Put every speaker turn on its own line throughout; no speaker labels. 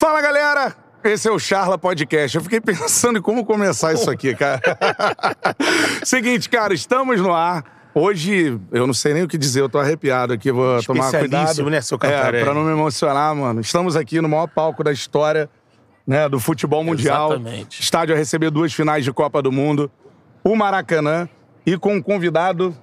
Fala, galera! Esse é o Charla Podcast. Eu fiquei pensando em como começar isso aqui, cara. Seguinte, cara, estamos no ar. Hoje, eu não sei nem o que dizer, eu tô arrepiado aqui, vou tomar cuidado.
Especialíssimo, né, seu
é,
Cantarelli?
pra não me emocionar, mano. Estamos aqui no maior palco da história né, do futebol mundial.
Exatamente.
Estádio a receber duas finais de Copa do Mundo, o Maracanã, e com um convidado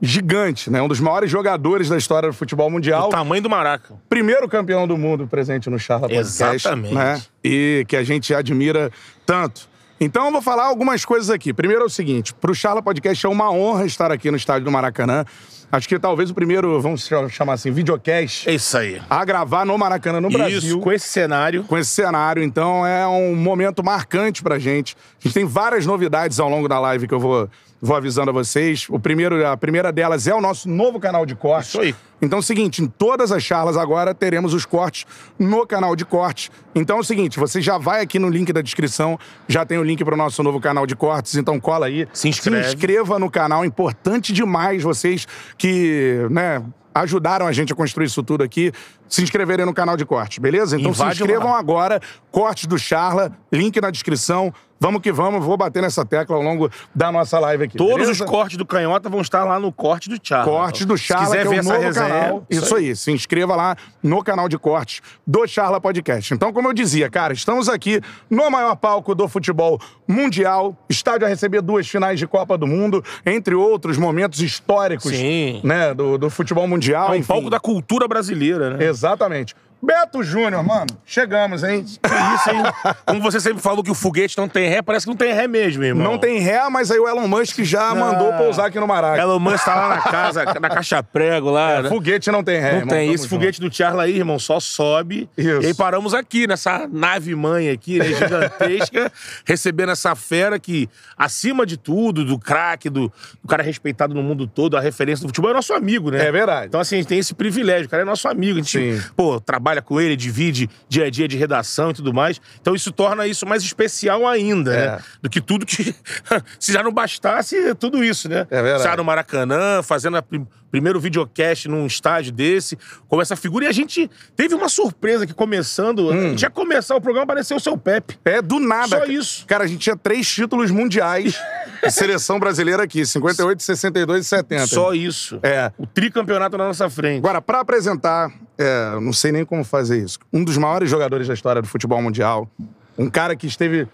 gigante, né? Um dos maiores jogadores da história do futebol mundial
O tamanho do maraca.
primeiro campeão do mundo presente no Charla Podcast.
Exatamente.
Né? E que a gente admira tanto. Então, eu vou falar algumas coisas aqui. Primeiro é o seguinte: para o Charla Podcast é uma honra estar aqui no estádio do Maracanã. Acho que talvez o primeiro, vamos chamar assim, videocast
É isso aí.
a gravar no Maracanã, no Brasil
Isso, com esse cenário.
com esse cenário. Então é um momento marcante pra gente. A gente tem várias novidades ao longo da live que eu vou, vou avisando a vocês. O primeiro, a primeira delas é o nosso novo canal de corte.
Isso aí.
Então é o seguinte, em todas as charlas agora teremos os cortes no canal de corte. Então é o seguinte, você já vai aqui no link da descrição, já tem o link pro nosso novo canal de cortes, então cola aí.
Se inscreve.
Se inscreva no canal, é importante demais vocês que, né, ajudaram a gente a construir isso tudo aqui, se inscreverem no canal de corte, beleza? Então
Invade
se
o
inscrevam
mar.
agora, corte do Charla, link na descrição. Vamos que vamos, vou bater nessa tecla ao longo da nossa live aqui.
Todos
beleza?
os cortes do Canhota vão estar lá no corte do Charla.
Corte do
Ah, Se
Charla,
quiser
que é
ver
o
essa
novo
resenha, é
canal. Isso, aí. se inscreva lá no canal de cortes do Charla Podcast. Então, como eu dizia, cara, estamos aqui no maior palco do futebol mundial, estádio a receber duas finais de Copa do Mundo, entre outros momentos históricos
Sim.
né, do, do futebol mundial.
É um
enfim. É.
palco da cultura brasileira, né?
Exatamente. Beto Júnior, mano, chegamos, hein?
É isso, hein? Como você sempre falou que o foguete não tem ré, parece que não tem ré mesmo, irmão.
Não tem ré, mas aí o Elon Musk já mandou pousar aqui no Maraca.
Elon Musk tá lá na casa, na caixa prego
É,
lá. né?
Foguete não tem ré,
Não
irmão,
tem.
tamo
Esse
junto.
foguete do Charla aí, irmão, só sobe.
Isso.
E aí paramos aqui, nessa nave-mãe aqui, né, gigantesca, recebendo essa fera que, acima de tudo, do craque, do, do cara respeitado no mundo todo, a referência do futebol, é nosso amigo, né?
É verdade.
Então, assim, a gente tem esse privilégio. O cara é nosso amigo. A gente,
Sim.
pô, trabalha com ele, divide dia a dia de redação e tudo mais. Então, isso torna isso mais especial ainda,
É.
né? Do que tudo que... Se já não bastasse tudo isso, né?
É verdade.
Se já no Maracanã, fazendo o primeiro videocast num estádio desse, com essa figura. E a gente teve uma surpresa que começando,
Hum.
a gente ia começar o programa, apareceu o seu Pepe.
É, do nada.
Só isso.
Cara, a gente tinha três títulos mundiais de seleção brasileira aqui: 58, 62 e 70.
Só isso.
É.
O tricampeonato na nossa frente.
Agora, pra apresentar, é, não sei nem como fazer isso. Um dos maiores jogadores da história do futebol mundial. Um cara que esteve,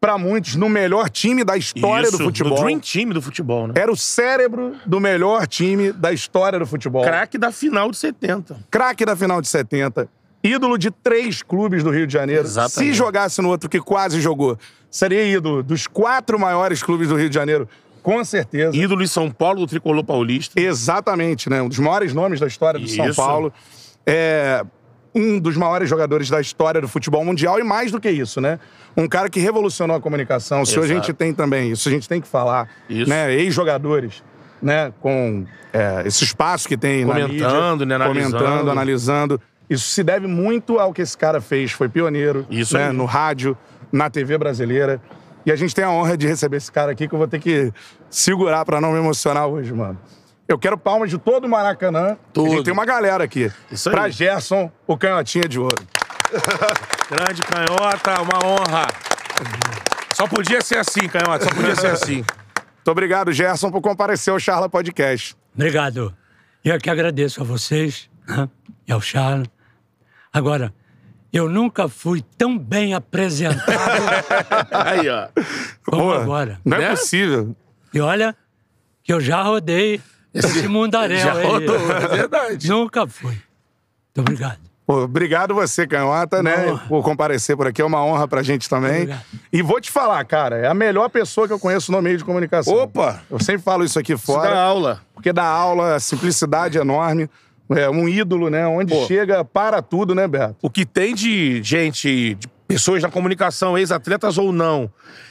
pra muitos, no melhor time da história
Isso,
do futebol.
Do Dream Team do futebol, né?
Era o cérebro do melhor time da história do futebol.
Craque da final de 70.
craque da final de 70, ídolo de três clubes do Rio de Janeiro.
Exatamente.
Se jogasse no outro que quase jogou, seria ídolo dos quatro maiores clubes do Rio de Janeiro, com certeza.
Ídolo em São Paulo do tricolor paulista.
Exatamente, né? Um dos maiores nomes da história do São
Isso.
Paulo. É um dos maiores jogadores da história do futebol mundial e mais do que isso, né? Um cara que revolucionou a comunicação. Se hoje a
Exato.
gente tem também isso, a gente tem que falar,
Isso.
né? Ex-jogadores, né? Com é, esse espaço que tem na mídia,
Comentando, né? Analisando.
comentando, analisando. Isso se deve muito ao que esse cara fez. Foi pioneiro,
Isso
né?
aí.
No rádio, na TV brasileira. E a gente tem a honra de receber esse cara aqui que eu vou ter que segurar pra não me emocionar hoje, mano. Eu quero palmas de todo o Maracanã.
Todo.
A gente tem uma galera aqui.
Isso aí.
pra Gerson, o canhotinha de ouro.
Grande canhota, uma honra. Só podia ser assim, canhota, só podia ser assim.
Muito obrigado, Gerson, por comparecer ao Charla Podcast.
Obrigado. Eu que agradeço a vocês né, e ao Charles. Agora, eu nunca fui tão bem apresentado
Aí, ó.
como
Pô,
agora.
Não é
Né?
possível.
E olha que eu já rodei esse mundaréu
Já
aí.
rodou, é verdade.
Nunca fui. Muito obrigado.
Pô, Obrigado você, Canhota, né?
honra.
Por comparecer por aqui. É uma honra pra gente também.
Obrigado.
E vou te falar, cara, é a melhor pessoa que eu conheço no meio de comunicação.
Opa!
Eu sempre falo isso aqui
Isso dá
fora,
aula.
porque dá aula, simplicidade enorme. É um ídolo, né? Onde
Pô.
chega, para tudo, né, Beto?
O que tem de gente, de pessoas na comunicação, ex-atletas ou não,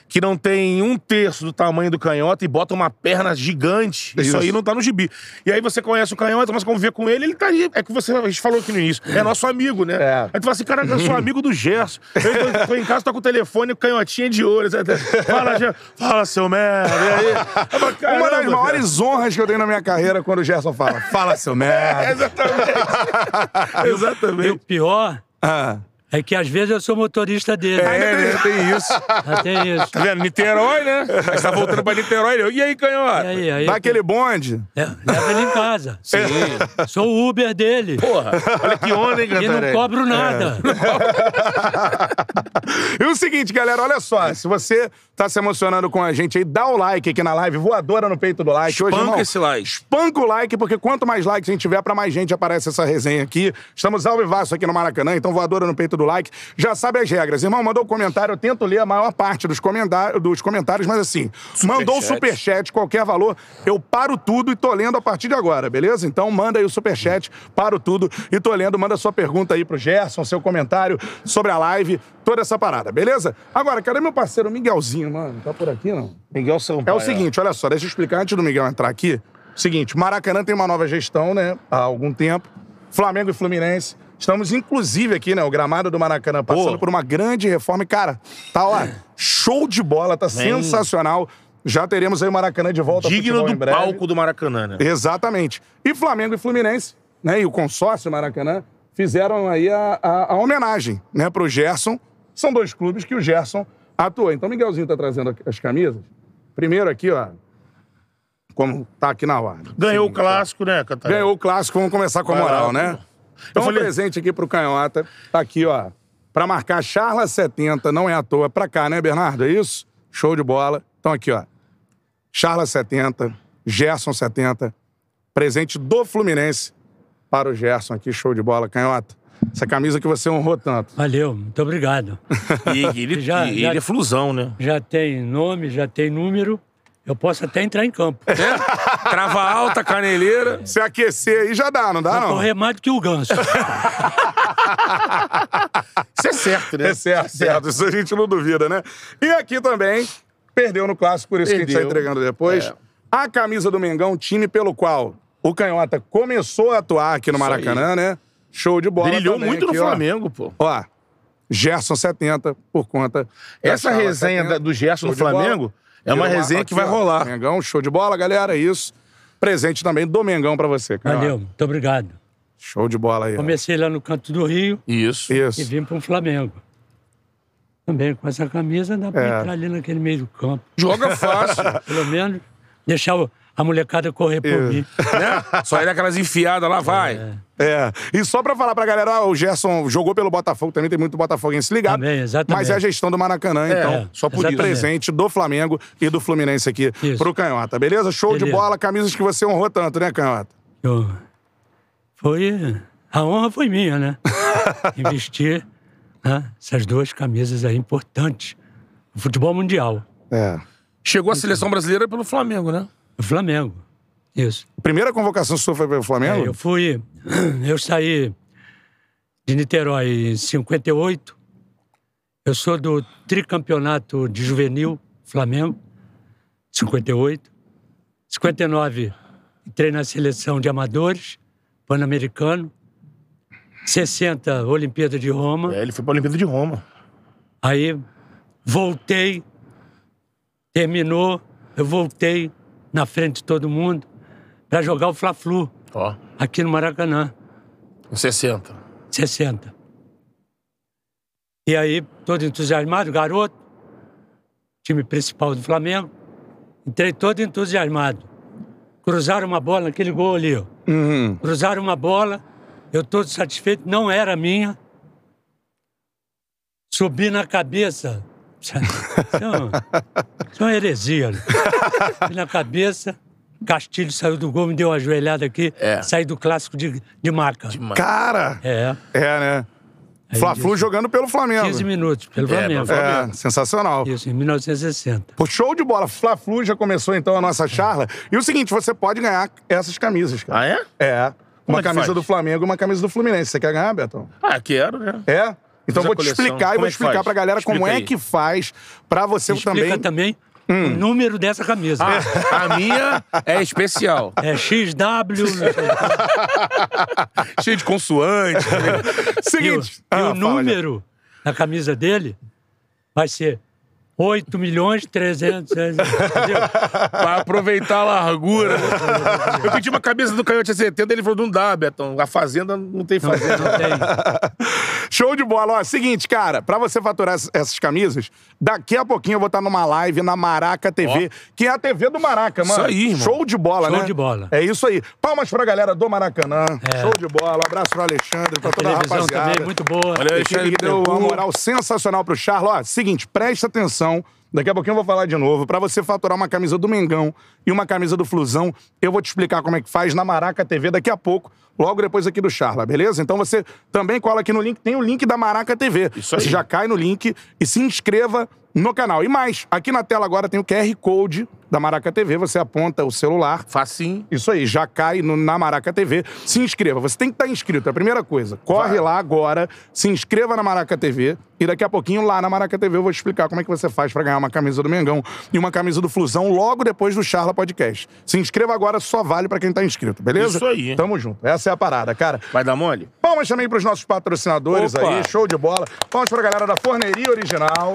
que não tem um terço do tamanho do canhota e bota uma perna gigante. Isso,
Isso.
aí não tá no gibi. E aí você conhece o canhota, mas conviver com ele, ele tá aí. É que você, a gente falou aqui no início, é nosso amigo, né?
É.
Aí tu fala assim, cara, eu sou amigo do Gerson. Eu tô, tô em casa, tô com o telefone, canhotinha de olho. etc. Fala, Gerson. Fala, seu merda. E aí? Eu falo,
Uma das
"Caramba, cara."
maiores honras que eu tenho na minha carreira é quando o Gerson fala:
É,
Fala, seu merda.
Exatamente. Exatamente.
E o pior
Ah,
É que às vezes eu sou motorista dele.
É, né? Tem isso.
Até isso.
Tá vendo? Niterói, né? Aí você tá voltando pra Niterói. ele, E aí, canhota?
E aí, aí,
Dá aquele bonde.
le- Leva ele em casa.
Sim.
Sou o Uber dele.
Porra, olha que onda, hein,
e não
Cantarelli?
cobro nada.
E o seguinte, galera, olha só. Se você tá se emocionando com a gente aí, dá o like aqui na live, voadora no peito do like. Hoje,
Espanca
irmão,
esse like.
Espanca o like, porque quanto mais likes a gente tiver, pra mais gente aparece essa resenha aqui. Estamos ao vivaço aqui no Maracanã, então voadora no peito do like. Já sabe as regras. Irmão, mandou um comentário, eu tento ler a maior parte dos, comenda- dos comentários, mas assim, mandou o superchat, qualquer valor, eu paro tudo e tô lendo a partir de agora, beleza? Então manda aí o superchat, paro tudo e tô lendo. Manda sua pergunta aí pro Gerson, seu comentário sobre a live, toda essa parada, beleza? Agora, cadê meu parceiro Miguelzinho, mano? Tá por aqui, não?
Miguel São
É o seguinte, olha só, deixa eu explicar antes do Miguel entrar aqui. Seguinte, Maracanã tem uma nova gestão, né? Há algum tempo. Flamengo e Fluminense. Estamos, inclusive, aqui, né? O gramado do Maracanã passando
Pô.
por uma grande reforma. E, cara, tá lá. Show de bola, tá sensacional. Já teremos aí o Maracanã de volta. ao
Digno
futebol em
do
breve.
palco do Maracanã, né?
Exatamente. E Flamengo e Fluminense, né? E o consórcio Maracanã fizeram aí a, a- a homenagem, né? Pro Gerson. São dois clubes que o Gerson atuou. Então, o Miguelzinho tá trazendo aqui as camisas. Primeiro aqui, ó. Como tá aqui na ordem.
Ganhou o clássico, né, Cantarelli?
Ganhou o clássico, vamos começar com a moral, né? Então, um
falei-
presente aqui pro Canhota. Tá aqui, ó. Pra marcar Charla 70, não é à toa. Pra cá, né, Bernardo? É isso? Show de bola. Então, aqui, ó. Charla 70, Gerson 70. Presente do Fluminense para o Gerson aqui. Show de bola, Canhota. Essa camisa que você honrou tanto.
Valeu, muito obrigado.
E, e ele,
Já-
e
já-
ele é flusão, né?
Já tem nome, já tem número. Eu posso até entrar em campo.
Trava alta, caneleira.
Se aquecer aí já dá, não dá, Ah, não? Ah.
Correr mais do que o ganso.
Isso é certo, né?
É certo, certo. Isso a gente não duvida, né? E aqui também, perdeu no clássico, por isso que a gente
Perdeu.
está entregando depois.
É.
A camisa do Mengão, time pelo qual o Canhota começou a atuar aqui no
Isso
Maracanã, né? Show de bola.
Brilhou
também
muito no
aqui, ó.
Flamengo, pô.
Ó. Gerson 70, por conta. da
Essa
Schala
resenha
70.
da- do Gerson no
Show de bola.
Flamengo é uma
Virou
resenha
aqui,
que vai
ó.
rolar.
Mengão, show de bola, galera. é Isso. Presente também do Mengão pra você, cara.
Valeu, muito obrigado.
Show de bola aí. ó.
Comecei lá no canto do Rio
Isso.
e
Isso.
vim para o Flamengo. Também com essa camisa dá para
É.
entrar ali naquele meio do campo.
Joga fácil, né?
Pelo menos deixar o- a molecada correr por
Isso.
mim.
Né? Só ele aquelas enfiadas lá, vai.
É. E só pra falar pra galera, ó, o Gerson jogou pelo Botafogo também, tem muito Botafoguense ligado.
Também, exatamente.
Mas é a gestão do Maracanã, então.
só por isso.
exatamente.
Presente do Flamengo e do Fluminense aqui
Isso.
pro Canhota, beleza? Show de
Beleza.
bola, camisas que você honrou tanto, né, Canhota?
Eu... Foi... A honra foi minha, né? Investir né? essas duas camisas aí importantes. O futebol mundial.
É.
Chegou a seleção brasileira pelo Flamengo, né?
O Flamengo. Isso.
Primeira convocação sua foi pelo
É,
Flamengo?
eu fui. Eu saí de Niterói em 58. Eu sou do tricampeonato de juvenil Flamengo, 58. 59, entrei na seleção de amadores, pan-americano. 60, Olimpíada de Roma.
É, ele foi pra Olimpíada de Roma.
Aí voltei, terminou, eu voltei na frente de todo mundo para jogar o Fla-Flu
Ó,
aqui no Maracanã.
em 60.
60. E aí, todo entusiasmado, garoto, time principal do Flamengo, entrei todo entusiasmado. Cruzaram uma bola, aquele gol ali, ó.
Uhum.
Cruzaram uma bola, eu todo satisfeito, não era minha. Subi na cabeça. Isso é uma- isso é uma heresia. né? Subi na cabeça, Castilho saiu do gol, me deu uma ajoelhada aqui,
É.
saí do clássico de, de maca.
Cara!
É.
É, né?
Aí
Fla-Flu
disse,
jogando pelo Flamengo.
15 minutos pelo
É,
Flamengo.
pelo
É, sensacional.
Isso, em 1960.
Pô, show de bola. Fla-Flu já começou então a nossa charla. E o seguinte, você pode ganhar essas camisas, cara.
Ah, é?
É. Uma
é que
camisa
faz?
do Flamengo e uma camisa do Fluminense. Você quer ganhar, Betão?
Ah, quero, né?
É? Então
Fiz a
vou te
coleção.
explicar e
Como
vou
é que
explicar
faz?
pra galera como
Explica
é
aí.
que faz pra você
Explica
também. Hum.
também o número dessa camisa.
Ah, a minha é especial.
É XW.
Cheio de consoante.
e o,
Seguinte.
e
Ah,
o
fala, Léo.
número da camisa dele vai ser 8 milhões 300. Entendeu?
pra aproveitar a largura. Eu pedi uma camisa do Canhote 70, ele falou, não dá, Betão. A fazenda não tem
Não,
fazenda.
não tem.
Show de bola. Ó, seguinte, cara, pra você faturar ess- essas camisas, daqui a pouquinho eu vou estar numa live na Maraca TV, que é a TV do Maraca, mano.
Isso aí, irmão.
Show de bola,
Show
né?
de bola.
É isso aí. Palmas pra galera do Maracanã.
É.
Show de bola. Um Abraço pro Alexandre, pra
A
toda a
televisão
rapaziada.
também, muito boa.
Valeu,
A equipe que deu uma
Betancourt.
moral sensacional pro Charlo. Ó, seguinte, presta atenção. Daqui a pouquinho eu vou falar de novo. Pra você faturar uma camisa do Mengão e uma camisa do Flusão, eu vou te explicar como é que faz na Maraca TV daqui a pouco, logo depois aqui do Charla, beleza? Então você também cola aqui no link, tem o link da Maraca TV.
Isso aí.
Você já cai no link e se inscreva no canal. E mais, aqui na tela agora tem o QR Code da Maraca TV, você aponta o celular
Facinho.
isso aí, já cai no, na Maraca TV. Se inscreva. Você tem que estar inscrito, é a primeira coisa. Corre
Vai.
lá agora, se inscreva na Maraca TV e daqui a pouquinho lá na Maraca TV eu vou explicar como é que você faz pra ganhar uma camisa do Mengão e uma camisa do Flusão logo depois do Charla Podcast. Se inscreva agora, só vale pra quem tá inscrito, beleza?
Isso aí.
Tamo junto. Essa é a parada, cara.
Vai dar mole?
Palmas também pros nossos patrocinadores
Opa.
aí, show de bola. Palmas pra galera da Forneria Original.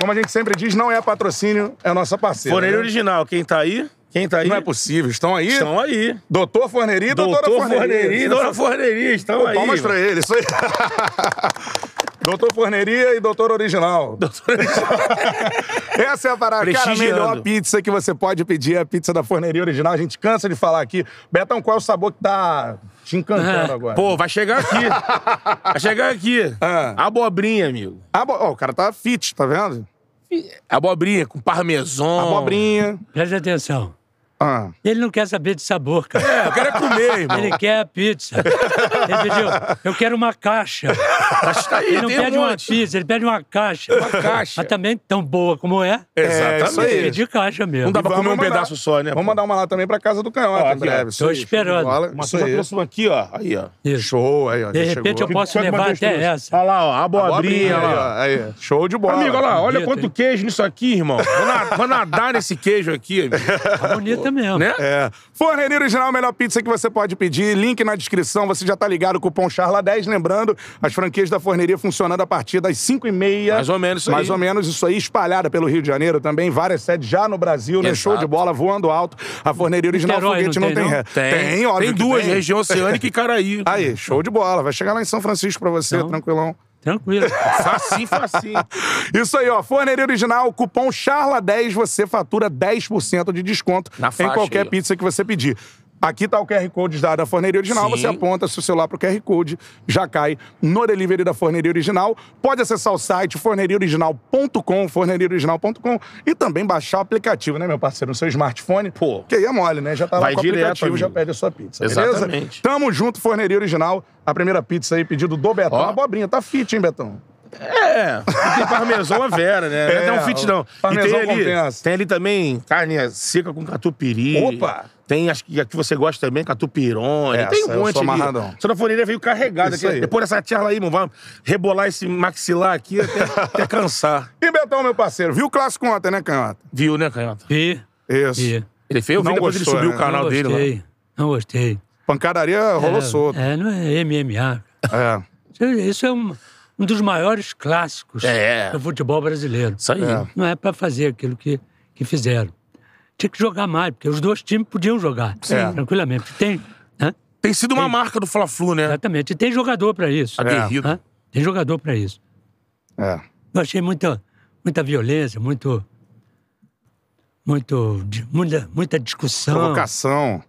Como a gente sempre diz, não é patrocínio, é nossa parceira.
Forneiro
né?
original. Quem tá aí? Quem tá aí?
Não é possível, estão aí?
Estão aí.
Doutor Forneria e doutora
Doutor
Forneria.
Forneri, Doutora Forneri, estão aí.
Palmas pra ele, isso aí. Doutor Forneria e Doutor Original. Essa é a parada. Cara, a
Prestigiando.
melhor pizza que você pode pedir é a pizza da Forneria Original. A gente cansa de falar aqui. Betão, qual é o sabor que tá te encantando agora?
É, Pô, vai chegar aqui. vai chegar aqui.
Ah.
Abobrinha, amigo.
Ah, bo- ó, o cara tá fit, tá vendo?
Abobrinha com parmesão.
Abobrinha.
Presta atenção.
Ah.
Ele não quer saber de sabor, cara.
É, eu quero é comer, irmão.
Ele quer a pizza. Ele pediu, eu quero uma caixa.
Mas tá aí,
Ele não
tem
pede
um
uma
monte.
pizza, ele pede uma caixa. Uma
caixa.
Mas também tão boa como é,
É, isso aí.
Exatamente.
pedir caixa mesmo.
Não dá pra
Vamos
comer um
mandar-
pedaço só, né?
Vamos mandar uma lá também pra casa do canhão,
Ó,
em
aqui, ó.
breve.
Tô
Isso aí,
esperando.
show de bola.
Uma
Isso
coisa
aí.
próxima aqui, ó. Aí, ó.
Isso.
Show, aí, ó.
De
já
repente eu
chegou.
posso levar até essa.
Olha lá, ó. Abobrinha,
Abobrinha,
olha lá.
aí, ó. Aí, Show de bola.
Amigo, olha lá, olha
Bonito,
quanto
hein?
queijo nisso aqui, irmão. Vou, na- vou nadar nesse queijo aqui, amigo.
Tá bonita mesmo.
né?
É. Forneria Original, a melhor pizza que você pode pedir. Link na descrição. Você já tá ligado, cupom CHARLA10. Lembrando, as franquias da forneria funcionando a partir das 5h30.
Mais ou menos isso aí.
Mais ou menos isso aí, espalhada pelo Rio de Janeiro também. Várias sedes já no Brasil, né?
Exato.
Show de bola, voando alto. A Forneria Original
Niterói
Foguete
não
não tem
tem, não?
ré. Tem, óbvio
Tem
que
duas,
tem.
região oceânica e Caraí.
Aí, show de bola. Vai chegar lá em São Francisco pra você,
Então.
tranquilão.
Tranquilo.
Facinho, facinho.
Isso aí, ó. Forneria Original, cupom CHARLA10, você fatura 10% de desconto
Na
em
faixa
qualquer
aí, ó.
pizza que você pedir. Aqui tá o QR Code da, da Forneria Original,
Sim.
você aponta seu celular pro QR Code, já cai no delivery da Forneria Original. Pode acessar o site forneriaoriginal.com, forneriaoriginal.com e também baixar o aplicativo, né, meu parceiro, no seu smartphone.
Pô.
Que aí é mole, né? Já tá
Vai
lá com
direto,
o aplicativo, já
amigo.
pede a sua pizza, beleza?
Exatamente.
Tamo junto, Forneria Original. A primeira pizza aí, pedido do Betão.
Ó.
Abobrinha, tá fit, hein, Betão?
É, e tem parmesão à vera, né?
É,
não é um fit, não.
parmesão
e tem ali,
compensa.
tem ali também carne seca com catupiry.
Opa!
Tem, acho que a que você gosta também, catupirone.
Essa
tem um
eu
monte
sou
ali.
amarradão.
Sua forneira veio carregada.
Isso
aqui.
aí.
Depois dessa tierra aí, irmão, vamos rebolar esse maxilar aqui até, até cansar.
E Betão, meu parceiro, viu o clássico ontem, né, Canhota?
Viu, né, Canhota?
E,
Isso.
e,
Ele fez, eu vi
Não
depois que ele
gostou,
subiu
né?
o canal
não
dele lá.
gostei, Não gostei.
Pancadaria rolou
é,
solto.
É, não é MMA.
É.
Isso, isso é um, um dos maiores clássicos
É.
do futebol brasileiro.
Isso aí.
É.
Não é para fazer aquilo que, que fizeram. Tinha que jogar mais, porque os dois times podiam jogar
É.
Sim.
tranquilamente. Tem, né?
Tem sido uma marca do Fla-Flu,
É.
né?
Exatamente. E tem jogador para isso.
Aguerrido.
né? Tem jogador para isso.
É.
Eu achei muita, muita violência, muito. Muito, de- muita, muita discussão.
Provocação.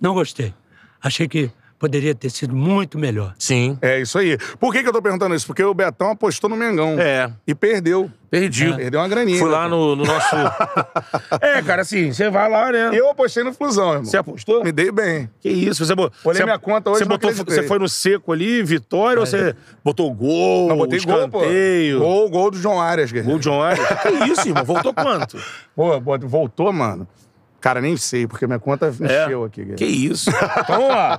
Não gostei. Achei que poderia ter sido muito melhor.
Sim.
É isso aí. Por que, que eu tô perguntando isso? Porque o Betão apostou no Mengão.
É.
E perdeu.
Perdido.
Perdeu É. uma graninha. né,
Fui lá no, no nosso. é, cara, assim, você vai lá, né?
Eu apostei no Flusão, irmão.
Você apostou?
Me dei bem.
Que isso, você botou.
Olhei minha conta hoje,
Você,
não
botou,
acreditei.
você foi no seco ali, vitória, ou você botou É. gol,
Não, botei gol, pô.
escanteio, gol,
Gol, gol do João Arias, guerreiro.
de John Que isso, irmão? Voltou quanto?
Pô, bot- voltou, mano. Cara, nem sei, porque minha conta
É.
encheu aqui, guerreiro.
Que isso? Então, ó,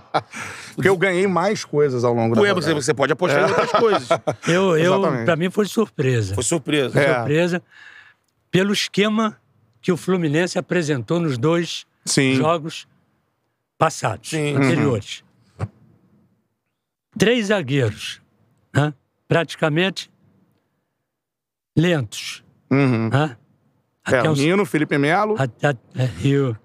Porque eu ganhei mais coisas ao longo do da
Ué,
rodada.
você, você pode apostar em outras coisas.
Eu, eu,
Exatamente.
para mim foi surpresa.
Foi surpresa.
É.
Surpresa pelo esquema que o Fluminense apresentou nos dois
Sim. Uhum.
jogos passados,
Sim.
anteriores. Três zagueiros, né? praticamente lentos.
Uhum.
né?
É,
Até
o
os-
Nino, Felipe Melo.
Até, é, e o-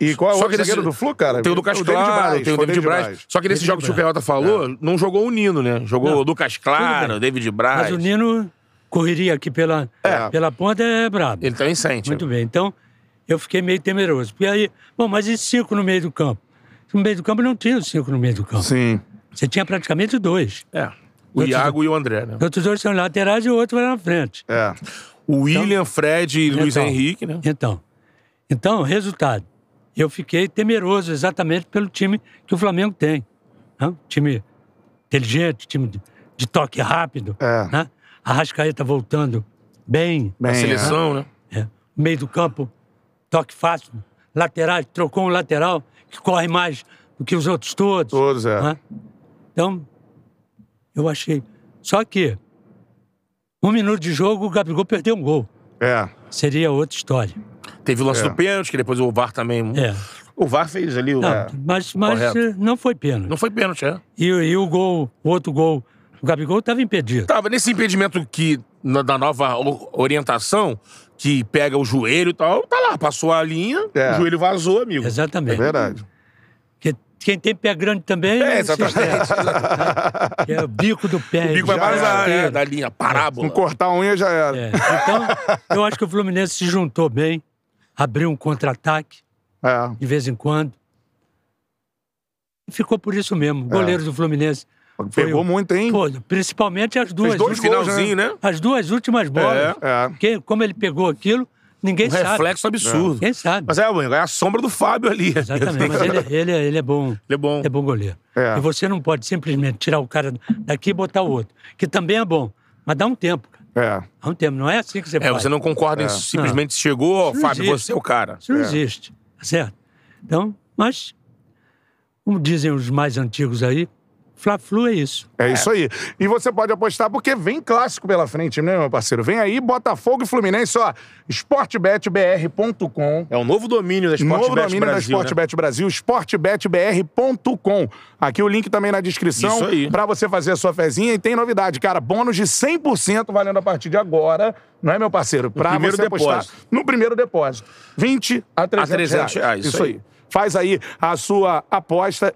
E qual é o
Só
outro
que nesse-
zagueiro do Flu, cara?
Tem o Lucas
O David
Claro,
Braz,
tem o
foi
David Braz. Só que
David
nesse jogo que o
Braz.
Perrota falou, não jogou o Nino, né? Jogou
Não.
o Lucas
Tudo
Claro,
bem.
o David Braz.
Mas o Nino correria aqui pela,
É.
pela ponta é brabo.
Ele tá também sente.
Muito bem. Então, eu fiquei meio temeroso. Porque aí, bom, mas e cinco no meio do campo? No meio do campo não tinha os cinco no meio do campo.
Sim.
Você tinha praticamente dois.
É. O Iago e o André, né?
Os outros dois são laterais e o outro vai na frente.
É.
O William, Fred e Luiz
Então.
Henrique, né?
Então, então, resultado. Eu fiquei temeroso exatamente pelo time que o Flamengo tem. né? Um Time inteligente, time de, de toque rápido.
É.
Né? A Rascaeta voltando bem.
Bem,
A
é.
seleção, né?
né? Meio do campo, toque fácil. Lateral, trocou um lateral que corre mais do que os outros todos.
Todos, é.
né? Então, eu achei. Só que, um minuto de jogo, o Gabigol perdeu um gol.
É.
Seria outra história.
Teve o lance
É.
do pênalti, que depois o VAR também.
É.
O VAR fez ali o.
Não,
É.
mas mas
Correto.
eh, não foi pênalti.
Não foi pênalti, é.
E, e o gol, o outro gol, o Gabigol estava impedido.
Tava nesse impedimento que, na- da nova o- orientação, que pega o joelho e tal, tá lá, passou a linha,
É.
o joelho vazou, amigo.
É
Exatamente.
verdade.
Porque quem tem pé grande também
É,
se
exatamente.
estressa, né? Que é o bico do pé.
O bico vai
Já era.
vazar, né?
inteiro.
Da linha,
Não
parábola.
cortar a unha já era.
É, Então, eu acho que o Fluminense se juntou bem, abriu um contra-ataque
É.
de vez em quando. E ficou por isso mesmo. O goleiro do Fluminense. foi
É. Pegou
o-
muito, hein?
Pô, principalmente as duas.
Fez dois
No
últimas-
gols,
finalzinho, né?
As duas últimas bolas.
É.
Quem- como ele pegou aquilo, ninguém
Um
sabe.
reflexo absurdo.
Quem sabe?
Mas é, amigo, é a sombra do Fábio ali.
Exatamente. Mas ele, ele, é- ele é bom.
Ele é bom.
É bom goleiro.
É.
E você não pode simplesmente tirar o cara daqui e botar o outro. Que também é bom. Mas dá um tempo, cara.
É.
Dá um tempo. Não é assim que você
É,
faz.
você não concorda em simplesmente chegou, ó,
Isso não
Fábio,
existe.
você é o cara.
Isso não
É.
existe. Tá certo? Então, mas, como dizem os mais antigos aí, Fla-Flu é isso.
É isso aí. E você pode apostar porque vem clássico pela frente, né, meu parceiro? Vem aí, Botafogo e Fluminense, ó. Sportbetbr.com.
É o novo domínio da Sportbet
Novo domínio da
Brasil, né?
Sportbet Brasil, sportbetbr.com. Aqui o link também na descrição
Isso aí.
pra você fazer a sua fezinha. E tem novidade, cara, bônus de 100% valendo a partir de agora, não é, meu parceiro? Pra
primeiro
você apostar
depósito.
no primeiro depósito. 20 a 300,
300 reais,
Isso
isso aí.
aí. Faz aí a sua aposta,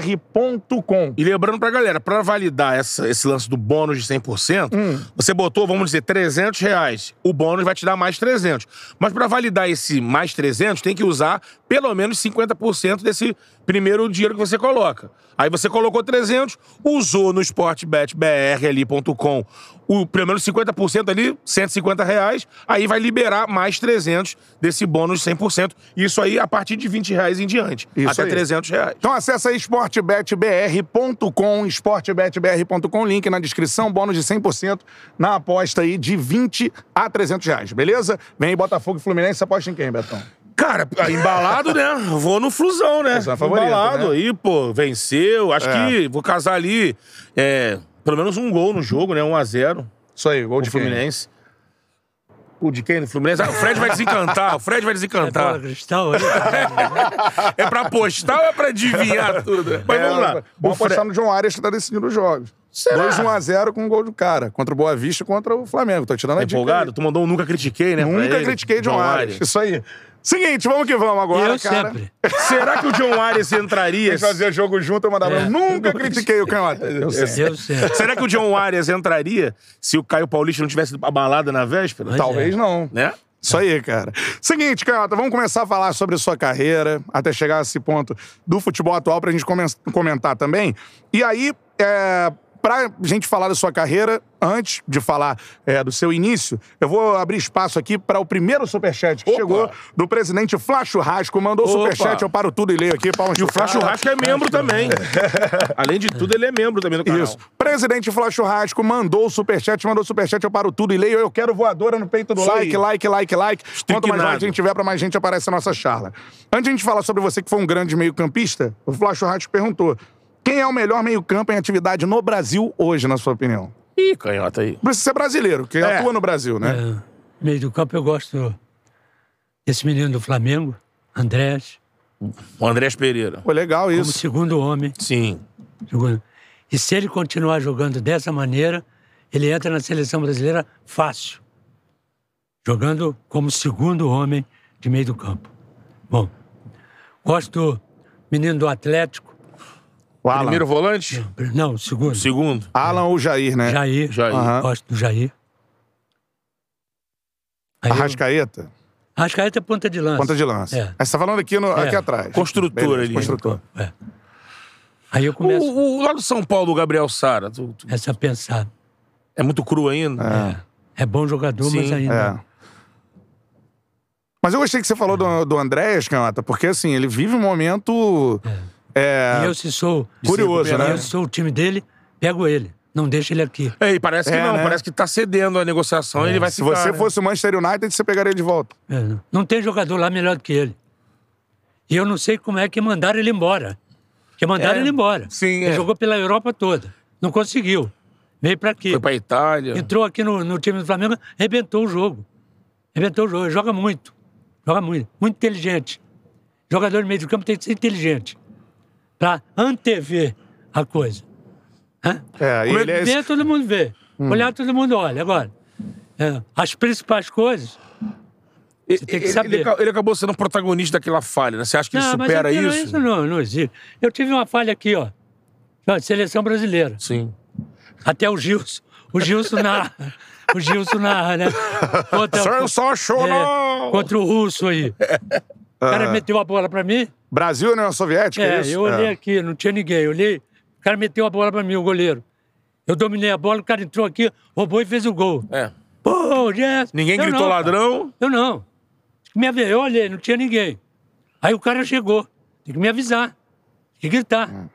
sportbetbr.com.
E lembrando pra galera, pra validar essa- esse lance do bônus de 100%,
Hum.
você botou, vamos dizer, 300 reais. O bônus vai te dar mais 300. Mas pra validar esse mais 300, tem que usar pelo menos 50% desse primeiro dinheiro que você coloca. Aí você colocou 300, usou no sportbetbrali.com o pelo menos 50% ali, 150 reais. Aí vai liberar mais 300 desse bônus de 100%. Isso aí a partir de 20 reais em diante.
Isso
até
aí.
300 reais.
Então acessa aí sportbetbr.com, sportbetbr.com, link na descrição, bônus de 100% na aposta aí de 20 a 300 reais, beleza? Vem aí Botafogo e Fluminense, aposta em quem, Betão?
Cara, embalado, né? Vou no Flusão, né?
Essa é a favorita,
embalado
né?
aí, pô, venceu. Acho
É.
que vou casar ali é, pelo menos um gol no jogo, né? 1 a 0
Isso aí, gol
o
de Fluminense.
Fluminense. O de quem? Do Fluminense? Ah, o Fred vai desencantar, o Fred
É
vai
bola
desencantar.
cristal aí.
É pra apostar ou é pra adivinhar tudo? Mas
É,
vamos lá.
Vamos
Fre-
apostar no João Arias que tá decidindo os jogos. 2-1x0 com um gol do cara, contra o Boa Vista e contra o Flamengo. Tô tirando a
Tá
dica.
empolgado? Tu mandou um Nunca Critiquei, né?
aí.
pra
Nunca
ele?
critiquei João
João
Arias. Isso aí. Seguinte, vamos que vamos
E
agora,
eu
cara.
sempre.
Será que o John Arias
A
entraria?
gente fazia jogo junto, eu mandava.
É.
Nunca critiquei o canhota. Eu sei.
Eu sempre.
Será que o John Arias entraria se o Caio Paulista não tivesse ido pra balada na véspera?
Mas-
Talvez não.
Né?
Isso aí, cara. Seguinte, Canhota, vamos começar a falar sobre sua carreira, até chegar a esse ponto do futebol atual, pra gente comen- comentar também. E aí, é, pra gente falar da sua carreira, antes de falar é, do seu início, eu vou abrir espaço aqui para o primeiro superchat que
Opa!
chegou do presidente Flá Churrasco. Mandou o
Opa!
superchat, eu paro tudo e leio aqui. palmas
E o
pro
Flá
cara.
Churrasco é membro também. Além de tudo, ele é membro também do canal.
Isso. Presidente Flá Churrasco mandou o superchat, mandou o superchat, eu paro tudo e leio. Eu quero voadora no peito do
Isso
like,
aí.
like, like, like. Quanto mais
Estriquinado.
like a gente tiver, pra mais gente aparece a nossa charla. Antes de a gente falar sobre você que foi um grande meio-campista, o Flá Churrasco perguntou: quem é o melhor meio-campo em atividade no Brasil hoje, na sua opinião?
Ih, canhota aí.
Precisa ser brasileiro, que
É.
atua no Brasil, né?
É, meio do campo eu gosto desse menino do Flamengo, Andrés,
O Andrés Pereira.
Pô, legal
como
isso.
segundo homem.
Sim.
segundo- E se ele continuar jogando dessa maneira, ele entra na seleção brasileira fácil. jogando como segundo homem de meio do campo. Bom, gosto do menino do Atlético.
O Alan.
Primeiro volante?
Não, segundo.
Segundo.
Alan ou Jair, né?
Jair.
Jair.
Aham.
Gosto do Jair. Aí eu-
Arrascaeta?
Arrascaeta é ponta de lança.
Ponta de lança.
É.
Aí você tá falando aqui, no-
É.
aqui atrás.
Construtora ali.
Construtor.
É. Aí eu
O,
começo
o- lá do São Paulo, o Gabriel Sara, tu- tu-
começo a pensar.
é muito cru ainda.
É bom jogador, mas
Sim,
É.
ainda.
Mas eu gostei que você falou do, do Andréas, Canhota, porque assim, ele vive um momento. É.
E eu, se sou.
Curioso,
se
né?
Eu sou o time dele, pego ele. Não deixo ele aqui.
É, e parece que
É,
não,
né?
parece que tá cedendo a negociação e ele vai
Se
ficar,
você
né?
fosse o Manchester United, você pegaria ele de volta.
É, não- Não tem jogador lá melhor do que ele. E eu não sei como é que mandaram ele embora. Porque mandaram
É,
ele embora.
sim,
ele
é.
jogou pela Europa toda. Não conseguiu. Veio pra aqui.
Foi pra Itália.
Entrou aqui no, no time do Flamengo, arrebentou o jogo. Arrebentou o jogo. Ele joga muito. Joga muito. Muito inteligente. Jogador de meio de campo tem que ser inteligente. Pra antever a coisa. Hã?
É, e
Como
ele é Hum. esse-
vê, todo mundo vê. Olhar, todo mundo olha. Agora, é, as principais coisas
Você
tem que saber.
Ele, ele acabou sendo o protagonista daquela falha, né? Você acha que ele supera
mas é aquilo-
isso?
não, não existe. Eu tive uma falha aqui, ó. Ó, Seleção brasileira.
Sim.
Até o Gilson. O Gilson narra. O Gilson narra, né? Contra,
Só eu só show,
é,
não!
contra o russo aí. O cara meteu a bola pra mim.
Brasil e União Soviética, é
É,
isso?
eu olhei
É.
aqui, não tinha ninguém. Eu olhei, o cara meteu a bola pra mim, o goleiro. Eu dominei a bola, o cara entrou aqui, roubou e fez o gol.
É.
Pô, Jess!
Ninguém
Eu
gritou
não, cara.
ladrão.
Eu não. Tem que me avisar. Eu olhei, não tinha ninguém. Aí o cara chegou. Tem que me avisar. Tem que gritar.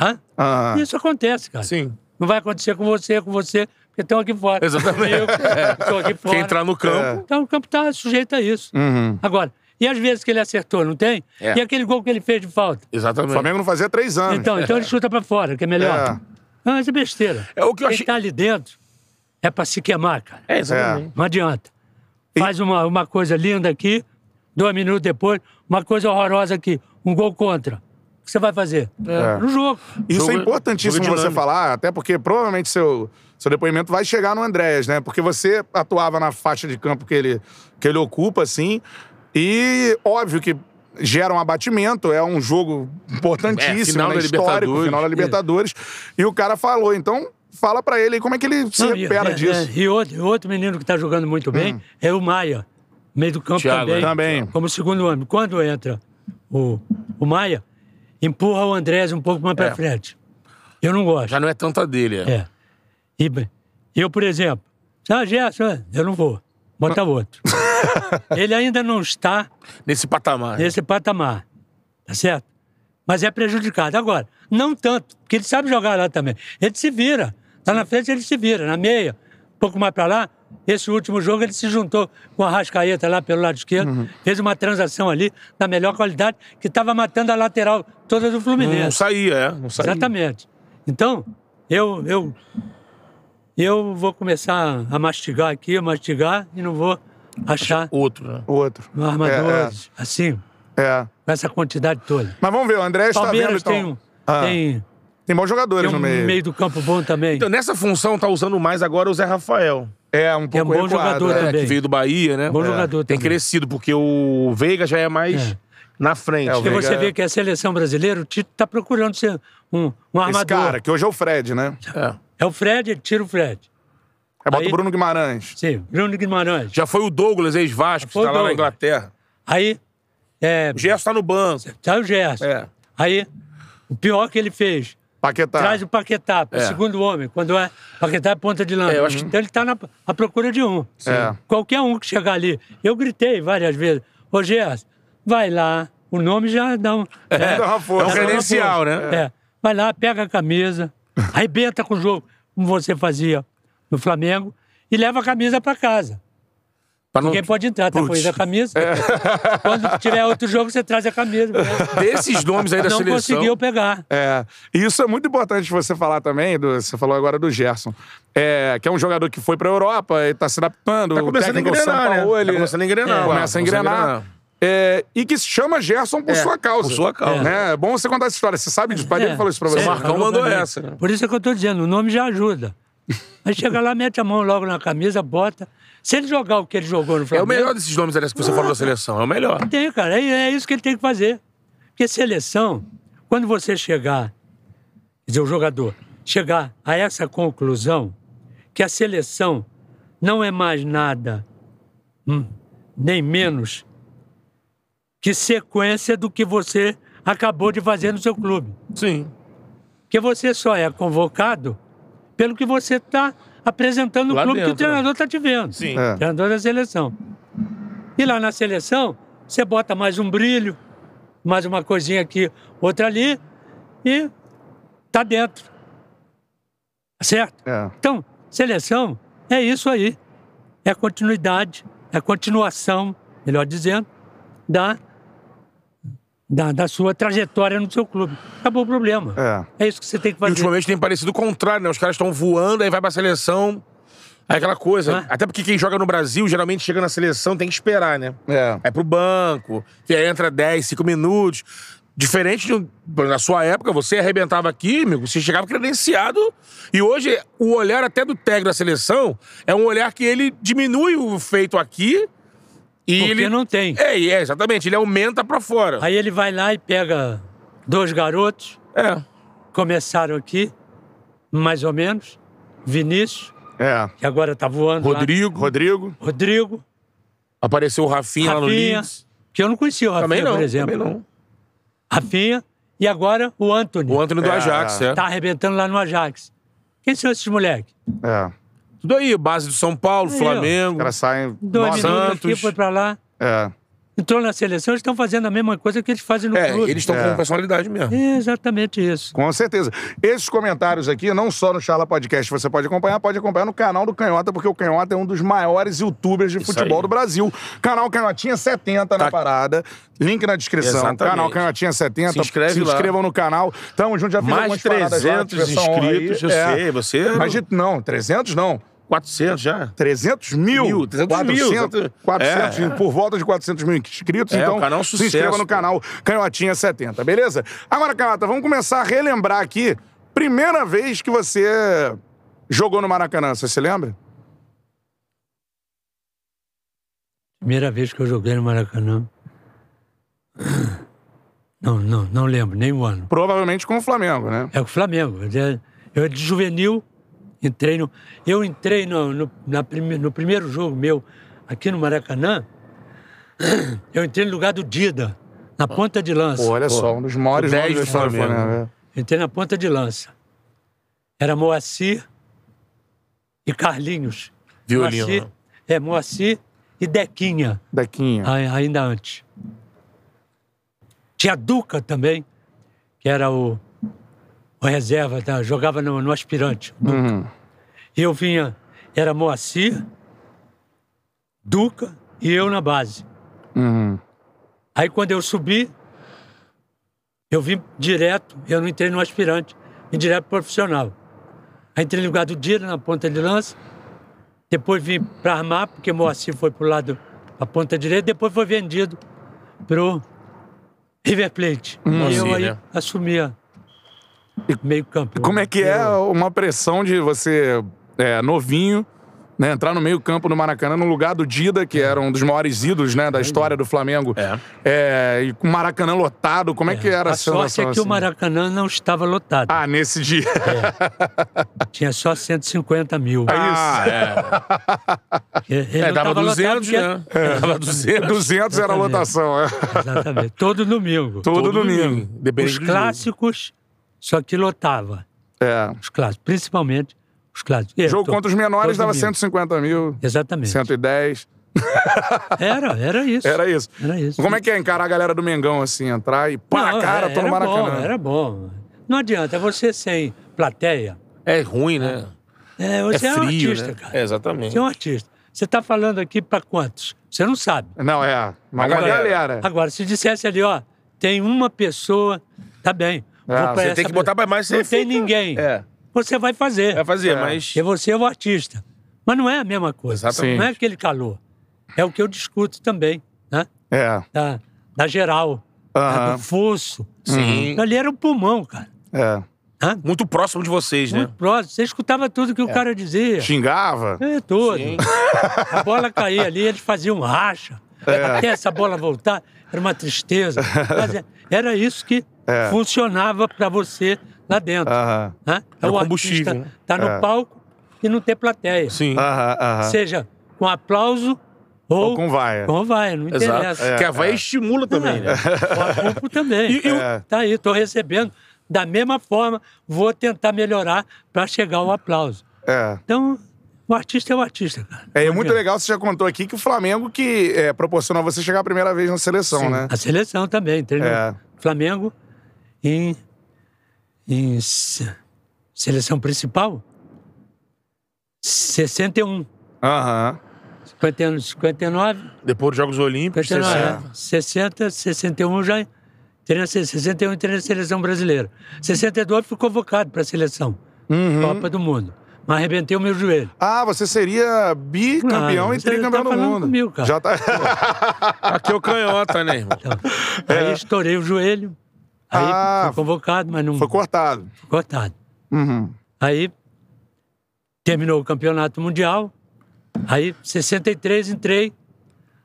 Hã?
Ah.
Isso acontece, cara.
É. Sim.
Não vai acontecer com você, com você, porque estão aqui fora.
Exatamente. É.
Eu estou aqui fora.
Quem entrar no campo.
Então o campo está sujeito a isso.
Uhum.
Agora, e as vezes que ele acertou, não tem?
É. Ah.
E aquele gol que ele fez de falta?
O
Exatamente.
Flamengo não fazia três anos.
Então, então ele chuta pra fora, que é melhor.
É.
Não, mas é besteira.
É o que eu
Quem
achei-
tá ali dentro é pra se queimar, cara.
É,
exatamente.
Não adianta. Faz uma, uma coisa linda aqui, dois minutos depois, uma coisa horrorosa aqui, um gol contra. O que você vai fazer? É. No jogo.
Isso
Jogo-
é importantíssimo
jogo
você
dinâmico.
falar, até porque provavelmente seu, seu depoimento vai chegar no Andréas, né? Porque você atuava na faixa de campo que ele, que ele ocupa, assim, e óbvio que gera um abatimento, é um jogo importantíssimo,
É, final
né?
da
histórico,
Libertadores.
final da Libertadores. E o cara falou, então fala pra ele aí como é que ele se
Não, e-
recupera
é,
disso.
é, E, outro, e outro menino que está jogando muito bem é o Maia, meio do campo
Thiago,
também,
é.
Também.
como segundo homem. Quando entra o, o Maia, empurra o Andrés um pouco mais para
É.
frente. Eu não gosto.
Já não é tanta dele. É.
É. E bem, eu, por exemplo, ah, Gerson, eu não vou. Bota outro. Ele ainda não está
Nesse patamar.
nesse patamar, tá certo? Mas é prejudicado. Agora, não tanto, porque ele sabe jogar lá também. Ele se vira. Lá na frente ele se vira, na meia, um pouco mais pra lá. Esse último jogo ele se juntou com a Rascaeta lá pelo lado esquerdo, fez uma transação ali da melhor qualidade, que estava matando a lateral toda do
Não
Fluminense.
saía, é. Não saía.
Exatamente. Então, eu, eu, eu vou começar a mastigar aqui, a mastigar, e não vou achar
Outro, né?
Outro.
armadores assim,
É, é.
com essa quantidade toda.
Mas vamos ver, o André está vendo,
Palmeiras
então.
tem, um,
Ah,
tem,
tem bons
tem
jogadores
um
no meio.
meio. do campo bom também.
um
Então, nessa função, tá usando mais agora o Zé Rafael.
É, um pouco
é um bom
recuado,
jogador
é.
É,
também.
que veio do Bahia, né?
Bom
É.
jogador
Tem
também.
crescido, porque o Veiga já é mais
É.
na frente.
É, o
né?
e
Veiga-
você vê que a seleção brasileira, o Tito está procurando ser um, um
Esse
armador.
cara, que hoje é o Fred, né?
É.
É o Fred, ele tira o Fred.
É bota
Aí-
o Bruno Guimarães.
Sim, Bruno Guimarães.
Já foi o Douglas, ex-Vasco, que
Foi o
tá lá na
Douglas.
Inglaterra.
Aí, é,
O Gerson tá no banco.
sai o Gerson.
É.
Aí, o pior que ele fez,
Paquetá.
traz o Paquetá, o
Tá. É.
segundo homem. Quando é Paquetá é ponta de lança.
É, eu acho que-
Então ele está na, à procura de um.
É.
Qualquer um que chegar ali. Eu gritei várias vezes, ô Gerson, vai lá. O nome já dá um...
É, dá uma força.
É um credencial, né?
É. Vai lá, pega a camisa, arrebenta com o jogo, como você fazia no Flamengo, e leva a camisa para casa.
Pra não-
Ninguém pode entrar, tá
Putz. É.
corrida a camisa. Quando tiver outro jogo, você traz a camisa. né?
Desses nomes aí da
Não
seleção.
conseguiu pegar.
É, e isso é muito importante você falar também, do- você falou agora do Gerson, é, que é um jogador que foi pra Europa e tá se adaptando.
Tá começando a engrenar, né?
Paulo,
Tá começando a engrenar, lá,
começa a engrenar. É, e que se chama Gerson por
É,
sua causa.
por sua causa.
Né? É bom você contar essa história. Você sabe disso, o pai dele falou isso pra
É,
você.
Marcão
falou
mandou
pra mim.
essa, né?
Por isso é que eu tô dizendo, o nome já ajuda. Aí chega lá, mete a mão logo na camisa, bota. Se ele jogar o que ele jogou no
É
Flamengo.
o melhor desses nomes, aliás, que você falou da seleção. É o melhor.
Tem, cara. É, é isso que ele tem que fazer. Porque seleção, quando você chegar, quer dizer, o jogador, chegar a essa conclusão que a seleção não é mais nada, hum, nem menos, que sequência do que você acabou de fazer no seu clube.
Sim.
Porque você só é convocado pelo que você está apresentando no
Lá
clube que o
dentro, né?
treinador está te vendo.
Sim.
É.
Treinador da seleção. E lá na seleção, você bota mais um brilho, mais uma coisinha aqui, outra ali, e tá dentro. Tá Certo?
É.
Então, seleção é isso aí. É continuidade, é continuação, melhor dizendo, da, da, da sua trajetória no seu clube. Acabou o problema.
É.
É, isso que você tem que
E
fazer.
ultimamente tem parecido o contrário, né? Os caras estão voando, aí vai pra seleção. Aí aquela coisa.
Ah.
Até porque quem joga no Brasil, geralmente chega na seleção, tem que esperar, né?
É.
Vai pro banco, e aí entra 10, 5 minutos. Diferente de, um- na sua época, você arrebentava aqui, amigo, você chegava credenciado. E hoje, o olhar até do técnico da seleção é um olhar que ele diminui o feito aqui e
Porque
ele.
não tem.
É, e é, exatamente, ele aumenta pra fora.
Aí ele vai lá e pega dois garotos,
É.
começaram aqui, mais ou menos. Vinícius,
É.
que agora tá voando. lá.
Rodrigo,
Rodrigo.
Rodrigo,
apareceu o Rafinha, lá no
Rafinha,
Leeds.
que eu não conhecia o Rafinha,
Também não,
por exemplo.
também não.
Rafinha, e agora o Anthony.
O Antônio do
É.
Ajax, é.
Tá arrebentando lá no Ajax. Quem são esses moleques?
É.
Tudo aí, base do São Paulo,
Aí, ó.
Os
Flamengo.
caras saem.
Dois
Nossa.
minutos aqui,
Santos.
foi pra lá,
É.
entrou na seleção, eles estão fazendo a mesma coisa que eles fazem no
É,
clube.
eles estão
É.
com personalidade mesmo.
É exatamente isso.
Com certeza. Esses comentários aqui, não só no Charla Podcast você pode acompanhar, pode acompanhar no canal do Canhota, porque o Canhota é um dos maiores youtubers de futebol
aí.
do Brasil. Canal Canhotinha 70 na
Tá.
parada. Link na descrição.
Exatamente.
Canal Canhotinha 70.
Se inscreve lá.
inscrevam no canal. Tamo junto, já fiz
Mais
algumas
de
paradas lá,
300
diversão
inscritos, eu
aí. É.
sei, você...
Mas de- não, 300 não.
400 já.
300 mil.
Mil, 300 mil,
400,
exato.
400
É, é.
por volta de 400 mil inscritos.
É,
então,
o canal é um
se
sucesso,
inscreva no
pô.
canal Canhotinha 70, beleza? Agora, Canhota, vamos começar a relembrar aqui. Primeira vez que você jogou no Maracanã, você se lembra?
Primeira vez que eu joguei no Maracanã. Não, não, não lembro, nem o ano.
Provavelmente com o Flamengo, né?
É o Flamengo. Eu- Eu de juvenil entrei no. Eu entrei no, no, na prime- no primeiro jogo meu aqui no Maracanã. Eu entrei no lugar do Dida, na ponta de lança.
Pô, olha só, um dos maiores
o
nomes
10
da
do
história do
Flamengo.
Flamengo. né?
Eu entrei na ponta de lança. Era Moacir e Carlinhos.
Violino.
Moacir, é, Moacir e Dequinha.
é. Dequinha.
Ai- ainda antes. Tinha Duca também, que era o, o reserva, da- jogava no, no aspirante.
Uhum.
E eu vinha, era Moacir, Duca e eu na base.
Uhum.
Aí quando eu subi, eu vim direto, eu não entrei no aspirante, vim direto pro profissional. Aí entrei no lugar do Dira, na ponta de lança, depois vim para armar, porque Moacir foi pro lado, a ponta direita, depois foi vendido pro River Plate.
Hum.
e eu
Moacir,
aí
né?
assumia meio campo.
Como é que é uma pressão de você, é, novinho, né, entrar no meio-campo do Maracanã, no lugar do Dida,
É.
que era um dos maiores ídolos né, da história do Flamengo?
É.
É, e com o Maracanã lotado, como é, que era a,
a sorte é
sensação?
que o
assim?
Maracanã não estava lotado.
Ah, nesse dia.
Tinha só 150 mil.
Ah, é.
Ele
é.
não
Dava
tava lotado
200,
porque-
né? Dava 200.
200 era a lotação. é.
Exatamente. Todo domingo.
Todo, domingo.
Depende
Os
do
clássicos, só que lotava.
É.
Os clássicos, principalmente os clássicos. É,
Jogo
to-
contra os menores
todo
dava
domingo.
150 mil,
Exatamente.
110.
Era, era isso.
Era isso.
Era isso.
Como é que é encarar a galera do Mengão assim, entrar e pá,
Não,
cara,
é-
tô no
era
Maracanã.
Bom, era bom. Não adianta, você sem plateia,
jogo. É ruim, né?
é,
É
você é, um
frio,
artista,
né?
cara.
É, exatamente.
Você é um artista. Você está falando aqui para quantos? Você não sabe.
Não, é. Mas uma
Agora-
galera.
Agora, se dissesse ali, ó, tem uma pessoa, tá bem. Vou
Ah,
pra
você
Você
essa
tem que
pessoa.
botar pra mais...
Não
você
tem
fica-
ninguém.
É.
Você vai fazer.
Vai fazer,
É.
mas...
E você é o artista. Mas não é a mesma coisa.
Exatamente.
Não é aquele calor. É o que eu discuto também, né?
É.
Da, da geral, né?
Aham.
do fosso.
Sim.
Ali era o pulmão, cara.
É.
Hã?
Muito próximo de vocês, né?
Muito próximo. Você escutava tudo que o cara dizia.
Xingava?
É, tudo.
É. Sim.
A bola caía ali, eles faziam racha.
É.
Até essa bola voltar, era uma tristeza. Mas é- era isso que
É.
funcionava para você lá dentro.
Aham.
né?
Era
o
Ah. combustível,
artista
né?
tá no
É.
palco e não ter plateia.
Sim.
Aham, aham.
Seja com aplauso ou,
Ou com vaia. É,
com vaia, não
Exato.
interessa.
É, que a vai estimula também, né?
O público também.
E- e o-
É.
Tá aí, estou recebendo. Da mesma forma, vou tentar melhorar para chegar ao aplauso.
É.
Então, o artista é o artista, cara.
É, e muito legal, você já contou aqui que o Flamengo que é, proporcionou você chegar a primeira vez na seleção, né?
A seleção também, treinou
É.
Flamengo em, em se- seleção principal, 61.
Aham.
50, 59,
Depois dos Jogos Olímpicos,
59 60,
60.
61 já treina, se- 61 treina a seleção brasileira. 62 fui convocado para a seleção,
Hum.
Copa do Mundo. Mas arrebentei o meu joelho.
Uhum. Ah, você seria bicampeão
Claro,
e
você tá
tricampeão do
falando
mundo.
comigo, cara.
Já tá.
Aqui é o canhota, né, irmão?
Então, Aí estourei o joelho. Aí
É. Ah,
fui convocado, mas não
Foi cortado.
cortado.
Uhum.
Aí terminou o campeonato mundial. Aí 63 entrei.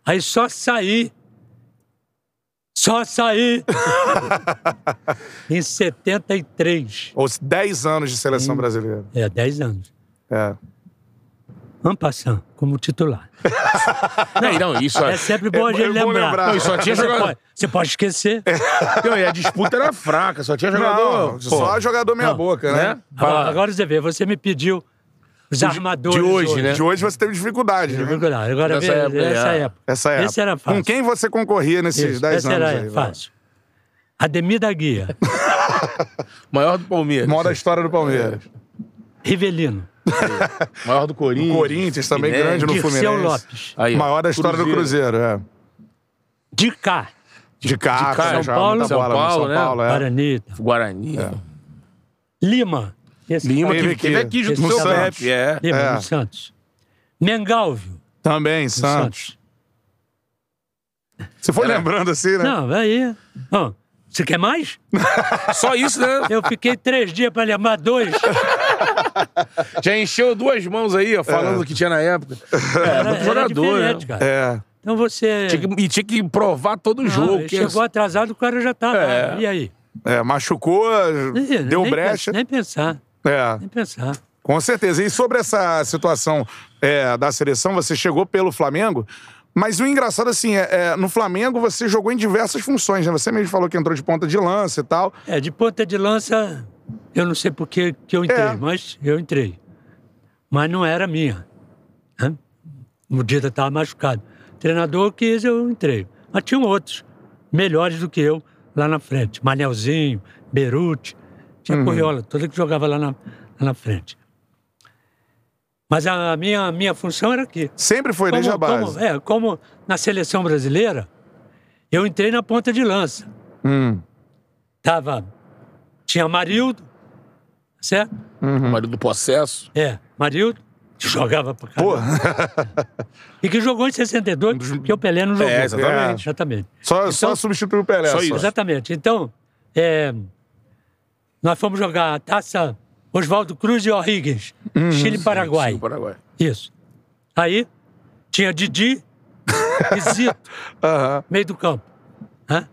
Aí só saí. Só saí em 73.
Ou 10 anos de seleção brasileira.
É, 10 anos.
É.
Ano passando, como titular.
Não, não, isso
É sempre
É
bom a
bom-
gente
é bom
lembrar.
lembrar. Não, e
só tinha
você,
jogador-
pode, você pode esquecer.
É, Não, e a disputa era fraca, só tinha
Não,
jogador. pô,
só jogador meia
Não.
boca, né?
né?
Agora, agora você vê, você me pediu os armadores.
de hoje, né?
De hoje você teve dificuldade, né?
Agora, agora
Nessa
vê,
época,
essa
é.
época.
Essa época.
Esse era fácil.
Com quem você concorria nesses
Isso,
10
essa
anos?
era
aí, vai?
fácil. Ademir da Guia,
Maior do Palmeiras.
Mó da história do Palmeiras.
Rivelino,
Maior do Corinthians.
Corinthians também,
Né?
grande no
Dirceu
Fluminense.
Lopes,
Aí, ó,
Maior da história do Cruzeiro, é.
de cá,
De cá,
De cá,
já
São
jogava
Paulo.
muita
São
bola no
Paulo,
São
né?
Paulo, é.
Guaranita,
Guarani.
Lima, esse
Lima,
cara,
Teve
que
aqui.
É. teve aqui junto
No
com o
Santos.
Pepe, é.
Lima
é.
no Santos, Mengalvio,
Também,
no
Santos. Você foi
Era-
lembrando assim, né?
Não, aí, ó, você quer mais?
Só isso, né?
Eu fiquei três dias pra lembrar dois.
Já encheu duas mãos aí, ó, falando o que tinha na época. É,
Era,
muito
era
jogador, né?
diferente, cara.
É.
Então você...
Tinha que- e tinha que provar todo o
Não,
jogo. que
chegou atrasado, o cara já tá
É.
lá. E aí?
É, machucou,
Ih,
deu
nem
brecha.
pe- Nem pensar,
É,
nem pensar.
com certeza. E sobre essa situação é, da seleção, você chegou pelo Flamengo, mas o engraçado, assim, é, é, no Flamengo você jogou em diversas funções, né? Você mesmo falou que entrou de ponta de lança e tal.
É, de ponta de lança, eu não sei por que que eu entrei,
É.
mas eu entrei. Mas não era minha. Né? O Dida estava machucado. O treinador quis, eu entrei. Mas tinham outros, melhores do que eu, lá na frente. Manelzinho, Beruti, tinha
Uhum.
Corriola, toda que jogava lá na, lá na frente. Mas a a minha, a minha função era aqui.
Sempre foi desde a base.
como, é, como na seleção brasileira, eu entrei na ponta de lança
Hum,
tava tinha Marildo, certo?
assim, O marido do processo.
É, Marildo que jogava pra caramba.
Porra,
E que jogou em 62, porque o Pelé não jogou.
Um É,
É,
exatamente.
Exatamente.
só, só substituiu o Pelé.
só isso.
Exatamente. Então, é, nós fomos jogar a taça Oswaldo Cruz e O'Higgins,
Hum,
Chile e Paraguai.
Sim, Paraguai.
Isso. Aí tinha Didi e Zito.
Aham.
meio do campo. Né?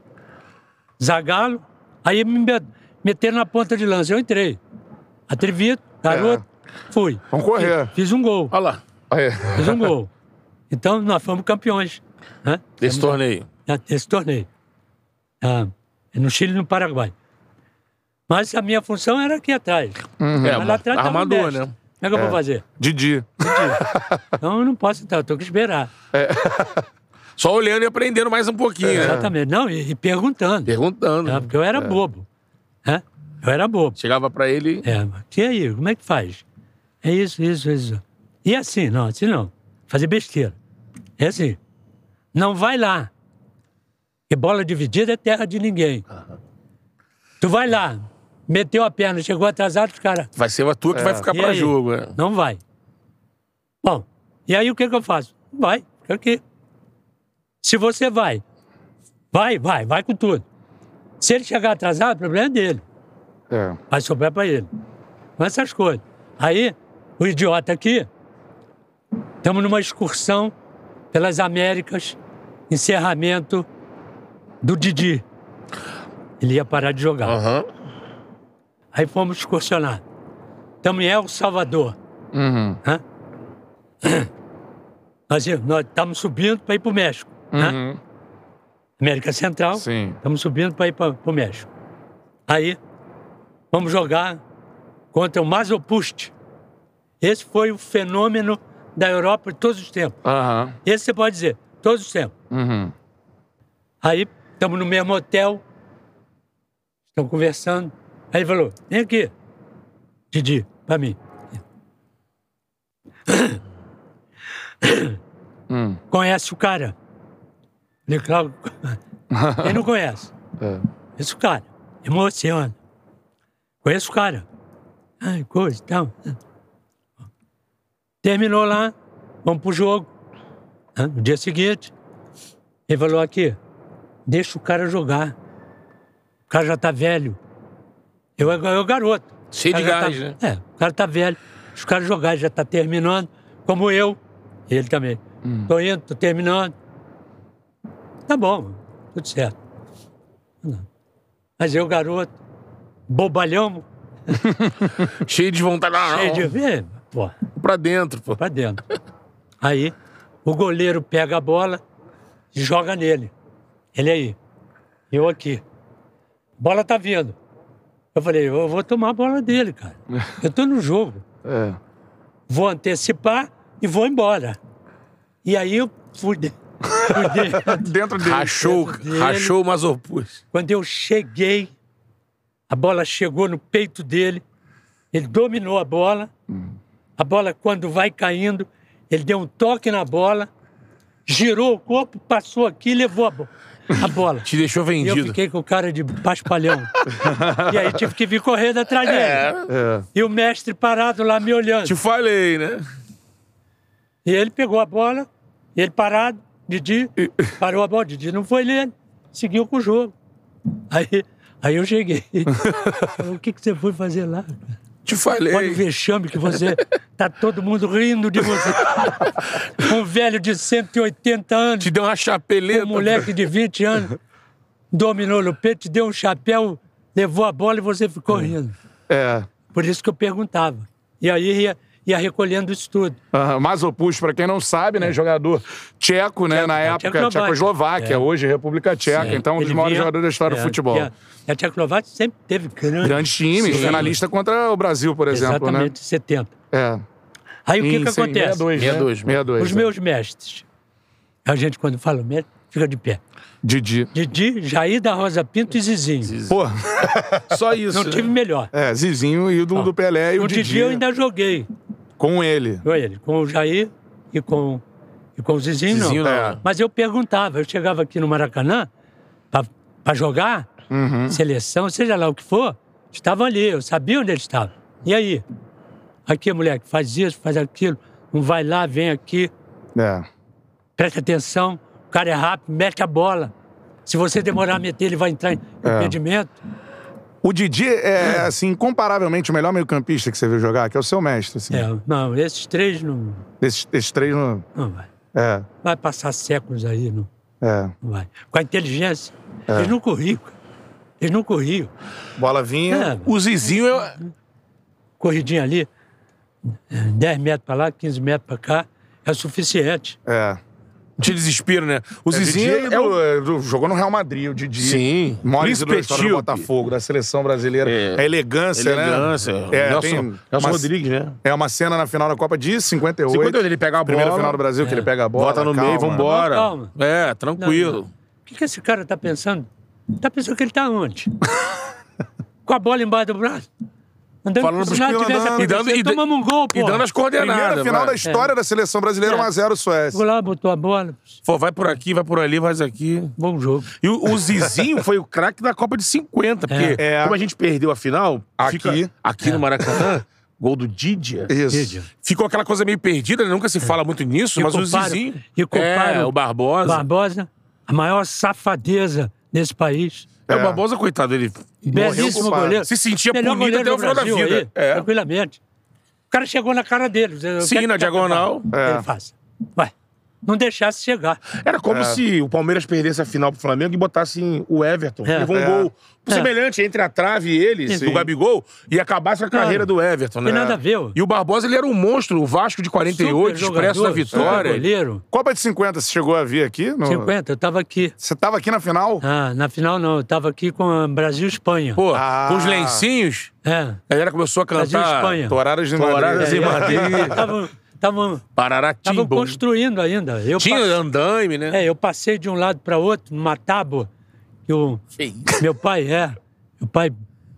Zagalo, aí me met- meteram na ponta de lança. Eu entrei. Atrevido, garoto, fui.
Vamos correr.
Fiz, fiz um gol,
Olha lá,
Aí.
fiz um gol. Então nós fomos campeões né?
desse torneio.
né, desse torneio. Ah, no Chile e no Paraguai. Mas a minha função era aqui atrás.
É,
Mas lá atrás tava um
armador,
destro.
né?
Como é que eu vou fazer?
Didi.
Então eu não posso entrar, eu tenho que esperar.
Só olhando e aprendendo mais um pouquinho, né?
Exatamente. Não, e, e perguntando.
Perguntando.
né? Porque eu era bobo. né? Eu era bobo.
Chegava pra ele.
É, mas e aí, como é que faz? É isso, isso, isso. E assim, não, assim não. Fazer besteira. É assim. Não vai lá. E bola dividida é terra de ninguém. Tu vai lá, meteu a perna, chegou atrasado, os caras.
Vai ser a tua que vai ficar
É. E
pra
aí?
jogo, né?
Não vai. Bom, e aí o que, que eu faço? Vai, fica aqui. Se você vai, vai, vai, vai com tudo. Se ele chegar atrasado, o problema é dele.
É.
Vai sobrar para ele. Com essas coisas. Aí, o idiota aqui, estamos numa excursão pelas Américas, encerramento do Didi. Ele ia parar de jogar.
Ah.
Aham.
Aí fomos excursionar. Estamos em El Salvador.
Uhum.
Né? Nós ia- nós estávamos subindo para ir para o México. né?
Uhum.
América Central.
Sim.
Estamos subindo para ir para o México. Aí, vamos jogar contra o Mazopust. Esse foi o fenômeno da Europa de todos os tempos.
Aham.
Esse você pode dizer, todos os tempos.
Uhum.
Aí, estamos no mesmo hotel, estão conversando. Aí ele falou, vem aqui, Didi, para mim.
Hum.
Conhece o cara? Falei, claro, quem não conhece?
É.
Conheço o cara. Emociona. Conheço o cara. Ai, coisa e tal. Terminou lá, vamos pro jogo. Ah, No dia seguinte, ele falou aqui, deixa o cara jogar. O cara já tá velho. Eu, eu, eu garoto.
Cheio
O
de
cara já
gás, né?
tá, É, o cara tá velho. Os caras jogarem, já tá terminando. Como eu, ele também.
Hum.
Tô indo, tô terminando. Tá bom, tudo certo. Não. Mas eu, garoto, bobalhão,
Cheio de vontade.
cheio de
Cheio
ver, pô,
Pra dentro, pô.
pra dentro. Aí, o goleiro pega a bola e joga nele. Ele aí, eu aqui. Bola tá vindo. Eu falei, eu vou tomar a bola dele, cara. Eu tô no jogo.
É.
vou antecipar e vou embora. E aí eu fui, de... fui dentro.
Dentro dele.
Rachou,
Dentro dele.
rachou o Mazopus.
Quando eu cheguei, a bola chegou no peito dele, ele dominou a bola. A bola, quando vai caindo, ele deu um toque na bola, girou o corpo, passou aqui e levou a, bo- a bola.
Te deixou
E eu
vendido.
fiquei com o cara de paspalhão. e aí tive que vir correndo atrás dele.
É.
E o mestre parado lá me olhando.
Te falei, né?
E ele pegou a bola, ele parado, Didi parou a bola, Didi não foi nele, seguiu com o jogo. Aí, aí eu cheguei. Falei, o que, que você foi fazer lá? cara?
Te
Olha o
falei.
vexame que você. Tá todo mundo rindo de você. Um velho de 180 anos,
Te deu uma chapeleta.
um moleque de 20 anos, dominou no peito, te deu um chapéu, levou a bola e você ficou rindo.
É.
Por isso que eu perguntava. E aí ia, ia recolhendo isso tudo.
Aham, Mazopust, para quem não sabe, né, jogador tcheco, né, na
é,
época,
Tchecoslováquia.
Tchecoslováquia,
É.
hoje República Tcheca,
É.
então um dos
Ele
maiores
vinha-
jogadores da história do
é,
futebol.
e A, e a Tchecoslováquia sempre teve grandes,
Grandes times,
Sim.
finalista contra o Brasil, por exemplo,
exatamente, 70.
né? É.
Aí o que,
Em-
que
sim,
acontece?
62, né?
62,
62,
Os
é.
meus mestres, a gente quando fala mestre, fica de pé.
Didi.
Didi, Jair da Rosa Pinto e Zizinho.
Pô,
Só isso.
Não
né?
tive melhor.
é, Zizinho, ídolo do Pelé e o, né?
o Didi, eu ainda joguei
com ele.
com ele, com o Jair e com, e com o Zizinho,
Zizinho,
não.
não.
Mas eu perguntava, eu chegava aqui no Maracanã para jogar, seleção, seja lá o que for, estavam ali, eu sabia onde eles estavam. E aí? Aqui, moleque, faz isso, faz aquilo, não vai lá, vem aqui,
É.
presta atenção, o cara é rápido, mete a bola. Se você demorar a meter, ele vai entrar em impedimento.
O Didi é, assim, incomparavelmente o melhor meio-campista que você viu jogar, que é o seu mestre, assim.
É, não, esses três não,
Esses, esses três não.
não vai.
É,
Vai passar séculos aí, não.
é.
Não vai. Com a inteligência. Eles não corriam. cara. Eles não corriam.
Bola vinha.
É,
O Zizinho é.
corridinha ali, eh, 10 metros para lá, 15 metros para cá, é o suficiente.
É.
Te desespero, né? O
O Didi
Zizinho é, o.
do- do- jogou no Real Madrid, o Didi.
Sim.
Maior
Príncipe
ídolo da história do
etíope.
Botafogo, da seleção brasileira.
É.
A elegância,
Elegância.
né?
Nelson,
tem
Nelson
uma-
Rodrigues, né?
É uma cena na final da Copa de 58.
58, ele pega a
Primeira
bola, É.
final do Brasil que ele pega a bola.
Bota no
calma.
meio, vambora.
Calma.
É, tranquilo.
Não, não. O que, que esse cara tá pensando? Tá pensando que ele tá onde? Com a bola embaixo do braço? Andando
Falando
como
pros né?
se nada
que
tivesse
andando,
e dando-
acontecido.
e da-
Tomamos um gol, pô.
E dando as coordenadas.
Primeira É final
vai.
da história da seleção brasileira,
É.
1x0 Suécia.
Vou lá, botou a bola.
Pô, vai por aqui, vai por ali, faz aqui.
Bom jogo.
E o, o Zizinho foi o craque da Copa de 50, porque
É. É.
como a gente perdeu a final,
Aqui.
fica- aqui
É.
no Maracanã, gol do Didia,
Isso.
Didia.
ficou aquela coisa meio perdida, né? nunca se fala muito nisso,
E
mas o
comparo-
Zizinho.
e comparo-
é, o Barbosa.
Barbosa, a maior safadeza desse país.
É, o Barbosa, coitado, ele
Belíssimo
culpado.
goleiro.
se sentia
Melhor
punido
goleiro
até o
do
final da
Brasil
vida.
aí,
É.
Tranquilamente. O cara chegou na cara dele. eu
Sim,
quero
na
que tá
diagonal.
É.
Ele faz. Vai. Não deixasse chegar.
Era como se o Palmeiras perdesse a final pro Flamengo e botasse em o Everton.
É.
Levou um
É.
gol
É.
semelhante entre a trave e ele,
Sim.
do Gabigol, e acabasse com a
Claro.
carreira do Everton, né?
Tem nada a ver, ó.
E o Barbosa, ele era um monstro, o Vasco de 48,
Super
expresso da
jogador, super
vitória.
goleiro.
Copa de 50, você chegou a vir aqui?
Uhum.
No...
50, eu tava aqui.
Você tava aqui na final?
É.
Ah, na final não, eu tava aqui com a Brasil e Espanha.
Pô,
Ah.
com os lencinhos,
É.
a galera começou a
Brasil e
cantar.
Espanha.
Toradas de Madrid.
Toradas de
É.
tá Madrid.
Estavam tavam,
Parará
tavam
Timbom.
construindo ainda. um Eu
Tinha
passei,
andaime, né?
é, eu passei de um lado para outro, numa tábua, que o
Feio.
meu pai é. Meu pai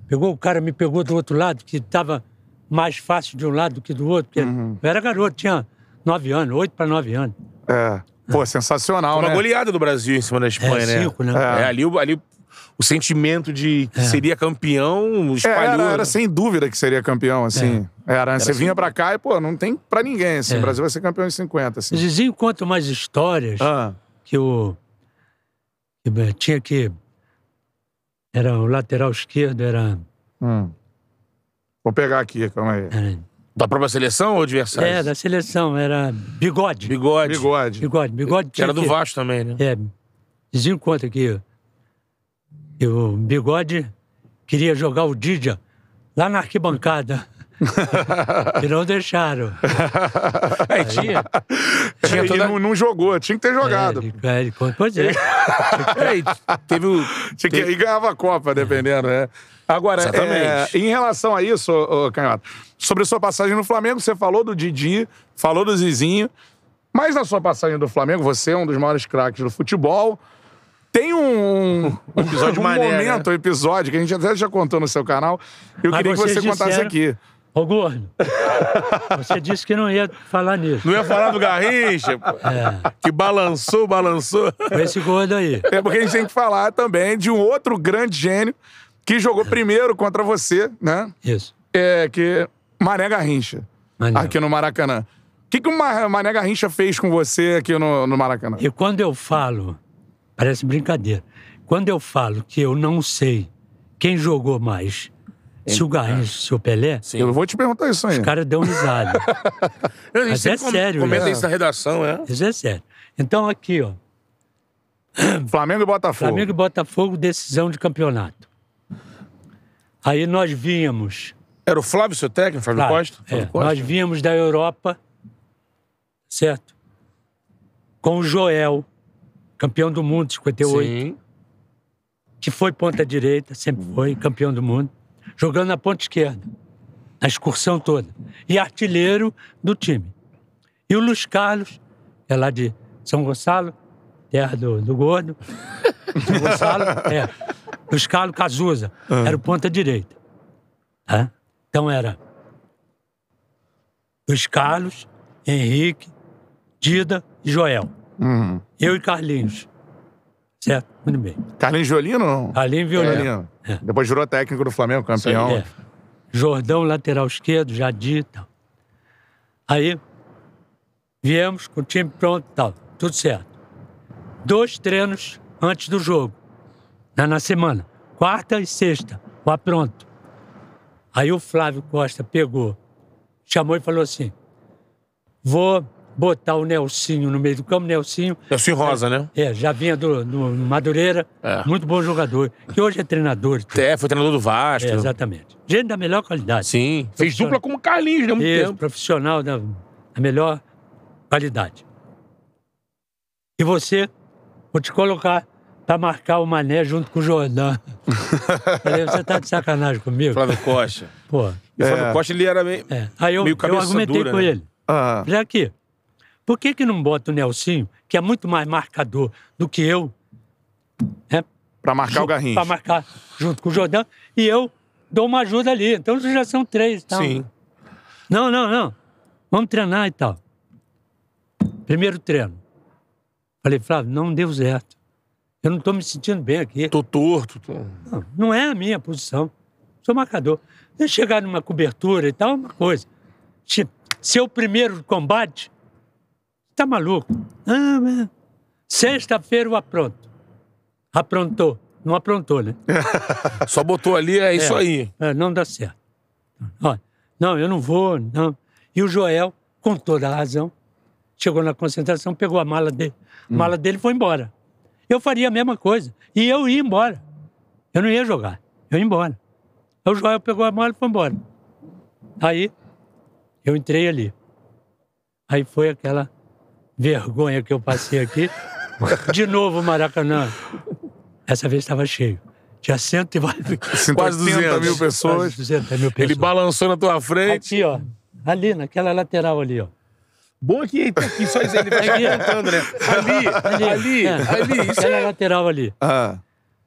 pegou o cara, me pegou do outro lado, que estava mais fácil de um lado do que do outro. Porque
Uhum.
Eu era garoto, tinha nove anos, oito para nove anos.
É. Pô, sensacional,
Uma
né?
goleada do Brasil em cima da Espanha,
É, É.
né?
cinco, né?
É, ali, o- ali o sentimento de que seria campeão
É,
espalhou.
era,
né?
era sem dúvida que seria campeão, assim.
É.
Era, você vinha pra cá e, pô, não tem pra ninguém, assim.
É.
O Brasil vai ser campeão em 50,
O
assim.
Zizinho conta umas histórias
Ah,
que o que, eh, tinha que era o lateral esquerdo era,
hum. Vou pegar aqui, calma aí.
era
Da própria seleção ou adversário?
é, da seleção era bigode
Bigode.
Bigode.
bigode bigode
Que
tinha
era do
que-
Vasco também, né?
é Zizinho conta que, que o bigode queria jogar o Didia lá na arquibancada e não deixaram
É, tinha. tinha
E
toda...
não, não jogou, tinha que ter jogado.
É, ele- é, ele conta- pois é
Peraí, teve o...
Tinha que- E ganhava a Copa, dependendo, né? Agora,
Exatamente.
é, em relação a isso, ô, ô, Canhoto, sobre a sua passagem no Flamengo, você falou do Didi, falou do Zizinho, mas na sua passagem do Flamengo, você é um dos maiores craques do futebol. Tem um, um
episódio
um
mané,
momento, um episódio, que a gente até já contou no seu canal. Eu
Mas
queria que você
vocês
contasse
disseram-
aqui.
Ô, gordo, você disse que não ia falar nisso.
Não ia falar do Garrincha, pô. Que balançou, balançou.
Com esse gordo aí.
É porque a gente tem que falar também de um outro grande gênio que jogou primeiro contra você, né?
Isso.
é que Mané Garrincha,
Mané.
aqui no Maracanã. O que, que o Ma- Mané Garrincha fez com você aqui no, no Maracanã?
E quando eu falo, parece brincadeira, quando eu falo que eu não sei quem jogou mais, se o Garrincha, se o Pelé,
Sim.
Eu vou te perguntar isso aí.
os caras dão risada.
Eu,
Mas é sério,
Comenta
né?
isso na redação, é.
Isso é sério. Então aqui, ó,
Flamengo e Botafogo.
Flamengo e Botafogo, decisão de campeonato. Aí nós vínhamos
Era o Flávio, seu técnico, Flávio
Claro,
Costa?
é.
Flávio Costa?
Nós vínhamos da Europa, certo? Com o Joel, campeão do mundo, 58,
Sim.
que foi ponta direita, sempre foi campeão do mundo, jogando na ponta esquerda, na excursão toda. E artilheiro do time. E o Luiz Carlos, que é lá de São Gonçalo, terra do, do gordo. São Gonçalo, é. Luiz Carlos Cazuza, era o ponta direita. tá? Então era Luiz Carlos, Henrique, Dida e Joel.
Uhum.
Eu e Carlinhos. Certo? Muito bem.
Carlinhos Jolino? não?
Carlinhos e Violino.
Violino.
Ah, É.
Depois virou técnico do Flamengo, campeão.
É. Jordão, lateral esquerdo, Jadir e tal. Aí viemos com o time pronto e tal. Tudo certo. Dois treinos antes do jogo. Na, na semana. Quarta e sexta. Lá pronto. Aí o Flávio Costa pegou, chamou e falou assim: vou botar o Nelsinho no meio do campo, Nelsinho.
Nelson Rosa, né?
É, já vinha do, do Madureira,
É.
muito bom jogador, que hoje é treinador. e tudo.
É, foi treinador do Vasco.
É, exatamente. Gente da melhor qualidade.
Sim. Fez dupla com o Carlinhos, né? Muito
Isso,
tempo.
profissional da, da melhor qualidade. E você, vou te colocar pra marcar o Mané junto com o Jordão. Falei, você tá de sacanagem comigo?
Flávio Costa.
Pô.
E o Flávio Costa, ele era meio...
É. Aí eu,
Meio
eu
cabeça
argumentei
dura,
com
né?
ele.
Ah,
Já que, por que que não bota o Nelsinho, que é muito mais marcador do que eu, né?
pra marcar o Garrincha.
Pra marcar junto com o Jordão. E eu dou uma ajuda ali. Então vocês já são três. Tá?
Sim.
Não, não, não. Vamos treinar e tal. Primeiro treino. Falei, Flávio, não deu certo. Eu não estou me sentindo bem aqui.
Tô torto. tô-
Não, não é a minha posição. Sou marcador. Se eu chegar numa cobertura e tal, é uma coisa. Se- Seu primeiro combate, tá maluco. Ah, mas- Sexta-feira eu apronto. Aprontou. não aprontou, né?
Só botou ali, é isso
É.
aí.
É, não dá certo. Olha, não, eu não vou, não. E o Joel, com toda a razão, chegou na concentração, pegou a mala dele. A mala dele e foi embora. Eu faria a mesma coisa. E eu ia embora. Eu não ia jogar. Eu ia embora. Aí o Joel pegou a mala e foi embora. Aí, eu entrei ali. Aí foi aquela vergonha que eu passei aqui. De novo o Maracanã. Essa vez estava cheio. Tinha cento e...
Quase
180 mil
200.
pessoas.
200 mil
Ele
pessoas.
balançou na tua frente.
Aqui, ó. Ali, naquela lateral ali, ó.
Bom aqui, ele tá aqui, só isso aí, ele vai
Aqui, ó.
cantando, né? Ali, ali, ali,
É,
isso
Aquela
é...
lateral ali.
Ah,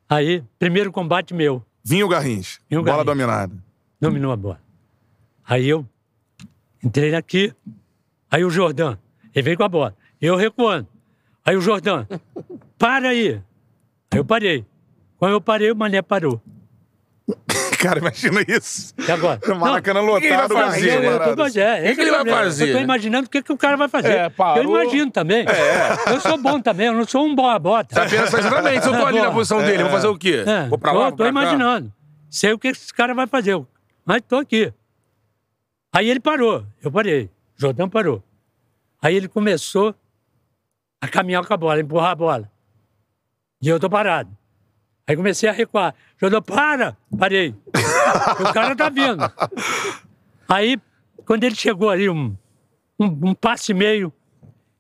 Aí, primeiro combate meu.
Vinho Garrincha.
Vinho
bola
Garrincha.
dominada.
Dominou a bola. Aí eu entrei aqui. Aí o Jordão. Ele veio com a bola. Eu recuando. Aí o Jordão. Para aí. Aí eu parei. Quando eu parei, o Mané parou.
Cara, imagina isso.
E agora?
O Maracanã
o que ele vai
lotado,
fazer,
Garrincha
Eu- eu tô-
parado.
é,
que
esse
ele
é o
vai
problema.
fazer,
Eu tô
né?
imaginando o que, que o cara vai fazer.
É, parou.
eu imagino também. Eu sou bom também, eu não sou um boa bota.
Tá pensando exatamente, se eu tô ali na posição dele, vou fazer o quê?
É,
Vou pra lá,
tô-
vou
tô
pra cá?
imaginando. Sei o que esse cara vai fazer, mas tô aqui. Aí ele parou, eu parei. Jordão parou. Aí ele começou a caminhar com a bola, a empurrar a bola. E eu tô parado. Aí comecei a recuar. Jordão, para! Parei. o cara tá vindo. Aí, quando ele chegou ali, um, um, um passe e meio,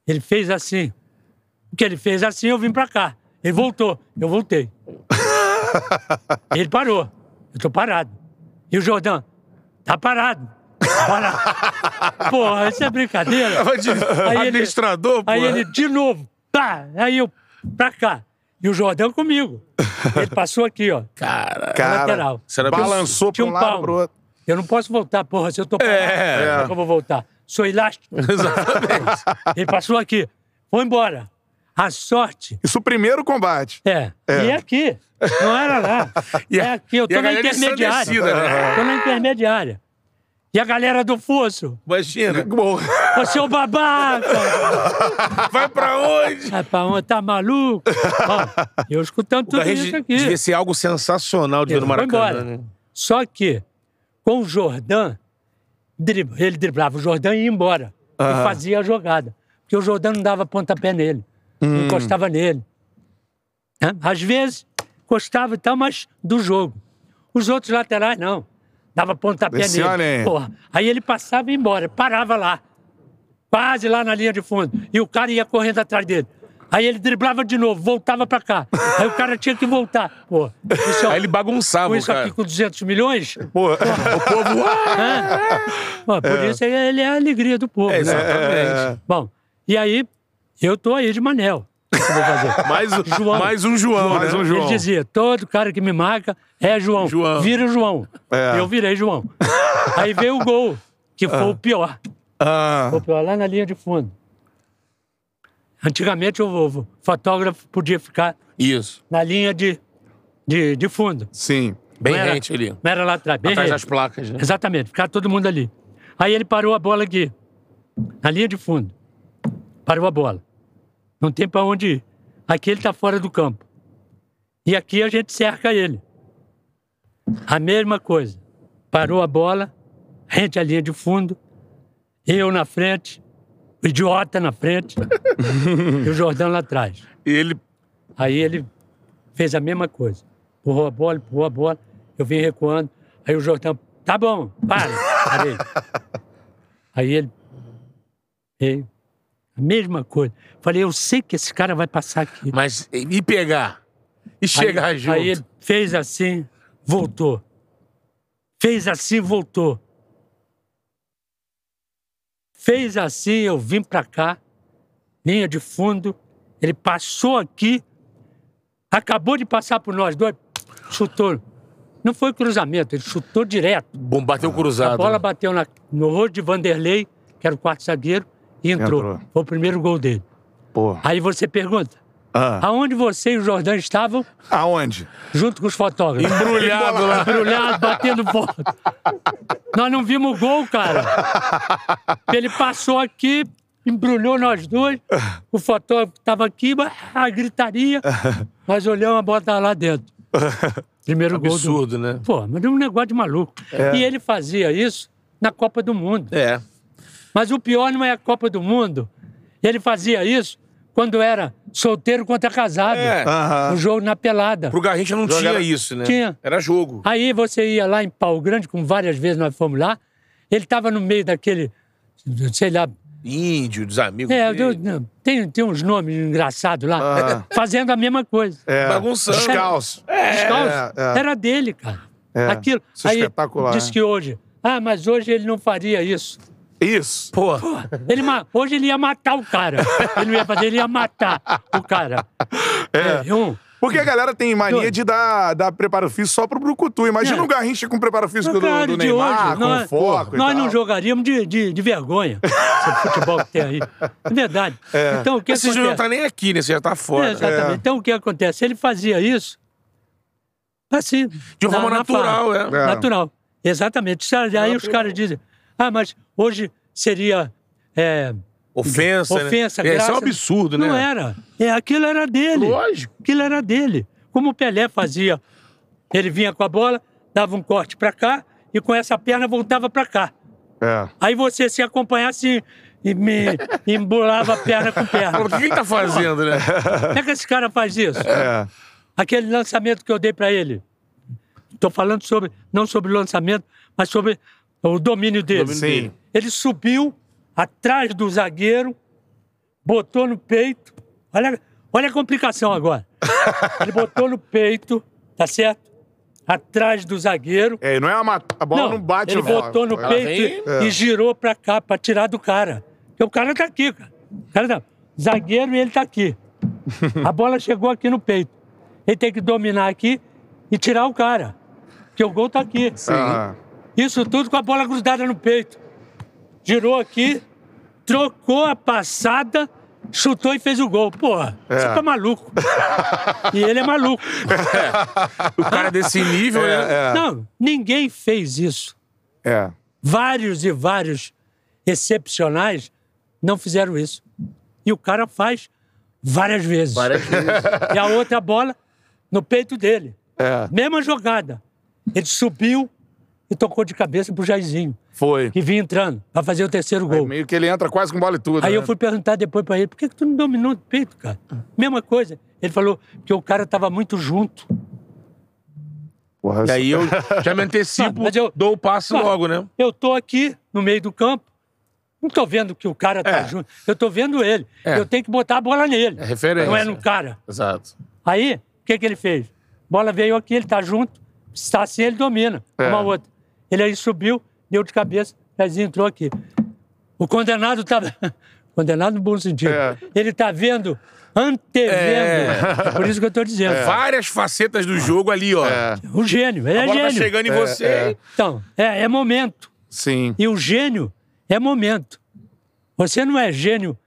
ele fez assim. O que ele fez assim, eu vim pra cá. Ele voltou, eu voltei. Ele parou. Eu tô parado. E o Jordão? Tá parado. Parado. Porra, isso é brincadeira.
Tava de
ele-
administrador, pô.
Aí ele, de novo, pá, aí eu, pra cá. E o Jordão comigo. Ele passou aqui, ó.
Cara...
Cara,
É lateral.
Será que-
balançou pra
Tinha
um
um
lado
palmo.
pro outro.
Eu não posso voltar, porra, se eu tô parado,
É.
como é que eu vou voltar? Sou elástico.
Exatamente.
Ele passou aqui. Foi embora. A sorte
Isso, o primeiro combate.
é. E é aqui. Não era lá.
E a-
é aqui. Eu
e
tô
a
na
galera
intermediária.
ensandecida, né?
Tô na intermediária. E a galera do fosso?
Imagina.
Bom,
Você é o babaca!
Vai pra onde?
Rapaz, tá maluco? Ó, eu escutando tudo
Garrincha
isso aqui. É.
devia ser algo sensacional de ver
Ele
no
foi
Maracanã.
embora.
né?
Só que, com o Jordan, drib- ele driblava o Jordan e ia embora. E fazia a jogada. Porque o Jordan não dava pontapé nele.
Hum.
Não encostava nele. Né? Às vezes, encostava e tal, mas do jogo. Os outros laterais, não. Dava pontapé
Esse
nele.
olha
né?
aí.
Porra. Aí ele passava e ia embora. Parava lá. Quase lá na linha de fundo. E o cara ia correndo atrás dele. Aí ele driblava de novo, voltava pra cá. Aí o cara tinha que voltar. Pô, isso é
Aí ele bagunçava
com
o
isso
cara.
aqui com 200 milhões?
pô,
né? Pô, por isso ele é a alegria do povo.
É,
né?
exatamente.
Bom, e aí eu tô aí de Manel. O que eu vou fazer?
Mais, um-
João.
mais um João,
Mais
né?
um João.
Ele dizia, todo cara que me marca é João.
João.
Vira o João.
É.
Eu virei João. aí veio o gol, que foi o pior.
ah,
Foi o pior, lá na linha de fundo. Antigamente o, o fotógrafo podia ficar
Isso.
na linha de, de, de fundo.
sim.
Bem
Não era-
rente ali.
Não era lá atrás. Bem
Atrás
rente.
das placas, né?
Exatamente, ficava todo mundo ali. Aí ele parou a bola aqui, na linha de fundo. Parou a bola. Não tem pra onde ir. Aqui ele tá fora do campo. E aqui a gente cerca ele. A mesma coisa. Parou a bola, rente a linha de fundo, eu na frente, o idiota na frente e o Jordão lá atrás.
E ele...
Aí ele fez a mesma coisa. Empurrou a bola, empurrou a bola. Eu vim recuando. Aí o Jordão, tá bom, para. Parei. Aí ele. ele- a mesma coisa. Falei, eu sei que esse cara vai passar aqui.
Mas... E pegar? E chegar
aí,
junto?
aí ele fez assim, voltou. Fez assim, voltou. Fez assim, eu vim pra cá, linha de fundo. Ele passou aqui, acabou de passar por nós dois, chutou. Não foi cruzamento, ele chutou direto.
Bom, bateu cruzado. né?
A bola bateu na- no rosto de Vanderlei, que era o quarto zagueiro, e entrou.
Entrou.
Foi o primeiro gol dele.
Pô.
Aí você pergunta,
Ah.
aonde você e o Jordão estavam?
Aonde?
junto com os fotógrafos.
Embrulhado lá.
Embrulhado, batendo foto. Nós não vimos o gol, cara. Ele passou aqui, embrulhou nós dois. O fotógrafo estava aqui, a gritaria. Nós olhamos, a bola tava lá dentro. Primeiro gol do
Absurdo, né?
Pô, mas é um negócio de maluco. E ele fazia isso na Copa do Mundo.
É.
Mas o pior não é a Copa do Mundo. Ele fazia isso quando era solteiro contra casado.
É.
Aham.
Um jogo na pelada.
Pro Garrincha não
Jogava-
tinha isso, né?
Tinha.
Era jogo.
Aí você ia lá em Pau Grande, como várias vezes nós fomos lá. Ele estava no meio daquele, sei lá,
Índio, dos amigos.
é,
dele.
eu- não, tem, tem uns nomes engraçados lá,
Ah.
fazendo a mesma coisa.
É.
Bagunçando.
Descalço.
Descalço.
é, é.
Era dele, cara.
É.
Aquilo.
Isso é
Aí,
espetacular,
Diz
né?
que hoje. Ah, mas hoje ele não faria isso.
Isso.
Pô,
Ele, ma- hoje ele ia matar o cara. Ele não ia fazer, ele ia matar o cara. É, um.
Porque a galera tem mania de dar, dar preparo físico só pro Brucutu. Imagina
É.
um garrincha com preparo físico do,
Cara,
do
de
Neymar,
hoje,
com
nós-
foco e
Nós
tal.
não jogaríamos de, de, de vergonha. Esse futebol que tem aí. É verdade. Então, o que
esse jogo não
acontece?
tá nem aqui, né? Você já tá
É,
fora.
exatamente.
É.
Então, o que acontece? Ele fazia isso assim.
De forma natural,
farra.
é.
É.
Natural. Exatamente. Isso Aí aí os caras dizem, ah, mas hoje seria... é,
Ofensa, né?
Ofensa,
É, Isso é um
graça.
absurdo, né?
não era. É, aquilo era dele.
Lógico.
Aquilo era dele. Como o Pelé fazia. Ele vinha com a bola, dava um corte pra cá e com essa perna voltava pra cá.
É.
Aí você se acompanhasse e me embolava perna com perna.
Fala, O que ele tá fazendo, né?
Como é que esse cara faz isso?
É.
Aquele lançamento que eu dei pra ele. Tô falando sobre, não sobre o lançamento, mas sobre o domínio dele.
Domínio Sim. dele.
Ele subiu atrás do zagueiro, botou no peito. Olha, olha a complicação agora. Ele botou no peito, tá certo? Atrás do zagueiro.
É, e não é uma... A bola não, bate
ele
no
botou no
Ela-
peito
vem- É.
e girou pra cá, pra tirar do cara. Porque o cara tá aqui, cara. O cara tá zagueiro e ele tá aqui. A bola chegou aqui no peito. Ele tem que dominar aqui e tirar o cara. Porque o gol tá aqui.
Ah,
Isso tudo com a bola grudada no peito. Girou aqui, trocou a passada, chutou e fez o gol. Porra,
É.
você tá maluco. e ele é maluco.
O cara desse nível, né?
É.
Não, ninguém fez isso.
é.
vários e vários excepcionais não fizeram isso. E o cara faz várias vezes. E a outra bola no peito dele.
É.
Mesma jogada. Ele subiu e tocou de cabeça pro Jairzinho,
Foi.
que vinha entrando pra fazer o terceiro
Aí
gol.
meio que ele entra quase com bola e tudo.
Aí
né?
eu fui perguntar depois pra ele, por que, que tu não dominou o peito, cara? Mesma coisa. Ele falou que o cara tava muito junto.
Porra,
E aí eu já me antecipo,
Não, mas eu-
dou o passe
Claro.
logo, né?
Eu tô aqui no meio do campo, não tô vendo que o cara tá
É.
junto. Eu tô vendo ele.
É.
Eu tenho que botar a bola nele.
É referência.
Não é no cara.
Exato.
Aí, o que, que ele fez? Bola veio aqui, ele tá junto. Está assim, ele domina.
É.
Uma outra. Ele aí subiu, deu de cabeça, Pezinho entrou aqui. O condenado tava. Condenado no bom sentido.
É.
Ele tá vendo, antevendo.
É.
É por isso que eu tô dizendo.
Várias facetas do jogo ali, ó.
É.
O gênio, ele
A
é
bola tá
gênio.
chegando em
É,
você.
é.
Então, é- é momento.
Sim.
E o gênio é momento. Você não é gênio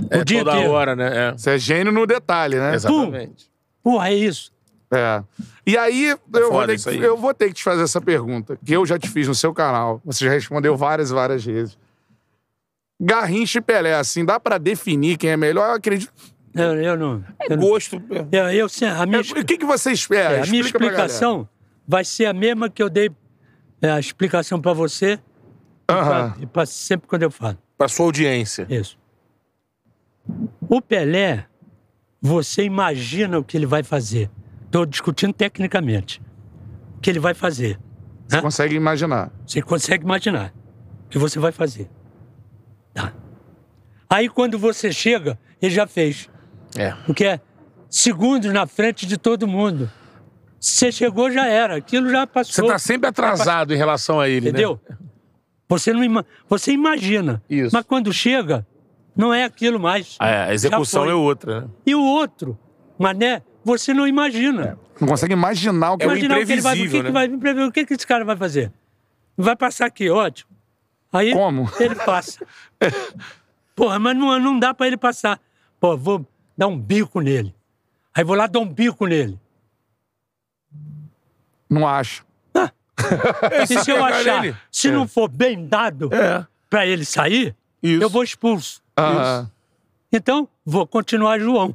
o
É
dia
toda
inteiro.
hora, né?
Você é gênio no detalhe, né?
É. Exatamente.
Porra, é isso.
É. E aí, eu, vou
foda
ter
isso
que,
aí.
eu vou ter que te fazer essa pergunta, que eu já te fiz no seu canal. Você já respondeu várias, e várias vezes. Garrincha e Pelé, assim, dá pra definir quem é melhor? Eu acredito.
Eu, eu não.
É
Eu, não-
Gosto.
eu, eu sem- a minha,
É,
expli-
o que, que você espera?
é, a minha
Explica pra galera.
explicação vai ser a mesma que eu dei é, a explicação pra você
Ah.
Aham.
pra- e pra sempre quando eu falo.
Pra sua audiência.
Isso. O Pelé, você imagina o que ele vai fazer. Estou discutindo tecnicamente. O que ele vai fazer.
Você consegue imaginar.
Você consegue imaginar o que você vai fazer. Tá. Aí quando você chega, ele já fez.
É.
Porque é segundos na frente de todo mundo. Você chegou, já era. Aquilo já
Você
passou.
tá sempre atrasado em relação a ele, né?
entendeu? Você, não ima- você imagina.
Isso.
Mas quando chega, não é aquilo mais.
né? É, a execução
Já foi.
é outra, né?
E o outro, mané, você não imagina.
Não consegue imaginar o que
É o
ele.
Imaginar o que ele vai, o que,
imprevisível,
que vai, o que que esse cara vai fazer? Vai passar aqui, ótimo. Aí
Como?
ele passa. Porra, mas não, não dá pra ele passar. Pô, vou dar um bico nele. Aí vou lá dar um bico nele.
Não acha.
E se eu
É, pegar
achar,
nele?
se não for bem dado
É.
pra ele sair,
Isso.
eu vou expulso.
Ah,
Então, vou continuar João.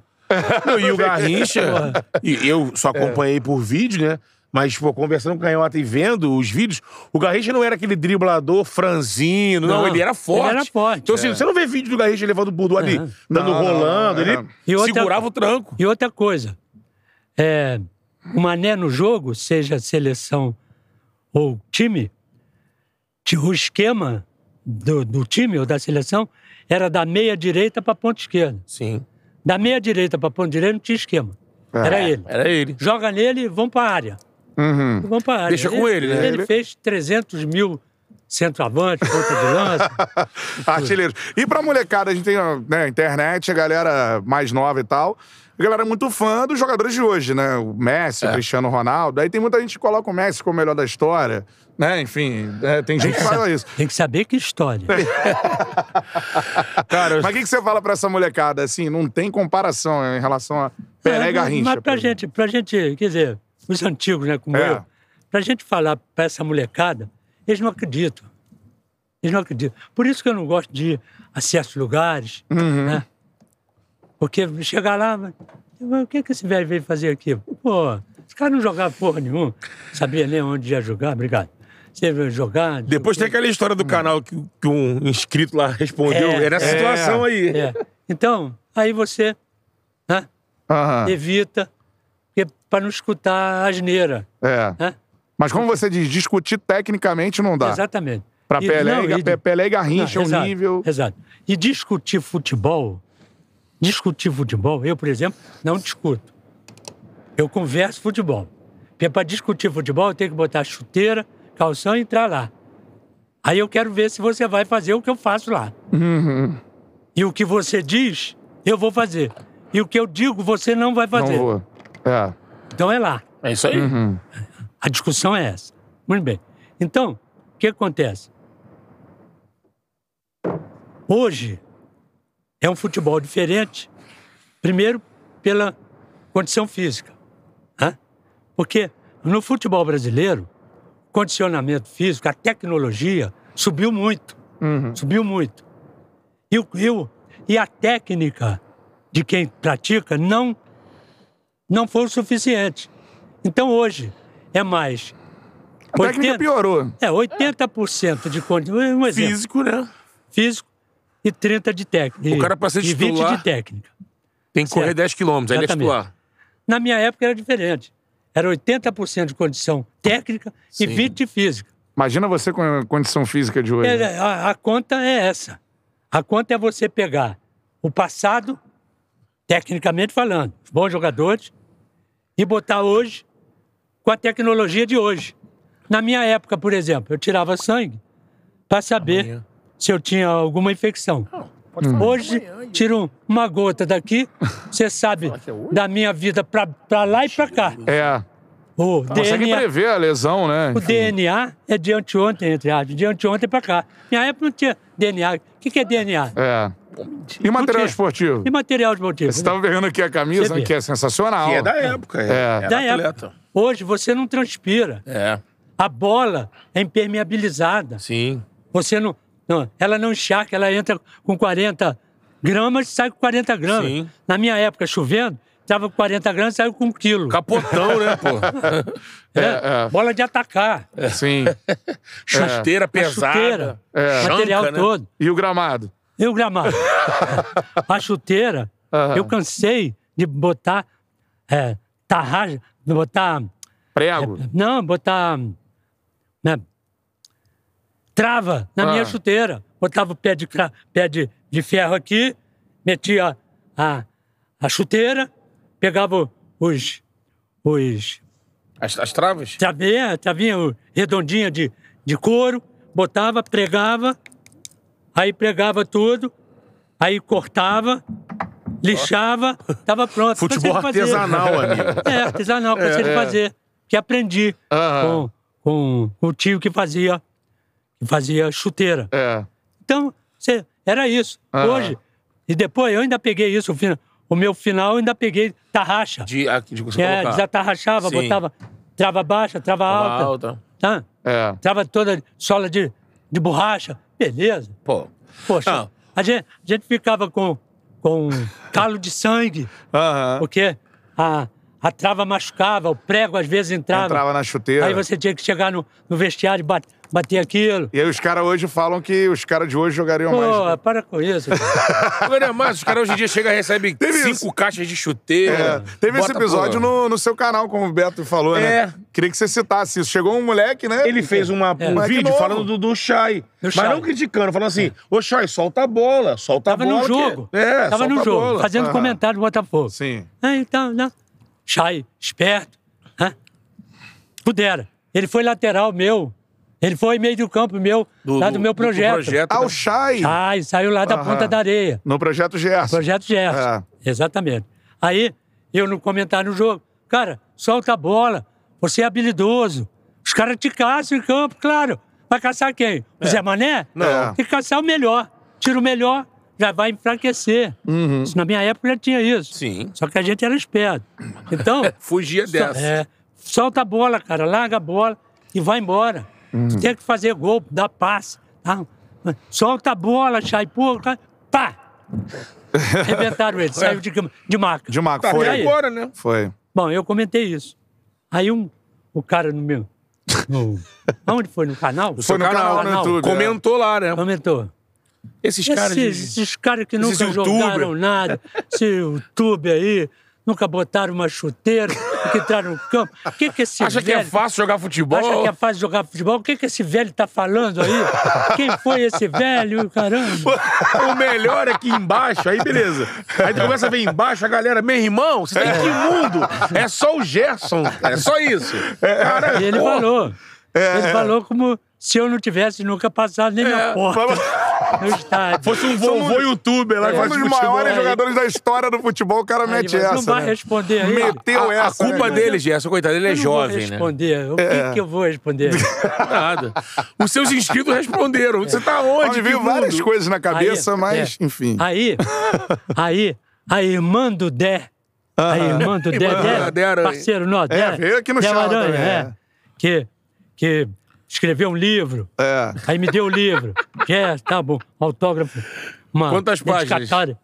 Não, e o Garrincha,
Porra.
e eu
É.
só
É.
acompanhei por vídeo, né? Mas, pô, conversando com o Canhota e vendo os vídeos, o Garrincha não era aquele driblador franzino, não,
Não,
ele
Ah,
era
ele
forte.
era forte,
Então, assim,
é.
você não vê vídeo do Garrincha levando o Budu ali,
Não.
dando
Não, não,
rolando,
não,
ele
é.
E outra-
segurava o tranco.
E outra coisa, é, o Mané no jogo, seja seleção ou time, que o esquema do, do time ou da seleção era da meia direita para ponta esquerda.
Sim,
Da meia direita para ponta direita não tinha esquema. Era ele.
era ele.
Joga nele e vamos para a área.
Uhum.
Vamos para área.
Deixa com ele, né?
Ele fez 300 mil centroavantes, ponta de lança.
Artilheiro. E pra molecada, a gente tem né, a internet, a galera mais nova e tal. A galera é muito fã dos jogadores de hoje, né? O Messi, o Cristiano Ronaldo. Aí tem muita gente que coloca o Messi como o melhor da história, né? Enfim, é, tem gente que fala isso.
Tem que saber que história.
Cara, eu-
Mas o que, que você fala pra essa molecada? Assim, não tem comparação né, em relação a Pelé e
mas-
Garrincha.
Mas é pra
por exemplo.
gente, pra gente, quer dizer, os antigos, né, como
É.
eu, pra gente falar pra essa molecada, eles não acreditam. Eles não acreditam. Por isso que eu não gosto de ir a certos lugares,
Uhum.
né? Porque chegar lá, mas, o que, que esse velho veio fazer aqui? Pô, esse cara não jogava porra nenhuma, sabia nem onde ia jogar, obrigado. Você veio jogar. não sei
Depois
o quê.
tem aquela história do canal que, que um inscrito lá respondeu.
É,
É, nessa
é.
situação aí.
É. Então, aí você né,
Aham,
evita, para não escutar a asneira.
é.
Né?
Mas como você diz, discutir tecnicamente não dá.
Exatamente.
Pra
E-
Pelé,
não,
e, Ga-
e-
Pelé e
não,
Garrincha, o
exato,
nível...
Exato. E discutir futebol, discutir futebol, eu, por exemplo, não discuto. Eu converso futebol. Porque para discutir futebol, eu tenho que botar chuteira, calção e entrar lá. Aí eu quero ver se você vai fazer o que eu faço lá.
Uhum.
E o que você diz, eu vou fazer. E o que eu digo, você não vai
Não
fazer.
vou. É.
Então é lá.
É isso aí.
A discussão é essa. Muito bem. Então, o que acontece? Hoje é um futebol diferente, primeiro pela condição física. né? Porque no futebol brasileiro, o condicionamento físico, a tecnologia subiu muito.
Uhum.
Subiu muito. E, o- e o- e a técnica de quem pratica não, não foi o suficiente. Então hoje é mais.
A técnica piorou.
É, 80% de condicionamento. Um exemplo,
Físico, né?
físico e 30% de técnica.
O cara pra ser
e 20%
titular-
de técnica.
Tem que correr
Certo.
10 quilômetros, aí ele é
Exatamente.
titular.
Na minha época era diferente. Era 80% de condição técnica e
Sim.
20% de física.
Imagina você com a condição física de hoje.
É, a, a conta é essa. A conta é você pegar o passado, tecnicamente falando, os bons jogadores, e botar hoje com a tecnologia de hoje. Na minha época, por exemplo, eu tirava sangue para saber
Amanhã.
se eu tinha alguma infecção. Hoje, tiro uma gota daqui, você sabe da minha vida para lá e para cá.
É.
O
Consegue
DNA
prever a lesão, né?
o
Enfim.
DNA é de anteontem, entre aspas, de anteontem pra cá. Minha época não tinha DNA. O que, que é DNA?
É. E
Não
material
tinha.
esportivo?
E material esportivo?
Você tá um estava vendo aqui a camisa,
Você vê.
que é sensacional.
Que é da época, é.
É.
Era
Da
atleta.
época. Hoje você não transpira.
É,
A bola é impermeabilizada.
sim.
Você não, não- Ela não encharca, ela entra com 40 gramas e sai com 40 gramas.
Sim.
Na minha época, chovendo, estava com 40 gramas e saiu com um quilo.
Capotão, né, pô?
É, é.
Bola de atacar.
Sim.
Chuteira
a
pesada.
É. chuteira,
É.
material
Chanca, né?
todo.
E o gramado?
E o gramado? a chuteira,
Aham.
eu cansei de botar é, tarraja, de botar.
Prego?
Não, botar. né, trava na
Ah.
minha chuteira. Botava o pé de, cra- pé de, de ferro aqui, metia a, a chuteira, pegava os. os
As, as travas?
travinha, travinha o- redondinha de, de couro, botava, pregava, aí pregava tudo, aí cortava, lixava, tava pronto.
Futebol
Cansei de fazer.
artesanal, amigo.
É, artesanal, cansei de fazer. Que aprendi
Aham.
com, com, com o tio que fazia, que fazia chuteira.
É.
Então, cê- era isso.
Ah.
Hoje, e depois eu ainda peguei isso, o, fina- o meu final eu ainda peguei tarraxa.
De, a, de você
É,
colocar.
desatarrachava,
Sim.
botava trava baixa, trava
Uma
alta,
alta.
Tá?
É.
Trava toda sola de, de borracha. Beleza.
Pô.
Poxa.
Não.
A, gente, a gente ficava com com calo de sangue,
Aham.
porque a, a trava machucava, o prego às vezes entrava.
Entrava na chuteira.
Aí você tinha que chegar no, no vestiário e bat- bater aquilo.
E aí os caras hoje falam que os caras de hoje jogariam mais.
Pô, para com isso. cara.
Agora, mas os caras hoje em dia chegam e recebem
Teve
cinco
isso.
caixas de chuteiro.
É, teve esse
Bota,
episódio
pô,
no, no seu canal, como o Beto falou,
É.
né? Queria que você citasse isso. Chegou um moleque, né?
Ele fez uma-
É.
um
Moleque
vídeo
novo.
falando do, do Shai. Mas
Shai.
não criticando, falando assim: Ô Shai, solta a bola, solta
É. Tava
a bola.
no
que-
jogo.
É,
Tava
solta
no
a
jogo,
bola.
fazendo
Aham.
comentário do Botafogo.
Sim.
Ah, então, né? Chai, esperto. Né? Pudera. Ele foi lateral meu. Ele foi meio do campo meu, lá Tá do, meu projeto.
projeto,
Ao
né?
Shai,
Chai, saiu lá da
Aham.
ponta da areia.
no Projeto Gerson. É.
Projeto Gerson. Exatamente. Aí, eu no comentário no jogo, cara, solta a bola, você é habilidoso. Os caras te caçam em campo, claro. Vai caçar quem? O Zé Mané?
É. Não.
Tem que caçar o melhor. Tira o melhor, já vai enfraquecer.
Uhum.
Isso, na minha época já tinha isso.
Sim.
Só que a gente era esperto. Então,
Fugia
so-
dessa.
é, solta a bola, cara, larga a bola e vai embora. Tu tem que fazer gol, dar passe. tá? Solta a bola, Chay, pô, cara, pá! Arrebentaram ele, saiu de, de marca.
De Marco,
Tá
foi.
e aí?
agora, né?
Foi.
Bom, eu comentei isso. Aí um, o cara no meu. No, onde foi? No canal?
Foi no canal, no
canal.
YouTube. é.
Comentou lá, né?
Comentou.
Esses caras. de-
Esses, esses caras que
esses
nunca
youtuber.
jogaram nada, esse YouTube aí, nunca botaram uma chuteira, que entraram no campo. O que, que esse
Acha que
velho...
é fácil jogar futebol?
Acha que é fácil jogar futebol? O que, que esse velho tá falando aí? Quem foi esse velho? Caramba!
O melhor é que embaixo, aí beleza. Aí tu começa a ver embaixo a galera, meu irmão, você tá em que mundo? É só o Gerson, é só isso. Cara,
E ele
pô,
falou. ele
é.
falou como se eu não tivesse nunca passado nem na porta no estádio.
Fosse um É. vovô youtuber lá que
Um
faz
dos
futebol.
maiores
aí.
jogadores da história do futebol, o cara
Aí ele
mete
falou, não
essa.
vai é
né?
responder aí.
Meteu
a, a
essa.
culpa
né?
dele, Gerson, coitado, ele é
Eu não vou
jovem, né?
responder. O que,
É.
que eu vou responder?
Nada. Os seus inscritos responderam. Você tá onde?
Olha, veio
Que mundo?
várias coisas na cabeça,
Aí,
mas,
é.
enfim.
Aí, aí, a irmã do Dé, a irmã do Dé,
Irmã
Dé,
Dé Aranha.
parceiro nosso,
É,
Dé,
veio aqui no
Dé
chão
Aranha,
também,
é,
é.
que, que escreveu um livro,
É.
aí me deu o livro, que é, tá bom, autógrafo. Uma
Quantas páginas?
dedicatória.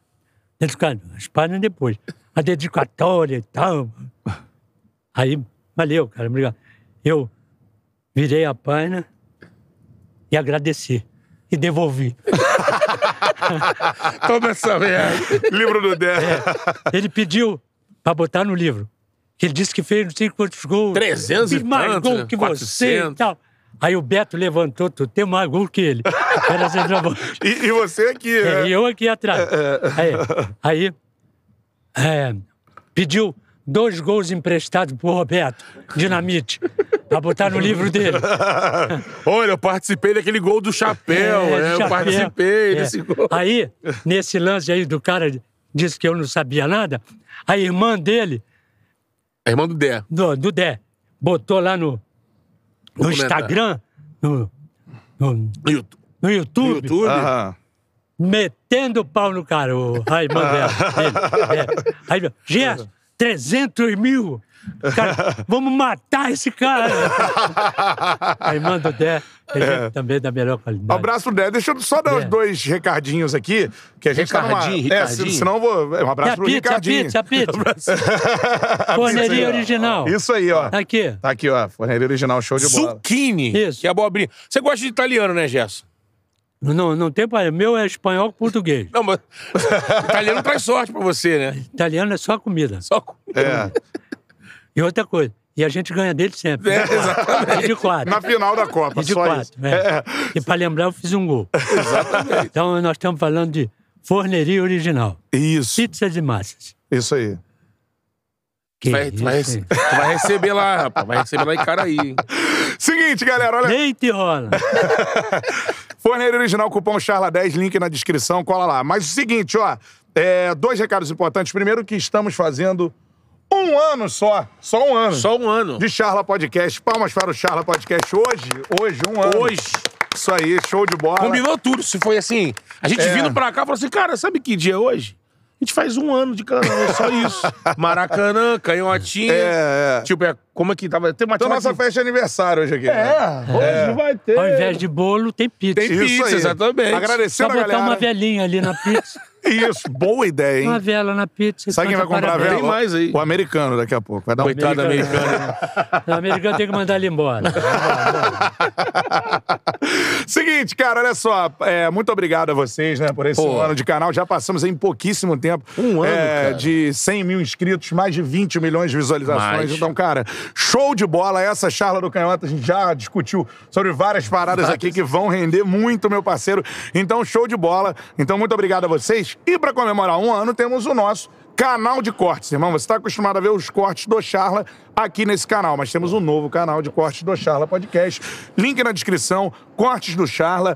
Dedicatória, as páginas depois. A dedicatória e tal. Aí, valeu, cara, obrigado. Eu virei a página e agradeci. E devolvi.
Toma essa merda.
Livro do Dé.
É. Ele pediu pra botar no livro. que Ele disse que fez não sei quantos gols.
300 e
Fiz mais
tantos,
gol que você e
400.
tal. Aí o Beto levantou, tu tem mais gol que ele. Era assim, tá centroavante.
E, e você aqui,
É,
né?
E eu aqui atrás.
é.
Aí, aí, é, pediu dois gols emprestados pro Roberto, Dinamite, pra botar no livro dele.
Olha, eu participei daquele gol do chapéu,
É,
né?
de
Eu
chapéu.
participei
É.
desse gol.
Aí, nesse lance aí do cara disse que eu não sabia nada, a irmã dele
É irmão do Dé.
do, do Dé. Botou lá no, no
comentário.
Instagram, no, no,
YouTube. Ah,
no YouTube,
YouTube.
Aham.
metendo o pau no cara, o Raimundo dela. Ele, é. Aí, meu, Gerson, 300 mil. Cara, vamos matar esse cara. Aí manda o Dé, ele é também da melhor
Um
qualidade.
abraço pro Dé. Deixa eu só dar os
Dé.
dois recadinhos aqui, que a gente tá numa...
Ricardinho,
É,
Ricardinho.
se- senão eu vou... Um
É
abraço
a
pro
pizza, a
Ricardinho.
pizza, a pizza. Forneria original.
Isso aí, ó.
Aqui.
Tá aqui, ó. Forneria original, show de bola.
Zucchini.
Isso.
Que é abobrinha. Você gosta de italiano, né, Gerson?
Não, não tem para. Meu é espanhol com português.
Não, mas. italiano traz sorte pra você, né?
Italiano é só comida.
Só com.
É.
E outra coisa, e a gente ganha dele sempre.
É,
de quatro.
exatamente.
E de quatro.
Na final da Copa,
e de
só isso.
quatro. é. E para lembrar, eu fiz um gol. Exatamente. Então nós estamos falando de forneria original.
Isso,
Pizza de massas.
isso aí.
Que
Vai, tu, vai,
isso,
rece-
hein?
tu vai receber lá, rapaz. Vai receber lá em Caraí. hein?
Seguinte, galera, olha.
Leite rola.
Forneira Original, cupom CHARLA10, link na descrição, cola lá. Mas o seguinte, ó, é, dois recados importantes. Primeiro que estamos fazendo um ano só, só um ano,
Só um ano.
de Charla Podcast. Palmas para o Charla Podcast hoje, hoje, um ano.
Hoje.
Isso aí, show de bola.
Combinou tudo. Se foi assim. A gente
É.
vindo pra cá falou assim, cara, sabe que dia é hoje? A gente faz um ano de canal, é só isso. Maracanã, canhotinha.
É, é.
Tipo, é, como é que tava? Tem uma
Então nossa
tinha-
festa de aniversário hoje aqui. né?
É, hoje vai ter.
Ao invés de bolo, tem pizza.
Tem
Isso
pizza,
aí.
exatamente.
Agradecer
Só
a
botar
galera.
uma velhinha ali na pizza.
Isso, boa ideia,
Uma
hein?
vela na pizza. e
Sabe quem vai
canta
comprar a
parabéns.
vela?
Tem mais aí.
O americano daqui a pouco. Vai dar um
Coitado
Americano.
americano.
né? O americano tem que mandar ele embora.
Seguinte, cara, olha só. é, muito obrigado a vocês, né, por esse
Pô.
ano de canal. Já passamos em pouquíssimo tempo.
Um ano,
é,
cara.
De 100 mil inscritos, mais de 20 milhões de visualizações.
Mais.
Então, cara, show de bola. Essa charla do Canhota, a gente já discutiu sobre várias paradas
Várias.
aqui que vão render muito, meu parceiro. Então, show de bola. Então, muito obrigado a vocês. E pra comemorar um ano, temos o nosso. Canal de cortes, irmão. Você está acostumado a ver os cortes do Charla aqui nesse canal, mas temos um novo canal de cortes do Charla Podcast. Link na descrição, cortes do Charla.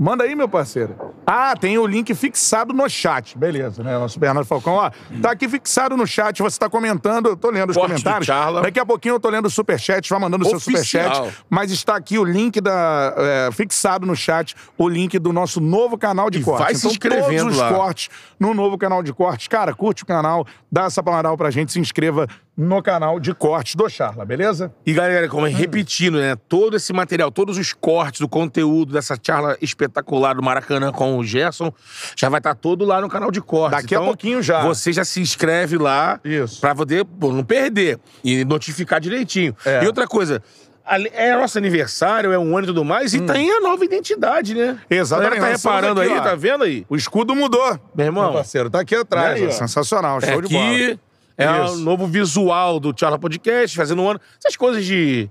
Manda aí, meu parceiro. Ah, tem o link fixado no chat. Beleza, né? Nosso Bernardo Falcão, ó. Tá aqui fixado no chat, você tá comentando. Eu tô lendo os
Corte do
comentários.
Charla.
Daqui a pouquinho eu tô lendo o superchat, vai mandando o seu
Oficial.
superchat. Mas está aqui o link da. é, fixado no chat, o link do nosso novo canal de
E
cortes.
vai se
então,
inscrevendo
todos os
lá.
cortes no novo canal de cortes. Cara, curte o canal, dá essa palavra pra gente, se inscreva no canal de cortes do Charla, beleza?
E galera,
Uhum.
como é repetindo, né? Todo esse material, todos os cortes, o conteúdo dessa charla espetacular do Maracanã com o Gerson, já vai estar todo lá no canal de cortes.
Daqui a pouquinho já.
então, Você já se inscreve lá
Isso.
pra poder pô, não perder e notificar direitinho.
É.
E outra coisa, ale- é nosso aniversário, é um ano e tudo mais, e tem a nova identidade, né?
Hum. Exatamente.
A galera
Nós
tá
somos
reparando
aqui,
aí,
ó.
tá vendo aí?
O escudo mudou.
Meu
Meu
irmão,
parceiro, tá aqui atrás.
Aí,
ó.
ó.
sensacional, show
é
de bola.
aqui, é o
Isso.
novo visual do Charla Podcast, fazendo um ano. Essas coisas de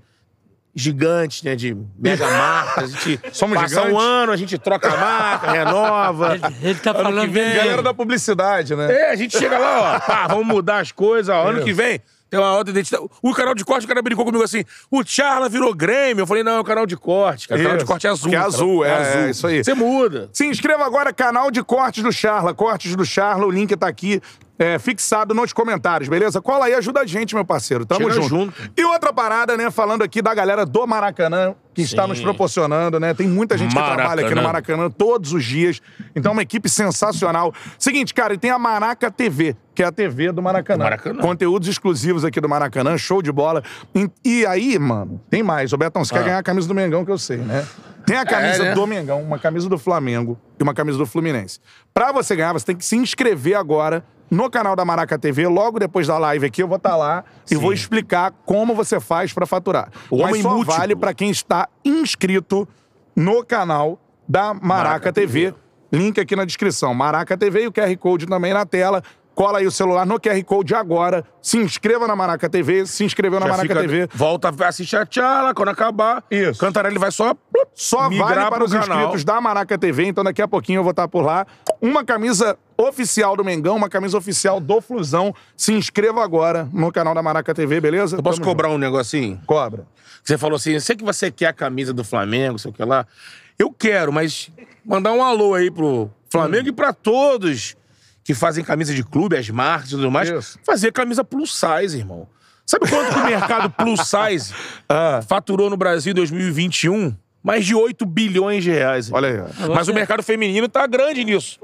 gigantes, né? De mega marcas. A gente
Somos
passa
gigantes.
um ano, a gente troca a marca, renova.
Ele, ele tá
Ano que
falando
vem,
bem.
Galera da publicidade, né?
É, a gente chega lá, ó, pá, Ah, vamos mudar as coisas, ó, ano
Isso.
que vem. Tem uma outra identidade. O canal de corte, o cara brincou comigo assim: o Charla virou Grêmio. Eu falei: não, é o canal de corte. Cara. O canal de
Isso.
corte é azul.
Que é
cara.
azul, é, é isso aí.
Você muda.
Se inscreva agora, canal de Cortes do Charla. Cortes do Charla, o link tá aqui. é, fixado nos comentários, beleza? Cola aí, ajuda a gente, meu parceiro. Tamo
Chega
junto.
junto.
E outra parada, né? Falando aqui da galera do Maracanã, que está nos proporcionando, né? Tem muita gente que trabalha aqui no
Maracanã.
Maracanã. Maracanã todos os dias. Então, uma equipe sensacional. Seguinte, cara, e tem a Maraca TV, que é a TV do Maracanã.
Maracanã.
Conteúdos exclusivos aqui do Maracanã, show de bola. E, e aí, mano, tem mais. Ô, Betão, você quer ganhar a camisa do Mengão, que eu sei, né? Tem a camisa
Ah. né?
do Mengão, uma camisa do Flamengo e uma camisa do Fluminense. Pra você ganhar, você tem que se inscrever agora no canal da Maraca TV, logo depois da live aqui, eu vou estar lá e vou explicar como você faz pra faturar.
O
Mas
homem
só
múltiplo.
vale pra quem está inscrito no canal da Maraca,
Maraca
TV. Link aqui na descrição. Maraca TV e o QR Code também na tela. Cola aí o celular no QR Code agora. Se inscreva na Maraca TV. Se inscreveu na
Já
Maraca
fica-
TV.
Volta, assiste a Tchala, quando acabar.
Isso.
Cantarelli vai só. plup,
Só
migrar
vale para
pro
os
canal.
inscritos da Maraca TV. Então daqui a pouquinho eu vou estar por lá. Uma camisa oficial do Mengão, uma camisa oficial do Flusão. Se inscreva agora no canal da Maraca TV, beleza?
Eu posso
Tamo
cobrar um negocinho?
junto. Cobra.
Você falou assim, eu sei que você quer a camisa do Flamengo, sei o que lá. Eu quero, mas mandar um alô aí pro Flamengo
Hum.
e pra todos que fazem camisa de clube, as marcas e tudo mais.
Isso.
Fazer camisa plus size, irmão. Sabe quanto que o mercado plus size
Ah,
faturou no Brasil em 2021? Mais de 8 bilhões de reais.
olha aí. ó.
Mas o mercado feminino tá grande nisso.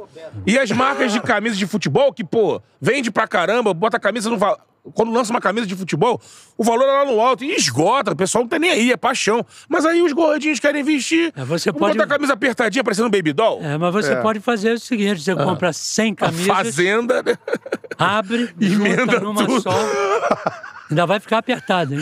E as marcas de camisas de futebol, que, pô, vende pra caramba, bota a camisa no valor. Quando lança uma camisa de futebol, o valor é lá no alto e esgota. O pessoal não tá nem aí, é paixão. Mas aí os gordinhos querem vestir.
É, você
Vamos
pode-
botar a camisa apertadinha, parecendo um baby doll.
É, mas você
É.
pode fazer o seguinte: você compra 100
a
camisas,
fazenda, né?
abre,
Emenda
junta numa
tudo.
só. Ainda vai ficar apertado, hein?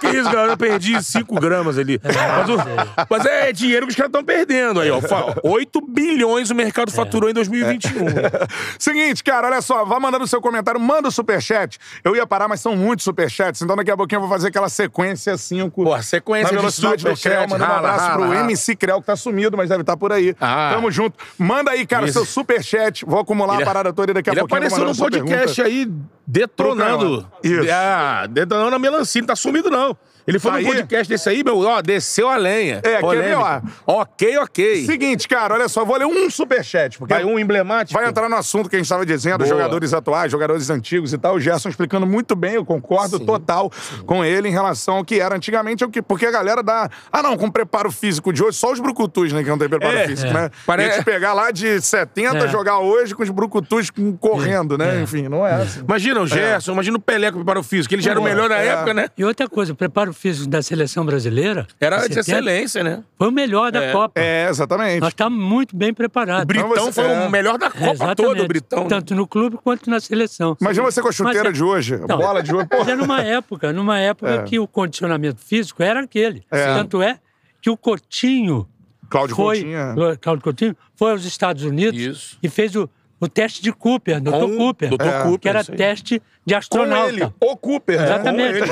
que isso, galera? Eu perdi 5 gramas ali.
É,
mas, o- mas é dinheiro que os caras estão perdendo aí, ó. 8 bilhões o
É.
mercado faturou em 2021.
É. Seguinte, cara, olha só, vá mandando seu comentário, manda o superchat. Eu ia parar, mas são muitos superchats, então daqui a pouquinho eu vou fazer aquela sequência 5.
Pô, a sequência
na
de
velocidade do
superchat,
Creu, mandando um
rala,
abraço
rala,
pro
rala.
MC Creu, que tá sumido, mas deve estar por aí.
Ah.
Tamo junto. Manda aí, cara,
Isso.
seu superchat. Vou acumular
Ele-
a
é
parada toda e daqui a
Ele
pouquinho eu vou
apareceu
mandar
no
sua
podcast
pergunta.
aí detonando.
Pro canal. Isso.
Ah, detonando a melancia. Não tá sumido, não. Ele foi
Tá
no
aí?
podcast desse aí, meu, ó, desceu a lenha.
É, quer
Polêmica.
ver,
Ok, ok.
Seguinte, cara, olha só, vou ler um superchat, porque
Vai um emblemático.
Tipo-
Vai entrar no assunto que a gente estava dizendo,
Boa.
jogadores atuais, jogadores antigos e tal. O Gerson explicando muito bem, eu concordo total com ele em relação ao que era antigamente, ao que, porque a galera dá. Ah, não, com preparo físico de hoje, só os brucutus, né, que não tem preparo
É,
físico,
é.
né?
Pare-
Parece... gente pegar lá de 70,
É.
jogar hoje com os brucutus com- correndo, né? Enfim, não é assim.
Imagina o Gerson, imagina o Pelé com o preparo físico. Ele já era o melhor na
É.
época, né?
E outra coisa, o preparo físico da seleção brasileira.
Era
em
de
70,
excelência, né?
Foi o melhor da
É.
Copa.
É, exatamente.
Nós estamos muito bem preparados.
Britão
você-
foi
é.
o melhor da Copa
Exatamente.
toda, o Britão. né?
Tanto no clube quanto na seleção.
Imagina você com a chuteira
Mas é-
de hoje,
Não.
bola de hoje.
Mas é
Porra.
numa época, numa época
É.
que o condicionamento físico era aquele.
É.
Tanto é que o Coutinho
Cláudio
foi,
Coutinho. é.
Lo- Claudio Coutinho foi aos Estados Unidos
Isso.
e fez o, o teste de Cooper, Dr.
Com o
Cooper,
Dr.
é.
Cooper,
que era
isso aí.
teste de
um
Com
astronauta.
ele, o
É. né?
Cooper.
Exatamente.
Com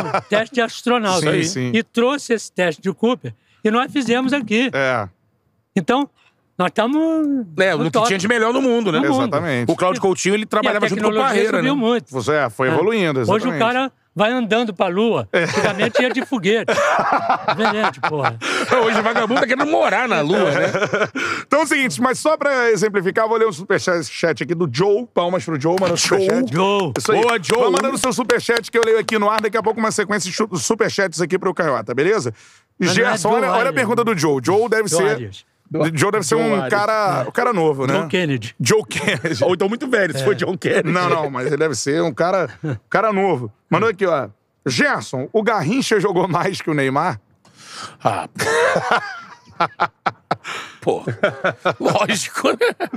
ele.
Com teste de astronauta.
Sim,
E-
sim.
E trouxe esse teste de Cooper e nós fizemos aqui.
É,
Então, nós estamos.
É, no que tinha de melhor no mundo, né?
No mundo.
exatamente.
O Cláudio Coutinho, ele trabalhava junto com o Parreira, né?
subiu muito.
Você é, foi evoluindo, exatamente.
Hoje o cara vai andando pra lua.
É.
Antigamente ia de foguete. Verdade, porra.
Hoje o vagabundo tá querendo morar na lua, né?
Então é o seguinte, mas só pra exemplificar, vou ler um superchat aqui do Joe. Palmas pro Joe, manda o superchat.
Gol.
Isso aí.
Boa, Joe.
Vai mandando o seu superchat que eu leio aqui no ar. Daqui a pouco uma sequência de chu- superchats aqui pro Caiota, beleza?
não é
Gerson,
Joe
olha, olha a
Arias,
pergunta do Joe. Joe deve
Joe
ser...
Arias.
Joe deve ser
Joe
um
Arias.
cara... Um cara novo, né?
É.
John Kennedy.
Joe Kennedy.
Ou então muito velho, se for John Kennedy.
Não, não, mas ele deve ser um cara, um cara novo. Mandou aqui, ó. Gerson, o Garrincha jogou mais que o Neymar?
Ah. Pô. Lógico, né?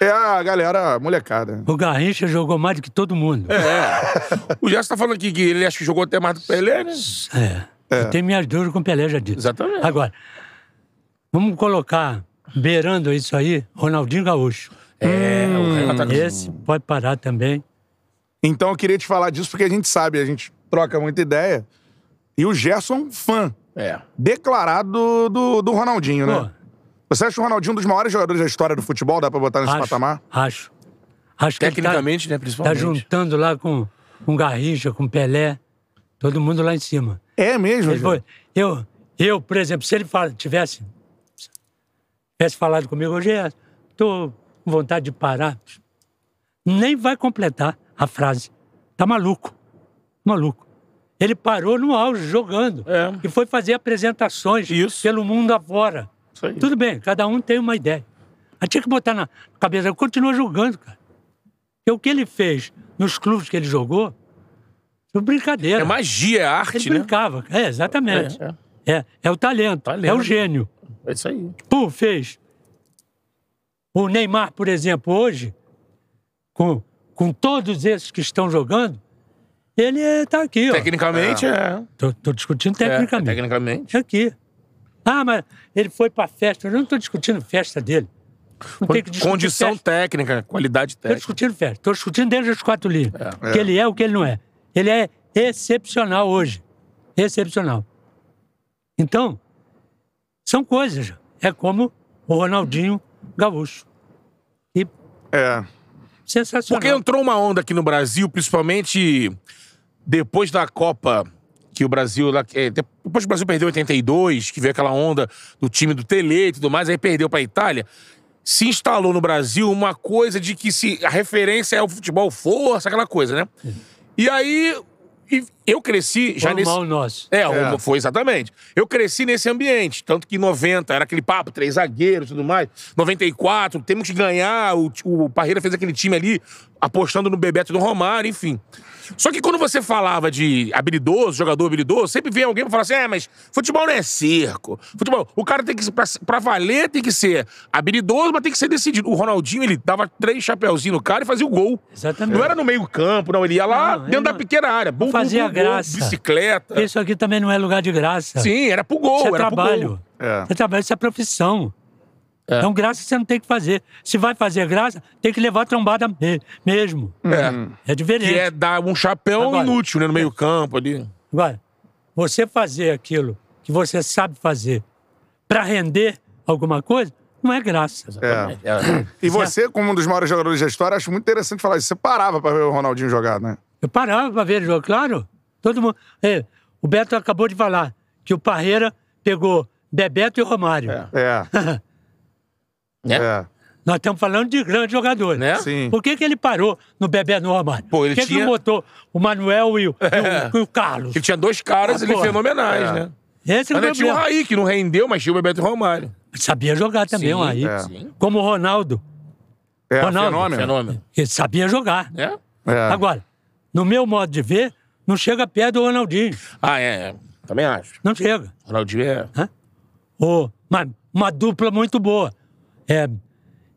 É a galera molecada.
O Garrincha jogou mais do que todo mundo.
É. O Gerson tá falando aqui que ele acha que jogou até mais do que o Pelé, né?
É. Eu tenho minhas dúvidas com o Pelé, já disse.
Exatamente.
Agora, vamos colocar, beirando isso aí, Ronaldinho Gaúcho.
É, o Renato tá com-
Esse pode parar também.
Então eu queria te falar disso porque a gente sabe, a gente troca muita ideia. E o Gerson, é um fã
É.
declarado do, do, do Ronaldinho, né?
Pô,
Você acha o Ronaldinho um dos maiores jogadores da história do futebol? Dá pra botar nesse
acho,
patamar?
acho. Acho que ele tá,
Tecnicamente, né?
tá
Principalmente.
juntando lá com, com Garrincha, com Pelé, todo mundo lá em cima.
É mesmo,
Ele
gente?
foi- eu, eu, por exemplo, se ele fala- tivesse, tivesse falado comigo hoje, tô com vontade de parar, nem vai completar a frase. Tá maluco. Maluco. Ele parou no auge, jogando.
É.
E foi fazer apresentações
Isso.
pelo mundo afora.
Isso aí.
Tudo bem, cada um tem uma ideia. Mas tinha que botar na cabeça, continua jogando, cara. Porque o que ele fez nos clubes que ele jogou, foi brincadeira.
É magia, é
Ele
arte, né?
brincava. É, exatamente.
É,
É, é. o talento,
Talento.
é o gênio.
É isso aí.
Pum, fez. O Neymar, por exemplo, hoje, com, com todos esses que estão jogando, ele está aqui, ó.
Tecnicamente, é.
Tô, tô discutindo
É,
tecnicamente.
tecnicamente.
Tá aqui. Ah, mas ele foi pra festa. Eu não estou discutindo festa dele. Não tem que discutir
Condição
festa.
técnica, qualidade
Estou
técnica.
discutindo festa. Estou discutindo desde os quatro livros.
É.
O que ele é, o que ele não é. Ele é excepcional hoje. Excepcional. Então, são coisas. É como o Ronaldinho Gaúcho. E
É.
sensacional.
Porque entrou uma onda aqui no Brasil, principalmente depois da Copa que o Brasil. lá- é, Depois que o Brasil perdeu em 82, que veio aquela onda do time do Tele e tudo mais, aí perdeu pra Itália. Se instalou no Brasil uma coisa de que se a referência é o futebol força, aquela coisa, né? E aí e eu cresci já
Foi
nesse.
mal né? nosso.
É, o- foi exatamente. Eu cresci nesse ambiente, tanto que em 90 era aquele papo, três zagueiros e tudo mais. 94, temos que ganhar. O, ti- o Parreira fez aquele time ali, apostando no Bebeto e no Romário, enfim. Só que quando você falava de habilidoso, jogador habilidoso, sempre vem alguém pra falar assim: é, mas futebol não é circo. Futebol, o cara tem que, ser- pra, pra valer, tem que ser habilidoso, mas tem que ser decidido. O Ronaldinho, ele dava três chapeuzinhos no cara e fazia o gol.
Exatamente.
Não era no meio-campo, não. Ele ia lá
Não, ele
dentro da
não-
pequena área. Bum, bum,
fazia
bum, gol,
graça.
Bicicleta.
Isso aqui também não é lugar de graça.
Sim, era pro gol.
Isso é
era Pro
trabalho.
gol.
É.
Isso é trabalho, isso é profissão.
É.
Então, graça você não tem que fazer. Se vai fazer graça, tem que levar a trombada me- mesmo.
É.
É diferente.
Que é dar um chapéu
Agora-
inútil, né? No meio campo ali.
Agora, você fazer aquilo que você sabe fazer para render alguma coisa, não é graça.
É.
É.
E você, como um dos maiores jogadores da história, acho muito interessante falar isso. Você parava pra ver o Ronaldinho jogar, né?
Eu parava para ver o jogo, claro. Todo mundo. É, o Beto acabou de falar que o Parreira pegou Bebeto e Romário.
É.
É.
Né?
É.
Nós estamos falando de grandes jogadores.
Né?
Sim.
Por que, que ele parou no Bebê no Romário?
Pô, ele
Por que, que
tinha-
não botou o Manuel e o,
É.
e o- e o Carlos?
Que tinha dois caras
Ah,
ali
pô.
fenomenais,
É.
né?
Esse é o
Ainda tinha um o
problema.
Raí, que não rendeu, mas tinha o Bebeto e o Romário.
Sabia jogar também,
Sim,
o Raí.
é.
Sim.
Como o Ronaldo,
É,
Ronaldo.
fenômeno.
Fenômeno.
que sabia jogar.
É?
É.
Agora, no meu modo de ver, não chega perto do Ronaldinho.
Ah, é. é. Também acho.
Não chega.
Ronaldinho é.
Hã? O, mas uma dupla muito boa. É,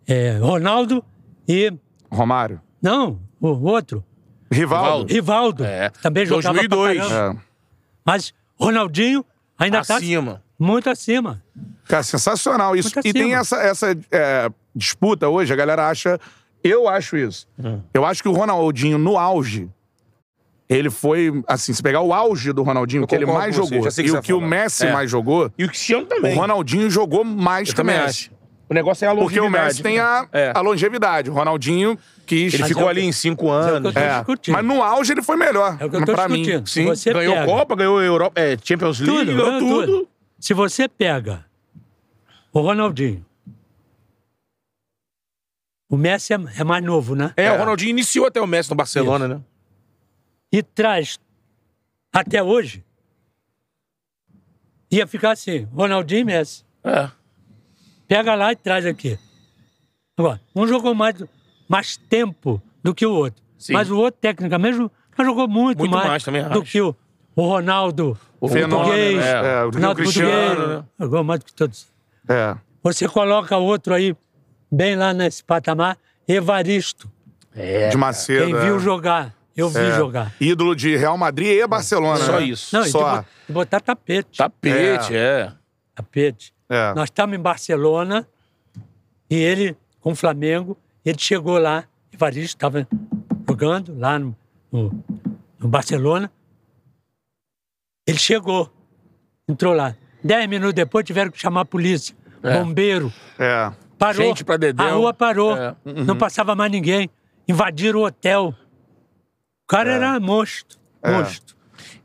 é Ronaldo e.
Romário.
Não, o outro.
Rivaldo.
Rivaldo.
É.
Também jogava. pra
2002.
caramba.
É.
Mas Ronaldinho ainda está
Acima.
muito acima.
Cara, sensacional isso.
Muito
E tem
acima.
essa, essa é, disputa hoje, a galera acha. Eu acho isso.
É.
Eu acho que o Ronaldinho, no auge, ele foi. Assim, se pegar o auge do Ronaldinho,
Eu
que ele
concordo
mais
com você,
jogou,
já sei
e
que
o
você
que o
vai falar.
Messi
É.
mais jogou,
E o Cristiano também.
o Ronaldinho jogou mais
Eu
que o
também
Messi.
acho. O negócio é a
Porque o
longevidade.
Messi tem a,
É.
a longevidade. O Ronaldinho quis.
Ele
Mas
ficou
é o
ali
que-
em cinco
é o que eu
anos.
tô
É.
É.
discutindo.
Mas no auge ele foi melhor.
É o que eu tô
pra mim.
discutindo. Se
Sim.
você
Ganhou
pega.
Copa, ganhou Euro... é, Champions League,
Tudo,
ganhou tudo.
Se você pega o Ronaldinho, o Messi é, é mais novo, né?
É, o Ronaldinho iniciou até o Messi no Barcelona, né?
E traz até hoje, ia ficar assim: Ronaldinho e Messi.
É.
Pega lá e traz aqui. Agora, um jogou mais, mais tempo do que o outro.
Sim.
Mas o outro, tecnicamente, jo- mas jogou muito,
Muito mais,
mais,
também acho.
do que o, o Ronaldo.
O
Fenômeno,
português,
né? É, o
Ronaldo
Cristiano,
português.
né?
Jogou mais do que todos.
É.
Você coloca outro aí, bem lá nesse patamar, Evaristo.
É.
De Macedo.
Quem viu
é.
jogar, eu vi
É.
jogar.
Ídolo de Real Madrid e Barcelona.
Só
né?
isso.
Não, e de
Só.
bo- de botar tapete.
Tapete, é.
Tapete.
É.
Nós estávamos em Barcelona e ele, com o Flamengo, ele chegou lá, Evaristo estava jogando lá no, no- no Barcelona. Ele chegou, entrou lá. Dez minutos depois tiveram que chamar a polícia,
É.
bombeiro.
É.
Parou.
Gente pra dedéu.
A rua parou.
É.
Não passava mais ninguém. Invadiram o hotel. O cara era monstro.
É.
Monstro.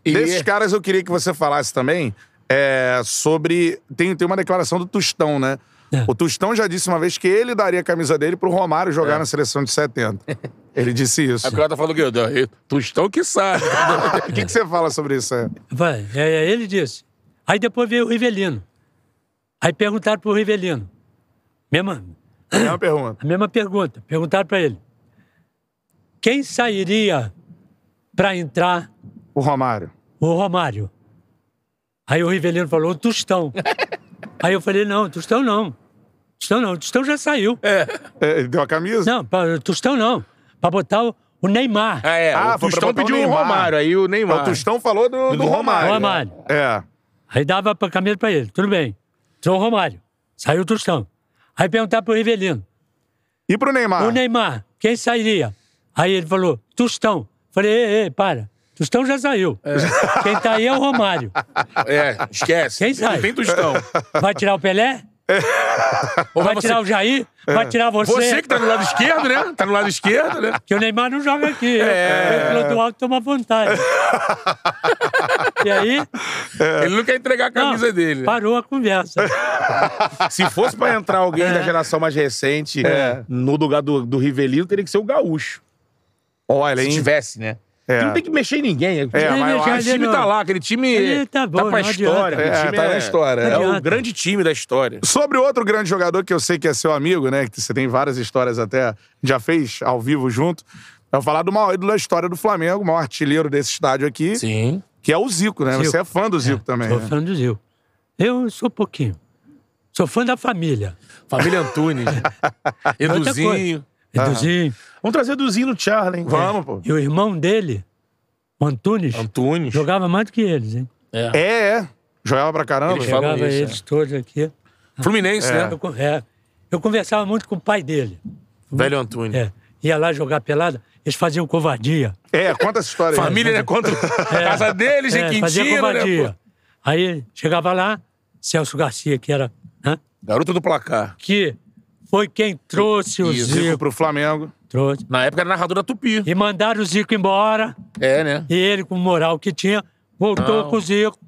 E- é.
Desses caras eu queria que você falasse também é, sobre. Tem, tem uma declaração do Tostão, né?
É.
O Tostão já disse uma vez que ele daria a camisa dele pro Romário jogar na seleção de 70. Ele disse isso.
A cara tá falando que Tostão que sabe.
O que, que você fala sobre isso? é?
Vai, é, é, ele disse. Aí depois veio o Rivelino. Aí perguntaram pro Rivelino. Mesma,
É uma pergunta.
a mesma pergunta. Perguntaram pra ele. Quem sairia pra entrar
O Romário.
o Romário? Aí o Rivelino falou, o Tostão. Aí eu falei, não, Tostão não. Tostão não, Tostão já saiu.
É, ele deu a camisa?
Não, pra, Tostão não. Pra botar o, o Neymar.
Ah, é.
Ah,
o
foi pra
Tostão
botar o
pediu o
Neymar. É
Romário, aí o Neymar.
O Tostão falou do, do Romário.
O Romário.
É.
Aí dava a camisa pra ele, tudo bem. Entrou o Romário, saiu o Tostão. Aí perguntaram pro Rivelino,
E pro Neymar?
o Neymar, quem sairia? Aí ele falou, Tostão. Falei, ei, ei, para. Tostão já saiu. Quem tá aí é o Romário.
É, esquece.
Quem sabe?
Não tem Tostão.
Vai tirar o Pelé?
Ou
Vai
você-
tirar o Jair? Vai tirar você?
Você que tá no lado esquerdo, né? Tá no lado esquerdo, né?
Que o Neymar não joga aqui. É. Pelo do alto toma vontade. e aí,
Ele não quer entregar a camisa
não,
dele.
parou a conversa.
Se fosse pra entrar alguém da geração mais recente no lugar do, do Rivelino, teria que ser o Gaúcho.
Olha,
Se
hein?
tivesse, né?
É.
um
Não tem que mexer em ninguém.
É, mas
aquele
eu
Ele
acho-
já-
time tá lá, aquele time
Ele tá
tá,
bom,
pra
não
história.
adianta.
aquele
É,
time
tá na história,
É,
é.
o grande time da história.
Sobre o outro grande jogador que eu sei que é seu amigo, né? Que você tem várias histórias até, já fez ao vivo junto. Eu vou falar do maior ídolo da história do Flamengo, o maior artilheiro desse estádio aqui,
Sim.
que é o Zico, né?
Zico.
Você é fã do Zico também.
Sou
né?
fã do Zil. Eu sou pouquinho. Sou fã da família.
Família Antunes. Eduzinho.
coisa. Eduzinho.
Vamos trazer Eduzinho no Charlie, hein?
Vamos, pô.
E o irmão dele, o Antunes,
Antunes.
jogava mais do que eles, hein?
É, é. Jogava pra caramba.
Eles falam-
Jogava
isso, é.
eles todos aqui.
Fluminense,
É.
né?
Eu, con- é, eu conversava muito com o pai dele.
Velho Antunes.
É, ia lá jogar pelada, eles faziam covardia.
É, conta essa história aí.
Família, né? Contra a casa deles, em
É, fazia
Quintino, né?
covardia.
pô?
Aí chegava lá, Celso Garcia, que era. né,
Garoto do placar.
que foi quem trouxe o
Isso.
Zico
Zico.
pro Flamengo.
Trouxe.
Na época era narrador da Tupi.
E mandaram o Zico embora.
É, né?
E ele, com o moral que tinha, voltou
Não.
com o Zico.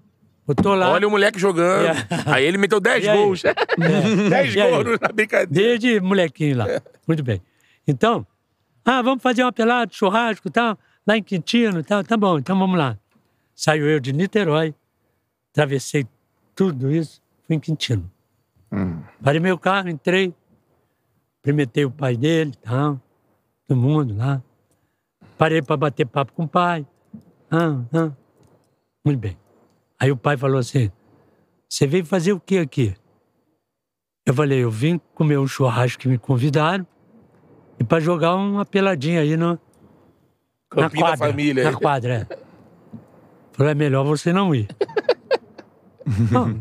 Botou lá.
Olha o moleque jogando.
Tá. É.
Aí ele meteu 10
E aí? É.
gols. É, 10
E aí?
gols na brincadeira.
Desde molequinho lá. Muito bem. Então, ah, vamos fazer uma pelada, churrasco e tal, lá em Quintino e tal. Tá bom, então vamos lá. Saiu eu de Niterói, atravessei tudo isso, fui em Quintino. Parei meu carro, entrei, primetei o pai dele e tal, todo mundo lá. Parei para bater papo com o pai. Ah, ah. Muito bem. Aí o pai falou assim: Você veio fazer o que aqui? Eu falei: Eu vim comer um churrasco que me convidaram e para jogar uma peladinha aí no, na
Campinho da
quadra.
família
na
aí.
quadra. é. Falou: É melhor você não ir. Bom,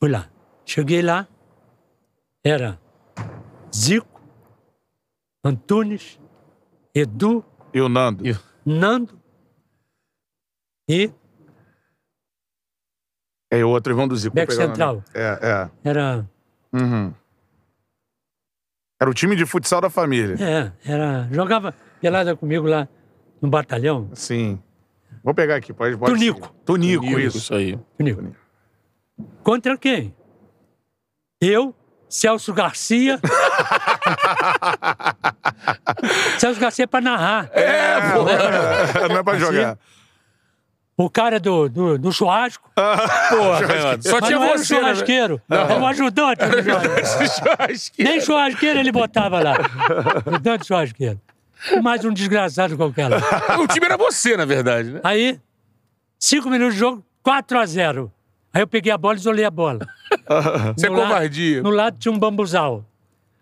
fui lá. Cheguei lá, era Zico, Antunes, Edu,
E o Nando?
Nando e
É outro irmão do Zico.
Beck
Vou pegar o
Central.
nome. É,
era,
é. Uhum. Era o time de futsal da família.
é, era jogava pelada comigo lá no batalhão,
Sim. Vou pegar aqui, pode. pode
Tunico.
seguir. Tunico. isso.
aí.
comigo. Contra quem? Eu, Celso Garcia. Celso Garcia para narrar.
É, pô. Não é pra jogar.
O cara do, do, do churrasco.
Ah, Porra, só
Mas
tinha
não era o
você. né?
churrasqueiro. Era o ajudante do churrasqueiro.
Churrasqueiro.
Nem churrasqueiro ele botava lá. O tanto churrasqueiro. Mais um desgraçado qualquer lá.
O time era você, na verdade, né?
Aí, cinco minutos de jogo, 4 a 0 Aí eu peguei a bola e isolei a bola.
Você é
Ah. No la-
covardia.
no lado tinha um bambuzal.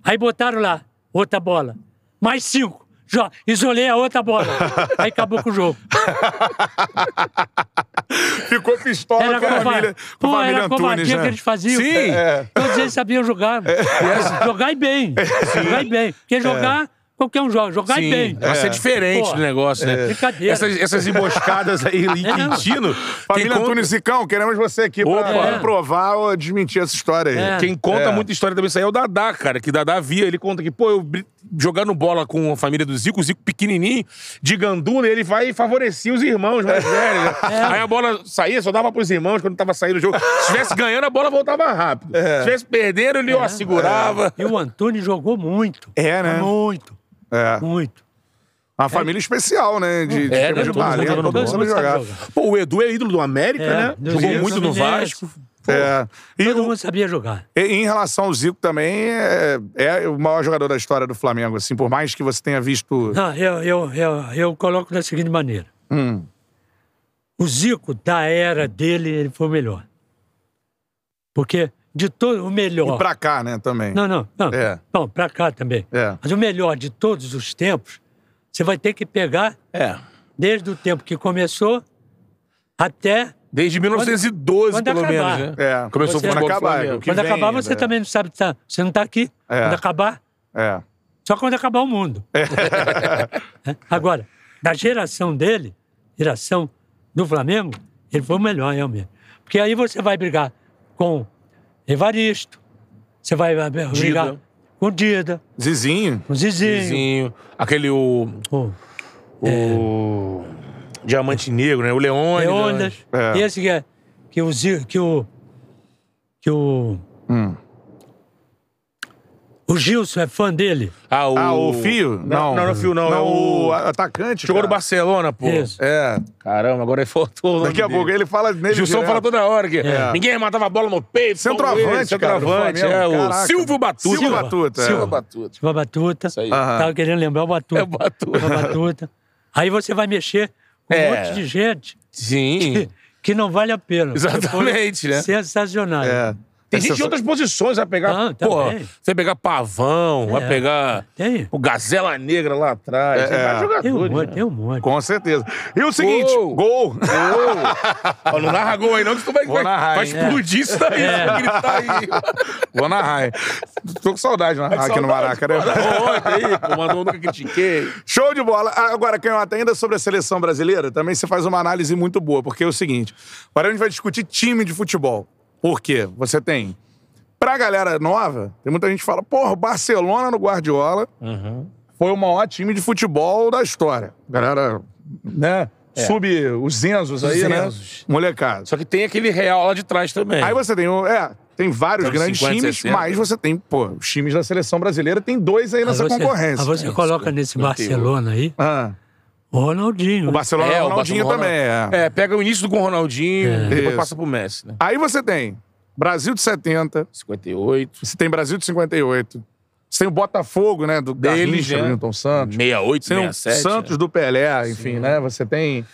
Aí botaram lá, outra bola. Mais cinco. Jo- Isolei a outra bola. Aí acabou com o jogo.
Ficou pistola
Era
com a família,
covardia.
com a
Pô,
família
era
Antunes,
covardia
né?
que eles faziam.
Sim.
É.
Todos eles sabiam jogar. Jogar e bem. Jogar e bem.
É.
Porque jogar, qualquer um joga. Jogar e bem.
Vai ser diferente
É. Porra. É.
do negócio, né?
Brincadeira.
Essas, essas emboscadas aí em
É.
Quintino. quem
Família
conta-
Antunes e Cão, queremos você aqui
Opa.
pra
É.
provar ou desmentir essa história aí.
É.
Quem conta
É.
muita história também, isso aí é o Dadá, cara. Que Dadá via, ele conta que, pô, eu bri- jogando bola com a família do Zico, o Zico pequenininho, de gandula, ele vai e favorecia os irmãos
É.
mais velhos. né? Aí a bola saía, só dava pros irmãos quando tava saindo o jogo. Se tivesse ganhando, a bola voltava rápido.
É.
Se tivesse perdendo, ele, ó, segurava.
E o Antônio jogou muito.
É,
Tá
né?
Muito,
É.
muito.
Uma família especial, né? De, de time
É, né?
de
Todo mundo
talento, todo
jogando
mundo
bola.
sabe jogar.
Todo mundo sabe
Pô, o Edu é ídolo do América,
É,
né?
do
Jogou
Zico,
muito no
Fluminense.
Vasco.
É. E
tipo, Todo
o-
mundo sabia jogar.
E- Em relação ao Zico também, é, é o maior jogador da história do Flamengo, assim, por mais que você tenha visto.
Não, eu, eu, eu, eu coloco da seguinte maneira.
Hum.
O Zico, da era dele, ele foi o melhor. Porque de todo o melhor.
E pra cá, né, também.
Não, não, não.
É.
Não, pra cá também.
É.
Mas o melhor de todos os tempos, você vai ter que pegar
É.
desde o tempo que começou até.
Desde 1912,
quando
pelo
acabar.
menos, né?
É.
Começou
Você-
o futebol do
Quando acabar,
Flamengo.
o que
Quando
vem
acabar,
ainda,
você
é.
também não sabe. Tá, você não tá aqui.
É.
Quando acabar,
É.
só quando acabar o mundo. É. Agora, da geração dele, geração do Flamengo, ele foi o melhor, realmente. Porque aí você vai brigar com Evaristo, você vai eh, brigar
Dida.
com Dida,
Zizinho.
com Zizinho,
Vizinho, Aquele, o...
com
O Diamante Negro, né? O Leônidas.
Leondas.
É.
Esse que, é, que, o, Zi- que o. Que o.
Hum.
O Gilson é fã dele.
Ah, o...
Ah, o Fio? Não.
Não, não, não é o Fio, não. é o...
o atacante.
Jogou no
cara.
Barcelona, pô.
Isso.
É.
Caramba, agora ele faltou o nome
Daqui a
dele.
pouco ele fala nele.
Gilson
direto.
fala toda hora que ninguém matava a bola no peito. só
Centroavante,
ele, Centroavante,
cara, do
é
Flamengo.
o
Caraca.
Silvio Batuta.
Silvio
Silva.
Batuta. é.
Silvio Batuta.
Silva Batuta.
Isso aí.
Aham.
Tava querendo lembrar o Batuta.
É o Batuta.
O Batuta. Aí você vai mexer com
É.
um monte de gente
Sim.
que, que não vale a pena.
Exatamente, né?
Sensacional.
É.
Tem gente
Essa-
de outras posições, vai pegar.
Não, tá
porra,
bem.
você vai pegar Pavão, vai
É.
pegar
Tem.
o Gazela Negra lá atrás. Tem
É.
vários
Tem um
jogadores.
monte,
né?
tem um monte.
Com certeza. E o seguinte,
Gol.
gol.
Ô! Ó, não narra gol aí, não, que tu vai,
Vou
vai,
narrar,
vai
hein?
explodir isso daí,
É.
você vai gritar aí.
Vou narrar, hein? Tô com saudade de narrar aqui no Maraca, né?
Ontem, pô, mandou um nunca critiquei.
Show de bola. Ah, Agora, Canhota, ainda sobre a seleção brasileira, também você faz uma análise muito boa, porque é o seguinte: agora a gente vai discutir time de futebol. Por quê? Você tem. Pra galera nova, tem muita gente que fala, porra, o Barcelona no Guardiola foi o maior time de futebol da história. Galera, né? Sub os Zenzos aí,
Zenzos.
né? Molecada.
Só que tem aquele real lá de trás também.
Aí você tem o. É, tem vários
Então,
grandes
50,
times,
60.
mas você tem, pô, os times da seleção brasileira tem dois aí
né?
Mas
nessa
você-
concorrência.
mas você coloca nesse Barcelona aí,
Ah,
o Ronaldinho.
o Barcelona é, o Ronaldinho
Barcelona-
também, é.
É, pega o início do com o Ronaldinho, depois
Isso.
passa pro Messi, né?
Aí você tem Brasil de 70,
58,
você tem Brasil de 58, você tem o Botafogo, né, do
Deles,
Garrincha,
né?
do Newton Santos.
68,
Você tem o
67.
Santos do Pelé, enfim, né? Você tem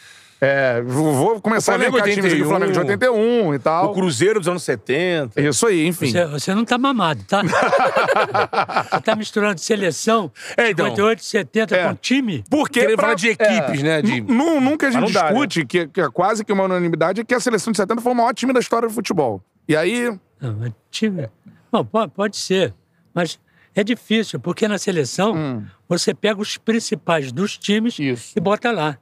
É, vou vou começar a
Flamengo
elencar times aqui, o Flamengo de 81 e
O
tal.
Cruzeiro dos anos 70.
Isso aí, enfim.
Você, você não tá mamado, tá? você tá misturando seleção,
É, então.
58, 70
É.
com time.
Porque
Querendo
pra- é,
falar de equipes, né? De...
Nu- nu- Nunca a gente
Mas não dá, né?
discute, que, que é quase que uma unanimidade, é que a seleção de 70 foi o maior time da história do futebol. E aí,
Não, mas time. Bom, pode, pode ser. Mas é difícil, porque na seleção você pega os principais dos times
Hum. Isso.
e bota lá.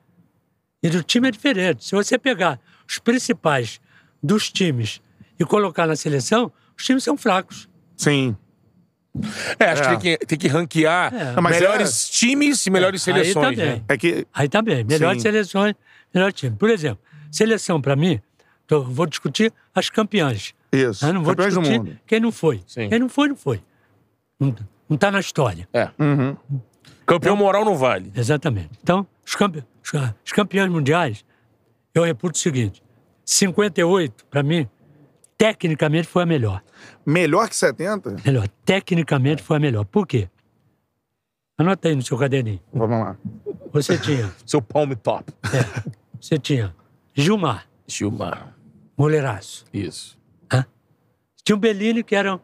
E do time é diferente. Se você pegar os principais dos times e colocar na seleção, os times são fracos.
sim.
É, acho
É.
que tem, que tem que ranquear
É.
Não, mas
melhores times e melhores
Aí
seleções.
também.
né?
É que.
Aí tá bem. Melhores
Sim.
seleções, melhor time. Por exemplo, seleção, para mim, tô- vou discutir as campeãs.
Isso.
Eu não vou
Campeões do mundo.
discutir quem não foi.
Sim.
Quem não foi, não foi. Não, não tá na história.
É. Campeão moral não vale.
Exatamente. Então, os, campe... os ca- os campeões mundiais, eu reputo o seguinte: 58, para mim, tecnicamente foi a melhor.
Melhor que 70?
Melhor. Tecnicamente foi a melhor. Por quê? Anota aí no seu caderninho.
Vamos lá.
Você tinha,
Seu palm top.
você tinha Gilmar,
Gilmar.
Moleiraço.
Isso.
Tinha o Bellini, que era um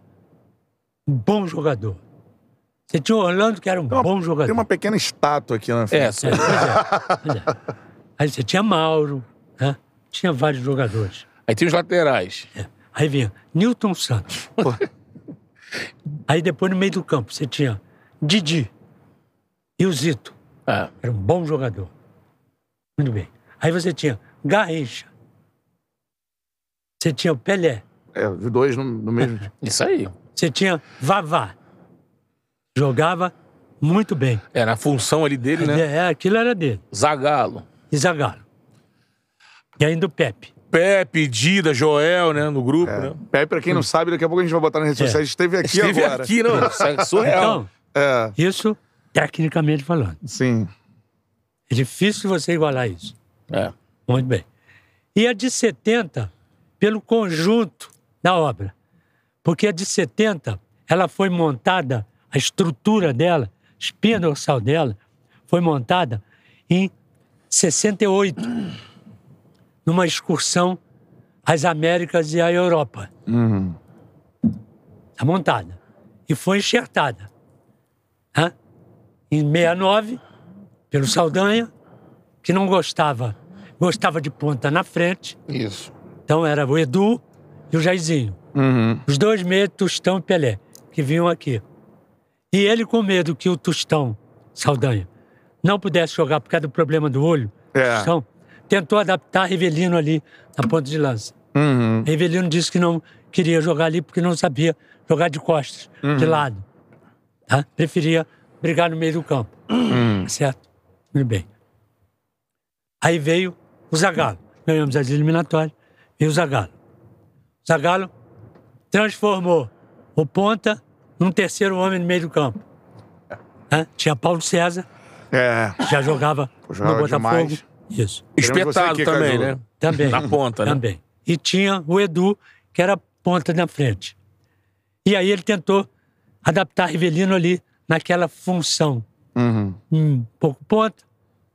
bom jogador. Você tinha o Orlando, que era um bom jogador.
Tem uma pequena estátua aqui né? na frente.
É,
É, pois é, pois é. Aí você tinha Mauro, né? tinha vários jogadores.
Aí tem os laterais.
É. Aí vinha Newton Santos. Aí depois no meio do campo você tinha Didi e o Zito.
É.
Era um bom jogador. Muito bem. Aí você tinha Garrincha. Você tinha o Pelé.
É, os dois no, no mesmo.
É.
Isso aí.
Você tinha Vavá. Jogava muito bem.
É, na função ali dele, né?
É, aquilo era dele.
Zagalo.
E Zagallo. E ainda o Pepe.
Pepe, Dida, Joel, né? No grupo, né?
Pepe, pra quem não sabe, daqui a pouco a gente vai botar nas redes
É.
sociais. Esteve aqui
Esteve
agora.
aqui, não. Isso é surreal.
Então,
É,
isso tecnicamente falando.
sim.
É difícil você igualar isso.
É.
Muito bem. E a de 70, pelo conjunto da obra. Porque a de 70, ela foi montada, a estrutura dela, a espinha dorsal dela, foi montada em 68, numa excursão às Américas e à Europa.
Uhum.
Está montada. E foi enxertada. Hã? Em 69, pelo Saldanha, que não gostava. Gostava de ponta na frente.
Isso.
Então era o Edu e o Jairzinho.
Uhum.
Os dois meio Tostão e Pelé, que vinham aqui. E ele com medo que o Tostão, Saldanha, não pudesse jogar por causa do problema do olho.
É.
Tostão, tentou adaptar Rivelino ali na ponta de lança.
Uhum.
Rivelino disse que não queria jogar ali porque não sabia jogar de costas,
Uhum.
de lado. tá? Preferia brigar no meio do campo.
Uhum.
Tá Certo? Muito bem. Aí veio o Zagallo. Ganhamos as eliminatórias. Veio o Zagallo. O Zagallo transformou o ponta num terceiro homem no meio do campo. Hã? Tinha Paulo César,
É.
que já jogava
Pô,
no
jogava
Botafogo.
demais.
Isso.
Queremos você
Espetado
aqui,
também,
Caju.
né?
Também.
Na ponta, né?
Também. E tinha o Edu, que era ponta na frente. E aí ele tentou adaptar Rivelino ali naquela função.
Uhum.
Hum, pouco ponta,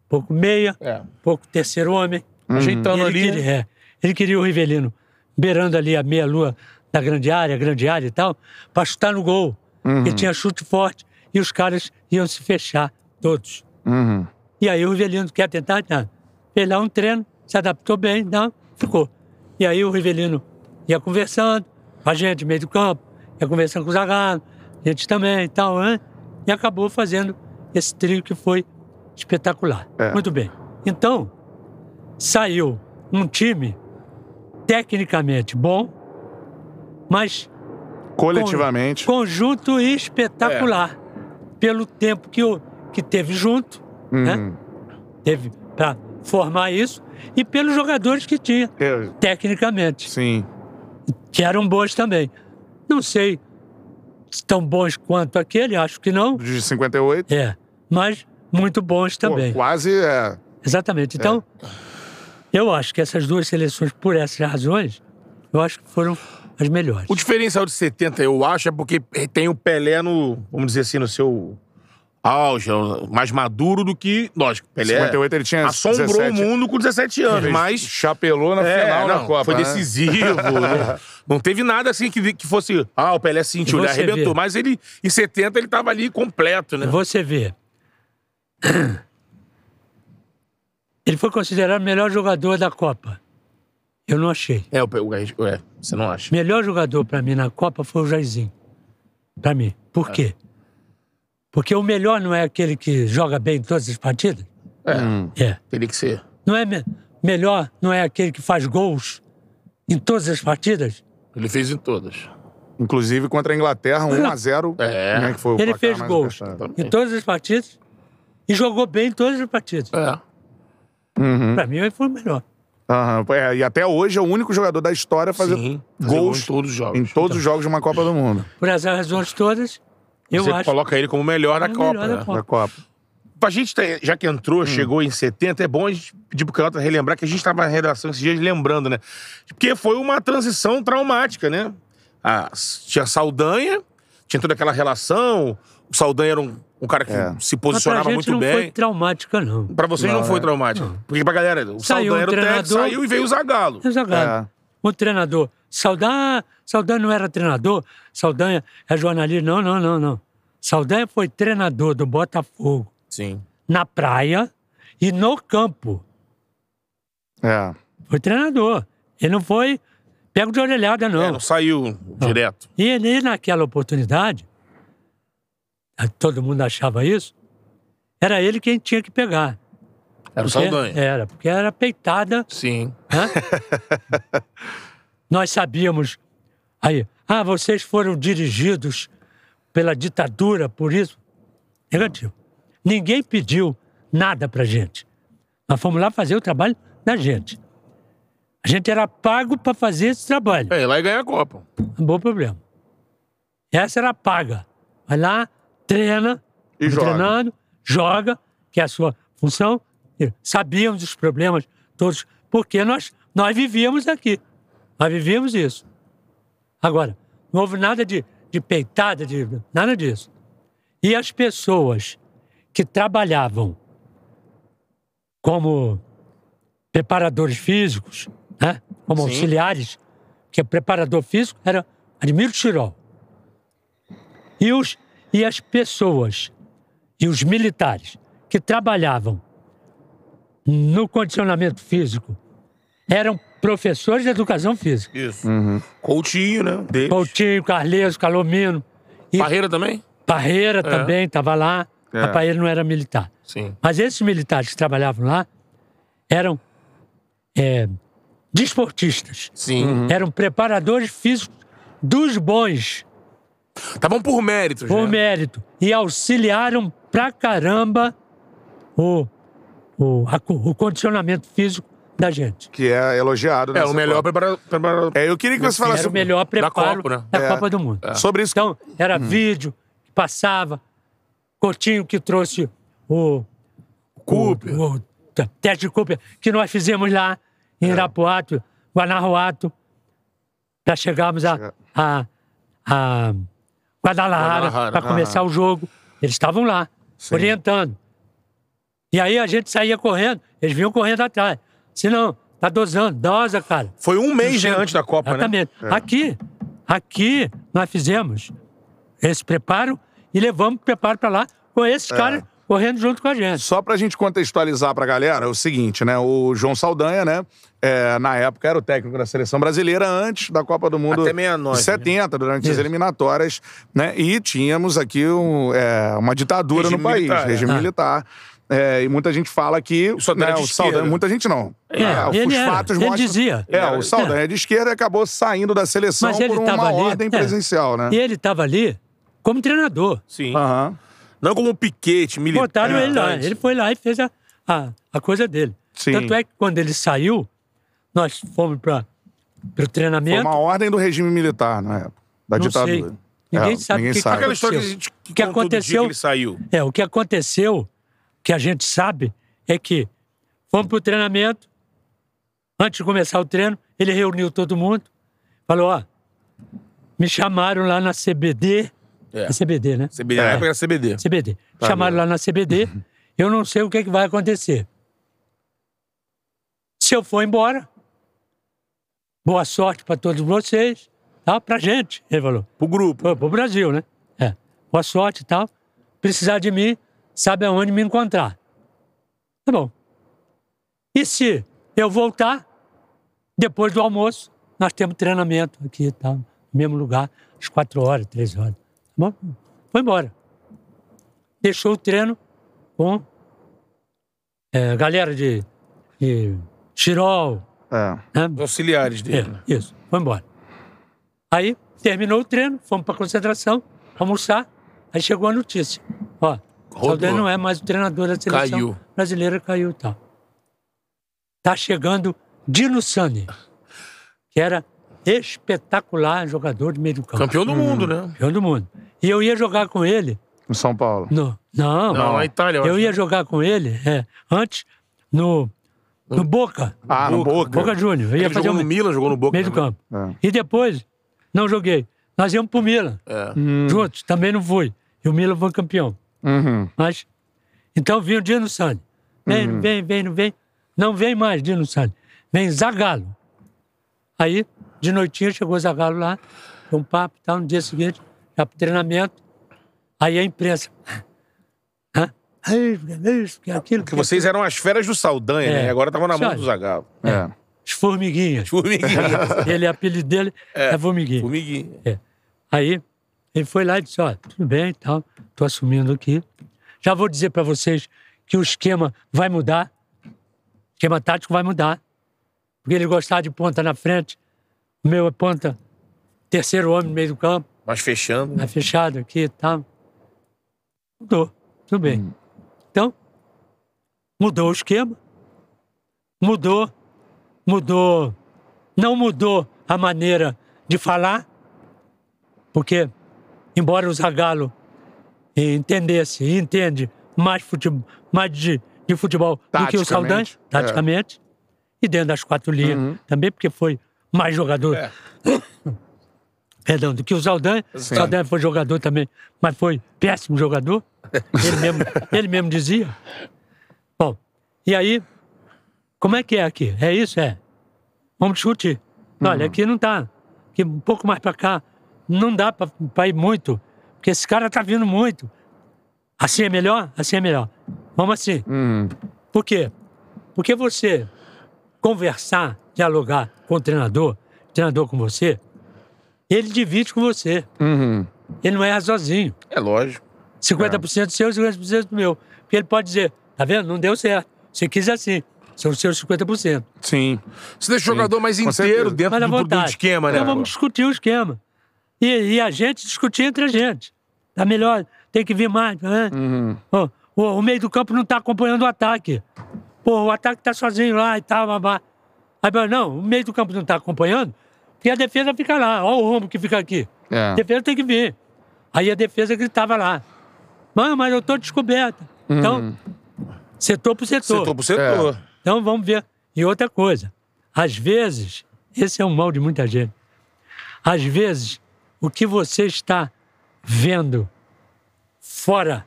pouco meia,
É.
pouco terceiro homem.
Ajeitando
E ele,
ali. né?
queria, é, ele queria o Rivelino beirando ali a meia-lua da grande área, grande área e tal, para chutar no gol.
Uhum.
Porque tinha chute forte e os caras iam se fechar todos.
Uhum.
E aí o Rivelino quer tentar, nada. Fez lá um treino, se adaptou bem, não, ficou. E aí o Rivelino ia conversando com a gente, meio do campo, ia conversando com o Zagallo, a gente também e tal, né? E acabou fazendo esse trio que foi espetacular.
É.
Muito bem. Então, saiu um time tecnicamente bom, mas
Coletivamente.
conjunto espetacular. Pelo tempo que, o, que teve junto, né?
Uhum.
teve para formar isso e pelos jogadores que tinha,
É,
tecnicamente,
sim.
que eram bons também. Não sei se tão bons quanto aquele, acho que não,
De 58.
é, mas muito bons
pô,
também.
quase é.
Exatamente. Então, eu acho que essas duas seleções, por essas razões, eu acho que foram as melhores.
O diferencial de 70, eu acho, é porque tem o Pelé no, vamos dizer assim, no seu auge, mais maduro do que. Lógico, Pelé
58 ele tinha
assombrou
17.
o mundo com 17 anos,
Uhum.
Ele
mas.
Chapelou na
É,
final da
não,
Copa.
foi
né?
decisivo. né? Não teve nada assim que, que fosse. Ah, o Pelé sentiu,
E
ele
você vê.
arrebentou. Mas ele, em 70, ele tava ali completo, né?
Você vê. Ele foi considerado o melhor jogador da Copa. Eu não achei.
É, o, Pe- o, é, você não acha?
Melhor jogador pra mim na Copa foi o Jairzinho. Pra mim.
É.
Por quê? Porque o melhor não é aquele que joga bem em todas as partidas?
É,
Hum.
É.
teria que ser.
Não é me- melhor não é aquele que faz gols em todas as partidas?
Ele fez em todas.
Inclusive contra a Inglaterra, 1x0.
É.
Né, que foi o
Ele
placar
fez
mais
gols
apertado.
em todas as partidas e jogou bem em todas as partidas.
É. Hum.
Pra mim, ele foi o melhor.
Aham, é, e até hoje é o único jogador da história a fazer
Sim, fazer
gols
em todos os jogos.
em todos os jogos de uma Copa do Mundo.
Por essas razões todas, eu
você
acho.
coloca ele como o melhor da
É O
Copa.
melhor Hum. da
né?
Copa.
Da Copa.
Pra gente, ter- já que entrou, chegou em 70, é bom a gente pedir pro Canota relembrar que a gente tava na redação esses dias lembrando, né? Porque foi uma transição traumática, né? Ah, s- tinha Saldanha, tinha toda aquela relação. O Saldanha era um, um cara que
É.
se
Mas pra
posicionava
gente
muito
não foi
bem.
traumática, não.
Pra vocês não,
Não,
foi
é.
traumático. Porque pra galera, o
Saiu um
Saldanha era o técnico,
treinador.
saiu e veio o Zagalo.
Eu jogava.
É.
Tá O treinador. Saldanha, Saldanha não era treinador. Saldanha é jornalista. Não, não, não, não. Saldanha foi treinador do Botafogo
Sim.
na praia e no campo.
É.
Foi treinador. Ele não foi pego de orelhada, não.
É, não saiu direto.
E ele, naquela oportunidade, a- todo mundo achava isso, era ele quem tinha que pegar.
Era
Porque-
o Saldanha.
Era, porque era peitada
Sim.
Hã? Nós sabíamos. Aí, ah, vocês foram dirigidos pela ditadura, por isso. Negativo. Ninguém pediu nada pra gente. Nós fomos lá fazer o trabalho da gente. A gente era pago para fazer esse trabalho.
É, lá e ganha a Copa.
Um bom problema. Essa era paga. Vai lá, treina,
E
vai
joga.
treinando, joga, que é a sua função. E Sabíamos os problemas todos, porque nós, nós vivíamos aqui. Nós vivíamos isso. Agora, não houve nada de, de peitada, de, nada disso. E as pessoas que trabalhavam como preparadores físicos, né? como
Sim.
auxiliares, que é preparador físico, era Admiro Tirol. E, os, e as pessoas, e os militares que trabalhavam no condicionamento físico, eram professores de educação física.
Isso. Coutinho, né? Deles.
Coutinho, Carleso, Calomino, e
Barreira também?
Parreira também estava lá.
É.
A Parreira não era militar.
Sim.
Mas esses militares que trabalhavam lá eram é, desportistas.
Sim.
Eram preparadores físicos dos bons,
Estavam Tá por méritos,
por
né?
mérito. E auxiliaram pra caramba o, o, a co- o condicionamento físico da gente.
Que é elogiado.
É,
nessa
o melhor
Copa.
preparador. preparador.
É, eu queria que você falasse
Era o melhor preparo da
Copa,
Copa,
né?
É.
do Mundo.
sobre isso. Hum.
Então, era vídeo que passava, Coutinho que trouxe o
Cooper.
o, o t- teste de Cooper que nós fizemos lá
É.
em Irapuato, Guanajuato, para chegarmos a, a, a
Guadalajara,
Guadalajara para
aham.
começar o jogo. Eles estavam lá, orientando. E aí a gente saía correndo, eles vinham correndo atrás. Se não, tá dosando, dosa, cara.
Foi um mês né, antes da Copa, né?
Exatamente. Aqui, aqui nós fizemos esse preparo e levamos o preparo para lá com esses caras correndo junto com a gente.
Só pra gente contextualizar pra galera, é o seguinte, né? O João Saldanha, né? é, na época era o técnico da seleção brasileira antes da Copa do Mundo.
Até 69,
de 70, durante as
Isso.
eliminatórias, né? E tínhamos aqui um, é, uma ditadura
Regime
no país,
militar, é.
regime
Ah.
militar. É, e muita gente fala que
Isso até era
né,
de
o
esquerda.
Saldanha. Muita gente não.
É,
Ah,
ele era, ele dizia.
É,
Ele era.
o Saldanha é de esquerda e acabou saindo da seleção
Mas ele
por uma
tava ali,
ordem
é.
presencial, né?
E ele estava ali como treinador.
Sim.
Aham.
Não como um piquete militar.
Botaram ele lá.
antes.
Ele foi lá e fez a, a, a coisa dele.
Sim.
Tanto é que quando ele saiu, nós fomos para o
Foi
treinamento.
uma ordem do regime militar na época, da
Não
ditadura. É,
sei. Ninguém sabe o que que
Aquela história que a
aconteceu.
gente
O que
contou do dia
aconteceu-
que ele saiu.
É, o que aconteceu, que a gente sabe, é que fomos para o treinamento. Antes de começar o treino, ele reuniu todo mundo. Falou, ó, me chamaram lá na CBD
É.
É CBD, né?
CBD, na época era CBD.
CBD. Chamaram lá na CBD. Eu não sei o que, é que vai acontecer. Se eu for embora, boa sorte para todos vocês, tá? Para gente, ele falou.
Pro grupo.
Pro, pro Brasil, né? É. Boa sorte e tal. Precisar de mim, sabe aonde me encontrar. Tá bom. E se eu voltar, depois do almoço, nós temos treinamento aqui e tal, no mesmo lugar, às quatro horas, três horas. Tá bom? Foi embora. Deixou o treino com eh, galera de, de Chirol,
É.
né?
Os auxiliares dele. né?
É, isso, foi embora. Aí terminou o treino, fomos pra concentração, almoçar, aí chegou a notícia. Ó,
Rodou.
Saldanha não é mais o treinador da seleção
Caiu.
brasileira, caiu e tal. Tá chegando Dino Sani, que era espetacular jogador de meio do campo.
Campeão do mundo, né?
Campeão do mundo. E eu ia jogar com ele
Em São Paulo.
no. Não,
Não, Tá na Itália.
eu
acho.
ia jogar com ele é, antes no, no Boca.
Ah, no é. Boca.
Boca Júnior. Eu ia
Ele
fazer
jogou no
um
Milan, jogou no Boca.
meio do
também.
campo. E depois, não joguei. Nós íamos pro Milan,
É.
juntos, também não fui. E o Milan foi campeão.
É. Uhum.
Mas, então vinha o Dino Sani. Vem, não vem, vem, não vem. Não vem mais Dino Sani. Vem Zagalo. Aí, de noitinha, chegou Zagalo lá, deu um papo e tal, no dia seguinte, já pro treinamento. Aí a imprensa. Hã? Aí, isso, que aquilo.
Porque vocês eram as feras do Saldanha,
É.
né? E agora tava na mão
Sabe?
do Zagallo.
É.
As formiguinhas.
Formiguinha.
Ele, o apelido dele é, formiguinha.
Formiguinha.
Aí ele foi lá e disse: Ó, tudo bem e tal, tô assumindo aqui. Já vou dizer para vocês que o esquema vai mudar, o esquema tático vai mudar. Porque ele gostava de ponta na frente, o meu é ponta, terceiro homem no meio do campo,
Mas fechando.
tá fechado aqui e tal. Mudou, tudo bem. Então, mudou o esquema, mudou, mudou, não mudou a maneira de falar, porque, embora o Zagallo eh, entendesse e entende mais, futebol, mais de, de futebol do que o
Taticamente,
Saldanha,
é.
taticamente, e dentro das quatro linhas também, porque foi mais jogador.
Uhum. É.
Perdão, do que o Saldanha. O
Sim.
Saldanha foi jogador também, mas foi péssimo jogador. Ele mesmo, ele mesmo dizia. Bom, e aí, como é que é aqui? É isso? É. Vamos discutir. Olha,
Uhum.
aqui não tá. Aqui um pouco mais pra cá. Não dá pra, pra ir muito. Porque esse cara tá vindo muito. Assim é melhor? Assim é melhor. Vamos assim.
Uhum.
Hum.
Por quê? Porque você conversar, dialogar com o treinador, o treinador com você, ele divide com você.
Uhum.
Ele não erra sozinho.
É lógico.
50% seu, 50% do meu. Porque ele pode dizer, tá vendo? Não deu certo. Você quis assim. São os seus 50%.
Sim.
Você deixa
Sim.
o jogador mais
Com
inteiro
certeza.
dentro
Mas à
do, do
vontade.
esquema, né?
Então vamos
pô?
discutir o esquema. E, e a gente discutir entre a gente. Tá melhor, tem que vir mais. né? Ó, o, o meio do campo não tá acompanhando o ataque. Pô, o ataque tá sozinho lá e tal, babá. Aí, mas não, o meio do campo não tá acompanhando, porque a defesa fica lá. Olha o rombo que fica aqui.
É.
A defesa tem que vir. Aí a defesa gritava lá. Mano, mas eu tô descoberta. Então, setor por setor.
Setor por setor.
Então vamos ver. E outra coisa, às vezes, esse é um mal de muita gente. Às vezes, o que você está vendo fora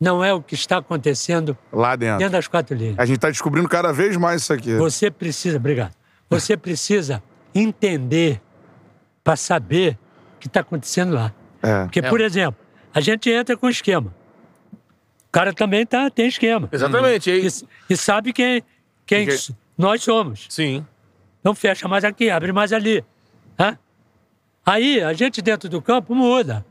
não é o que está acontecendo
Lá dentro.
dentro das quatro linhas.
A gente tá descobrindo cada vez mais isso aqui.
Você precisa, obrigado. Você precisa entender para saber o que está acontecendo lá.
É.
Porque, por exemplo, a gente entra com esquema. O cara também tá, tem esquema.
Exatamente. E aí-
E, e sabe quem, quem
Porque-
nós somos.
Sim.
Não fecha mais aqui, abre mais ali. Hã? Aí a gente dentro do campo muda.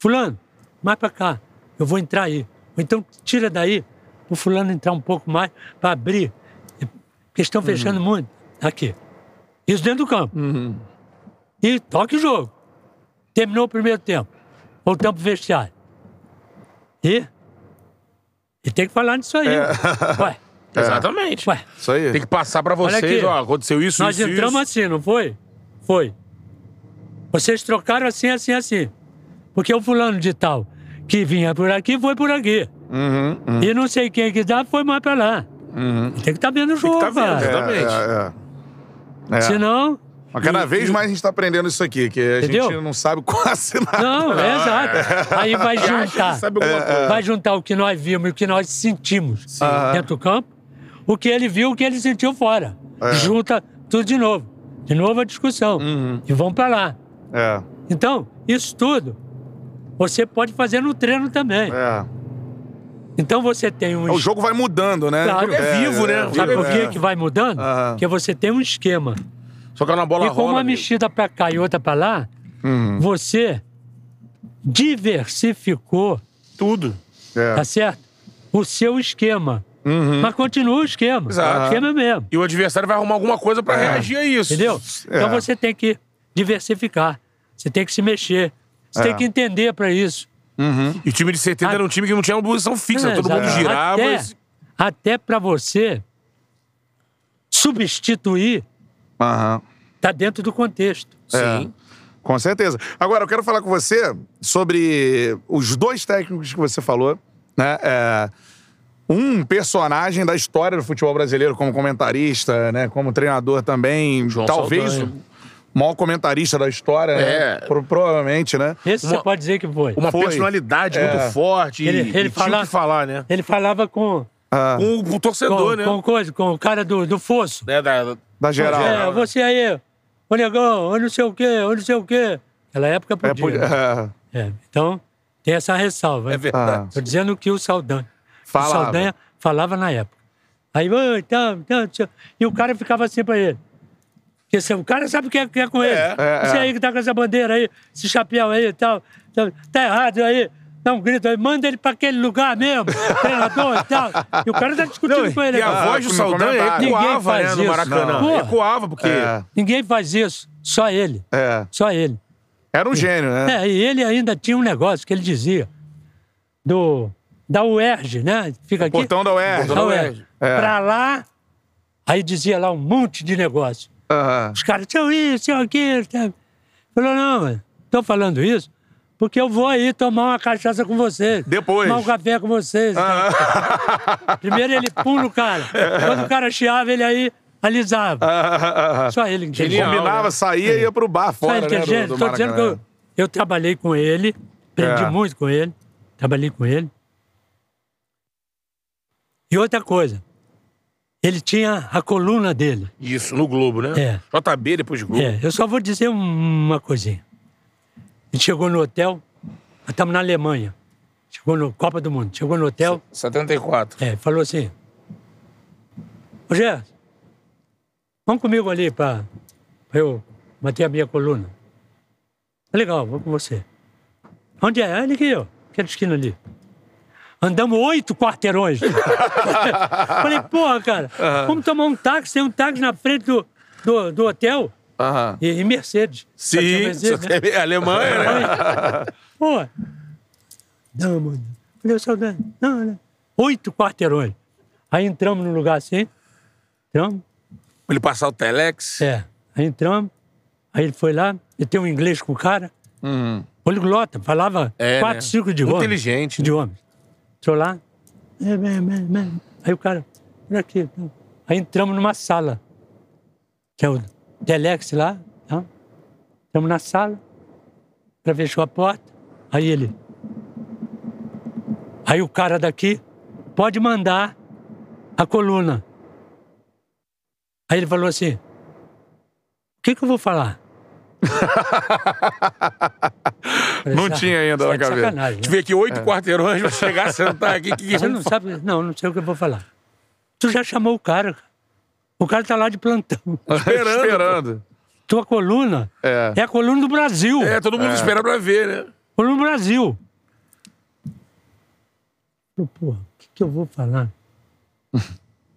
Fulano, mais pra cá. Eu vou entrar aí. Ou então tira daí o fulano entrar um pouco mais pra abrir. Porque estão fechando muito. Aqui. Isso dentro do campo. E toque o jogo. Terminou o primeiro tempo. Voltamos pro vestiário. E? E tem que falar nisso aí. Ué,
Exatamente.
É. ué.
Isso aí.
Tem que passar pra
aqui.
vocês, ó, aconteceu isso,
Nós
isso,
entramos
isso.
assim, não foi? Foi. Vocês trocaram assim, assim, assim. Porque o fulano de tal que vinha por aqui foi por aqui.
Uhum, uhum,
E não sei quem que dá foi mais pra lá.
uhum.
Tem que estar vendo o jogo,
tá vendo,
cara.
Exatamente.
É, é, é. É.
Senão,
Mas cada
E-
vez
e-
mais a gente tá aprendendo isso aqui, que a gente
Entendeu?
não sabe quase nada.
Não, é exato. Aí vai juntar. É.
Sabe alguma coisa?
Vai juntar o que nós vimos e o que nós sentimos
Aham.
dentro do campo, o que ele viu e o que ele sentiu fora. Junta tudo de novo. De novo a discussão. E vão pra lá.
É,
Então, isso tudo você pode fazer no treino também.
é.
Então você tem um
O jogo vai mudando, né?
Claro.
O jogo
É vivo, né?
Sabe por
é.
que que vai mudando?
Aham.
Porque você tem um esquema.
Só que na bola
E com
rola.
uma
amigo.
mexida pra cá e outra pra lá,
Uhum.
você diversificou,
Tudo.
É.
tá certo? O seu esquema.
Uhum.
Mas continua o esquema.
Exato.
O esquema é mesmo,
E o adversário vai arrumar alguma coisa pra reagir a isso.
entendeu?
É.
Então você tem que diversificar. Você tem que se mexer. Você
É.
tem que entender pra isso.
E o time de 70 era um time que não tinha uma posição fixa.
Ah. É,
todo mundo
exato.
girava.
Até,
e-
até para você substituir,
Aham.
tá dentro do contexto.
Sim.
Com certeza. Agora, eu quero falar com você sobre os dois técnicos que você falou, né? É, um personagem da história do futebol brasileiro como comentarista, né? Como treinador também.
João
talvez
Saldanha.
o maior comentarista da história,
É.
né? Pro- provavelmente, né?
Esse
Uma-
você pode dizer que foi.
Uma
Foi.
personalidade muito forte.
Ele-
e-
ele
e tinha o
fala-
que falar, né?
Ele falava com,
Ah,
Com o- com o torcedor,
com,
né?
com coisa, com o cara do, do fosso.
né? Da-
da geral.
Geral,
É,
né?
você aí, ô negão, ô não sei o quê, ô não sei o quê. Naquela época
É,
podia.
podia- é,
É, então, tem essa ressalva.
É
ah.
verdade.
Estou dizendo que o Saldanha.
Falava.
O Saldanha falava na época. Aí, "Ô, então, então, não sei o-" e o cara ficava assim pra ele. Porque se- o cara sabe o que é, que é com ele.
é,
Você
é.
aí que tá com essa bandeira aí, esse chapéu aí e tal. tal, Tá errado aí. Dá um grito aí, manda ele pra aquele lugar mesmo, treinador e tal. E o cara tá discutindo com ele.
E a
cara.
voz do
no
Saldanha
comentário.
Ninguém
ecoava,
faz
né? No
isso.
Maracanã.
Não.
Ecoava, porque...
É.
Ninguém faz isso, só ele.
é.
Só ele.
Era um gênio, né?
É, e ele ainda tinha um negócio que ele dizia do da UERJ, né? Fica aqui.
Portão da UERJ.
da UERJ.
É.
Pra lá, aí dizia lá um monte de negócio.
Aham.
Os caras, seu isso, seu aquilo. tá?" Falou, não, mano, tô falando isso porque eu vou aí tomar uma cachaça com vocês.
Depois.
Tomar um café com vocês.
Ah,
Primeiro ele pula o cara. Quando o cara chiava, ele aí
ah,
alisava.
Aham.
Só ele que
Genial.
Combinava,
né?
saía e ia pro bar
Só
fora, né?
inteligente.
do- do
Estou dizendo que eu,
Maracanã.
eu trabalhei com ele, aprendi
É.
muito com ele, trabalhei com ele. E outra coisa, ele tinha a coluna dele.
Isso, no Globo, né? JB, depois
Hum.
Globo.
É, eu só vou dizer um, uma coisinha. A gente chegou no hotel, nós estamos na Alemanha, chegou no Copa do Mundo, chegou no hotel,
74.
é, falou assim: Ô Gerson, vamos comigo ali para eu manter a minha coluna. "Tá Legal, vou com você. Onde é? Olha aqui, ó, aquela esquina ali. Andamos oito quarteirões. Falei, porra, cara, vamos tomar um táxi, tem um táxi na frente do, do, do hotel
Aham.
e, e Mercedes. Só tinha
Sim,
Mercedes,
só
né?
teve Alemanha, né?
Pô. Não, mano. Falei, saudade. Não, né? Oito quarteirões. Aí entramos num lugar assim. Entramos.
Pra Ele passar o Telex.
É. Aí entramos. Aí ele foi lá. Eu tenho um inglês com o cara. Poliglota. Falava
Uhum. É,
quatro,
né?
cinco idiomas.
Inteligente, né?
Idiomas. Entrou lá. É, bem, bem, bem. Aí o cara... Por aqui. não. Aí entramos numa sala. Que é o Telex lá. Tá? Entramos na sala. Ela fechou a porta. Aí ele. Aí o cara daqui pode mandar a coluna. Aí ele falou assim: O que, que eu vou falar? Falei,
Não
"Ah,
tinha ainda
isso
na
é
cabeça."
de
Tipo,
sacanagem, né?
Tive aqui
É.
oito quarteirões pra chegar, sentar aqui. Que...
Você não sabe. Não, não sei o que eu vou falar. Tu já chamou o cara. cara. O cara tá lá de plantão.
Esperando.
Esperando.
Tua coluna
É.
é a coluna do Brasil.
É, todo mundo espera pra ver, né?
Foi no Brasil. Falei, porra, o que, que eu vou falar?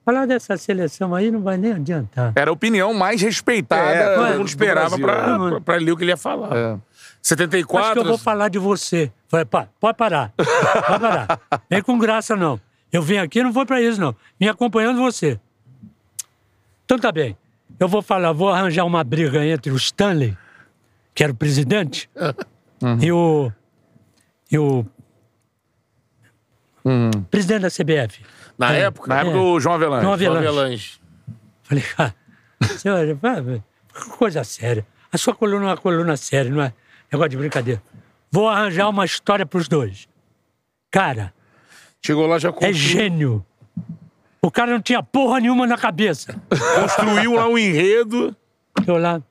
falar dessa seleção aí não vai nem adiantar.
Era a opinião mais respeitada.
É,
do
todo mundo
do
esperava
Brasil.
pra,
né, mano?
pra, pra ler o que ele ia falar.
É.
Acho que
74.
eu vou falar de você. Falei, pá, pode parar. Pode parar. Vem com graça, não. Eu vim aqui, não foi pra isso, não. Vim acompanhando você. Então tá bem. Eu vou falar, vou arranjar uma briga entre o Stanley, que era o presidente, e o. E o. Presidente da CBF.
Na
É.
época,
Na época
É.
do João Avelange.
João Avelange.
Avelange.
Falei, cara, senhor, "Ah, vai, vai. Coisa séria. A sua coluna é uma coluna séria, não é negócio de brincadeira. Vou arranjar uma história pros dois. Cara,
Chegou lá, já
é
construiu,
gênio. O cara não tinha porra nenhuma na cabeça.
construiu lá um enredo.
Eu lá.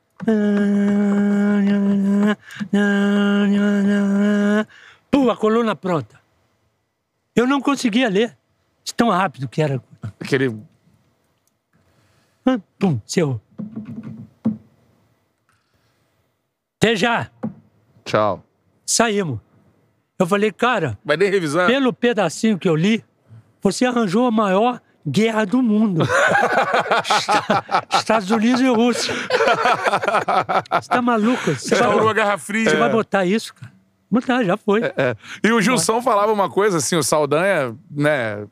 Pum, a coluna pronta. Eu não conseguia ler. De tão rápido que era. Ah,
Aquele...
Pum, seu. Até já.
Tchau.
Saímos. Eu falei, cara,
Vai nem revisar.
pelo pedacinho que eu li, você arranjou a maior guerra do mundo. Esta- Estados Unidos e Rússia. Você tá maluco? Você vai,
Estourou a Garra Fria.
você vai botar isso, cara? Botar, já foi.
É. E o Gilson falava uma coisa assim, o Saldanha, né,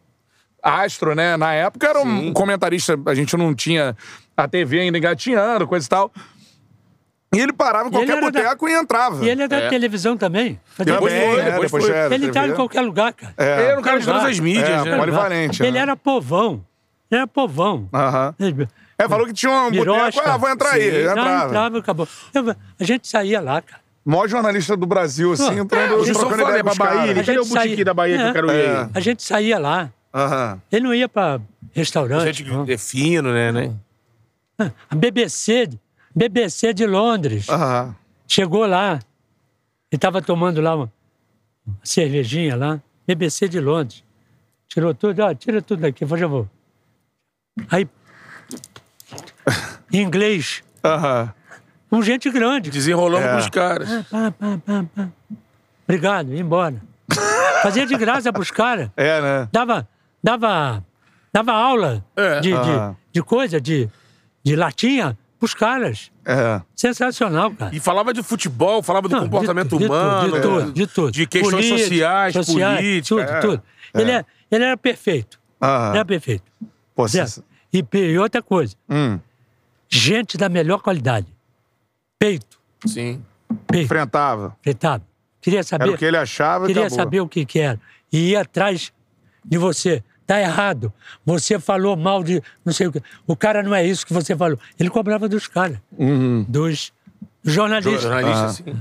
astro, né, na época era um comentarista, a gente não tinha a TV ainda engatinhando, coisa e tal. E ele parava em
ele
qualquer
era da-
boteco e entrava.
E ele é da
É.
televisão também. Fazia
Também,
coisa.
foi,
né,
depois
depois
foi.
era
ele tá em
TV.
qualquer lugar, cara.
É.
Ele era um cara de todas as
É,
mídias, né?
polivalente,
Ele
né?
era povão. Ele era povão.
Aham.
Ele-
É, falou que tinha um boteco,
Mirosca.
ah, vou entrar aí.
Sim.
Ele
Não,
entrava.
entrava, acabou. Eu- a gente saía lá, cara.
Maior jornalista do Brasil, assim,
Pô,
entrando,
O Gilson
trocando
fala, é
ideia com
pra
os caras.
Bahia. Ele
A
queria o
gente saía-
botiquim da Bahia que eu quero
É.
ir.
A gente saía lá.
Aham.
Ele não ia pra
Gente
restaurante. não.
que é fino, né? né?
A BBC, BBC de Londres,
Aham.
chegou lá. Ele tava tomando lá uma uma cervejinha lá. BBC de Londres. Tirou tudo, ó, tira tudo daqui, eu já vou. Aí, em inglês,
Aham.
um gente grande,
Desenrolamos
É.
com os caras.
Pá, pá, pá, pá. Obrigado, ia embora. Fazia de graça pros caras.
É, né?
Dava, dava, dava aula
É.
de, de-
Ah.
de coisa, de, de latinha pros caras.
É.
Sensacional, cara.
E falava de futebol, falava do
Não, de-
comportamento
de tudo,
humano.
De tudo, de tudo.
de questões
Política,
sociais, política,
Tudo,
é.
tudo. Ele, é- ele era perfeito. Ele
Aham.
era perfeito.
Pô, você-
Zé, E, pe- e outra coisa,
Hum.
gente da melhor qualidade. Peito,
Sim.
peito,
Enfrentava.
peitado. Queria
Era o
saber
que ele achava e
queria
acabou.
saber o que, que era. E ia atrás de você. Tá errado. Você falou mal de não sei o que. O cara não é isso que você falou. Ele cobrava dos caras,
Uhum.
dos jornalistas.
Jornalista,
Ah.
assim.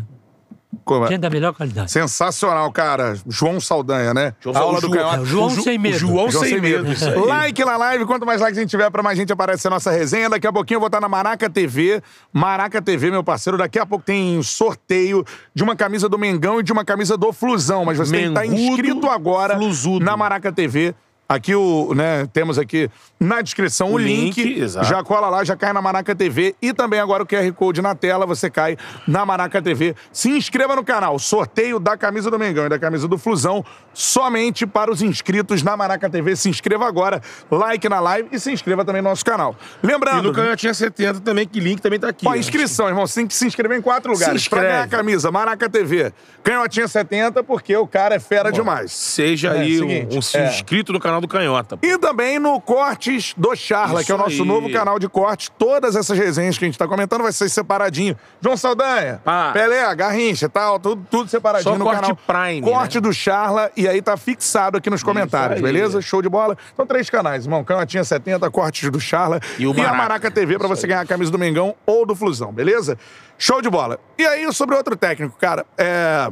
Como é?
Gente da melhor qualidade.
Sensacional, cara. João Saldanha, né?
João
A aula do
Saldanha.
canhoto.
É, o João
Ju-
sem medo.
João,
João
sem, medo. isso aí.
Like na live, quanto mais likes a gente tiver, pra mais gente aparecer a nossa resenha. Daqui a pouquinho eu vou estar na Maraca TV. Maraca TV, meu parceiro. Daqui a pouco tem sorteio de uma camisa do Mengão e de uma camisa do Flusão. Mas você tem que
Mengudo,
estar inscrito agora
Flusudo.
na Maraca TV. Aqui o, né, temos aqui na descrição o,
O
link.
link, exato.
Já Tá, cola lá, já cai na Maraca TV e também agora o QR Code na tela, você cai na Maraca TV. Se inscreva no canal, sorteio da camisa do Mengão e da camisa do Flusão, somente para os inscritos na Maraca TV. Se inscreva agora, like na live e se inscreva também no nosso canal.
E no
Lembrando,
Canhotinha 70 também, que link também tá aqui.
Ó, a
né?
inscrição, irmão, você tem que se inscrever em quatro lugares. Pra
inscreve.
ganhar a camisa, Maraca TV, Canhotinha 70, porque o cara é fera demais.
Seja
É,
aí um-
seguinte,
um,
é.
inscrito no canal do Canhota.
E também no Cortes do Charla,
tá Isso
que é o nosso
aí.
novo canal de cortes. Todas essas resenhas que a gente tá comentando vai ser separadinho. João Saldanha,
Ah.
Pelé, Garrincha e tal, tudo, tudo separadinho
Só
no
corte
canal.
Prime, né?
Corte do Charla, e aí tá fixado aqui nos comentários,
aí.
beleza? Show de bola. São três canais, irmão. Canhotinha 70, Cortes do Charla
E o
a
Maraca.
Maraca TV pra você ganhar a camisa do Mengão ou do Flusão, beleza? Show de bola. E aí, sobre outro técnico, cara, é...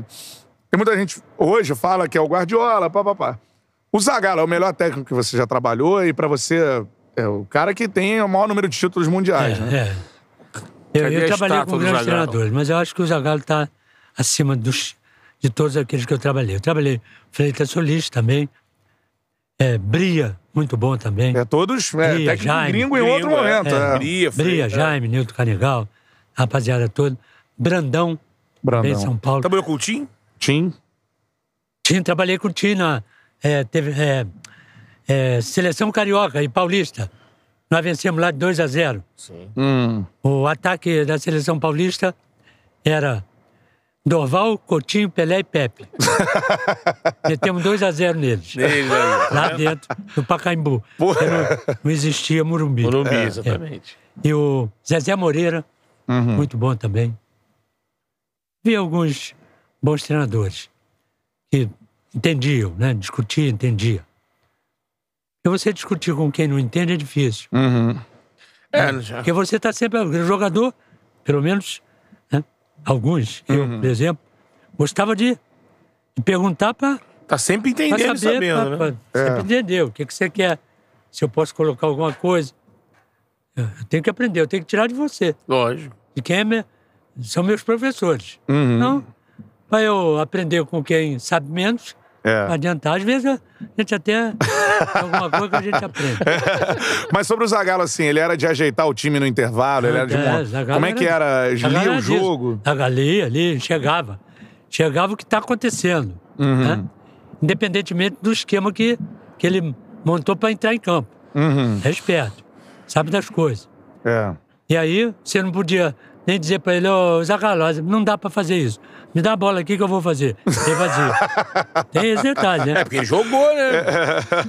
Tem muita gente hoje fala que é o Guardiola, papapá. O Zagallo é o melhor técnico que você já trabalhou e pra você é o cara que tem o maior número de títulos mundiais, né?
É. Eu,
Cadê
eu
a
trabalhei
estátua
com
do
grandes
Zagallo?
treinadores, mas eu acho que o Zagallo está acima dos, de todos aqueles que eu trabalhei. Eu trabalhei Freitas Solis também, é, Bria, muito bom também.
É todos é,
Ih,
técnico
Jaime.
gringo em outro
Gringo, é.
momento. É.
É. Bria, Freitas.
Bria, Jaime, Nilton Canegal, a rapaziada toda. Brandão,
Brandão.
em São Paulo.
Trabalhou com o Tim?
Tim.
Tinha, trabalhei com o Tina, é, teve, é, é, Seleção Carioca e Paulista. Nós vencemos lá de 2 a 0.
Sim.
Hum.
O ataque da Seleção Paulista era Dorval, Coutinho, Pelé e Pepe. Metemos 2 a 0 neles,
Ele aí.
lá dentro do Pacaembu. Porque Não, não existia Murumbi.
É.
Morumbi, exatamente.
E o Zezé Moreira, muito bom também. Vi alguns bons treinadores que entendiam, né? Discutia, entendia. E você discutir com quem não entende é difícil.
É, já.
Porque você está sempre. O jogador pelo menos né, alguns, eu, por exemplo, gostava de, de perguntar para
Tá sempre
Pra
entendendo e
saber,
sabendo,
pra-
né?
pra
É.
sempre entender o que, que você quer. Se eu posso colocar alguma coisa. Eu tenho que aprender, eu tenho que tirar de você.
Lógico.
De quem é me... são meus professores.
Uhum.
Então, para eu aprender com quem sabe menos,
É.
não adiantar. Às vezes a gente até. tem alguma coisa que a gente aprende.
É, Mas sobre o Zagallo, assim, ele era de ajeitar o time no intervalo, ele era de...
É,
mon-
Zagallo
Como é
era-
que era?
Zagallo
Lia
era
o
disso.
jogo?
Zagallo lia, lia, chegava. Chegava o que está acontecendo.
Uhum.
né? Independentemente do esquema que, que ele montou para entrar em campo.
Uhum.
É esperto, sabe das coisas.
É.
E aí, você não podia nem dizer pra ele, ô Zagallo, não dá pra fazer isso. Me dá a bola aqui que eu vou fazer. Ele fazia. Tem esse detalhe, né?
É, porque ele jogou, né?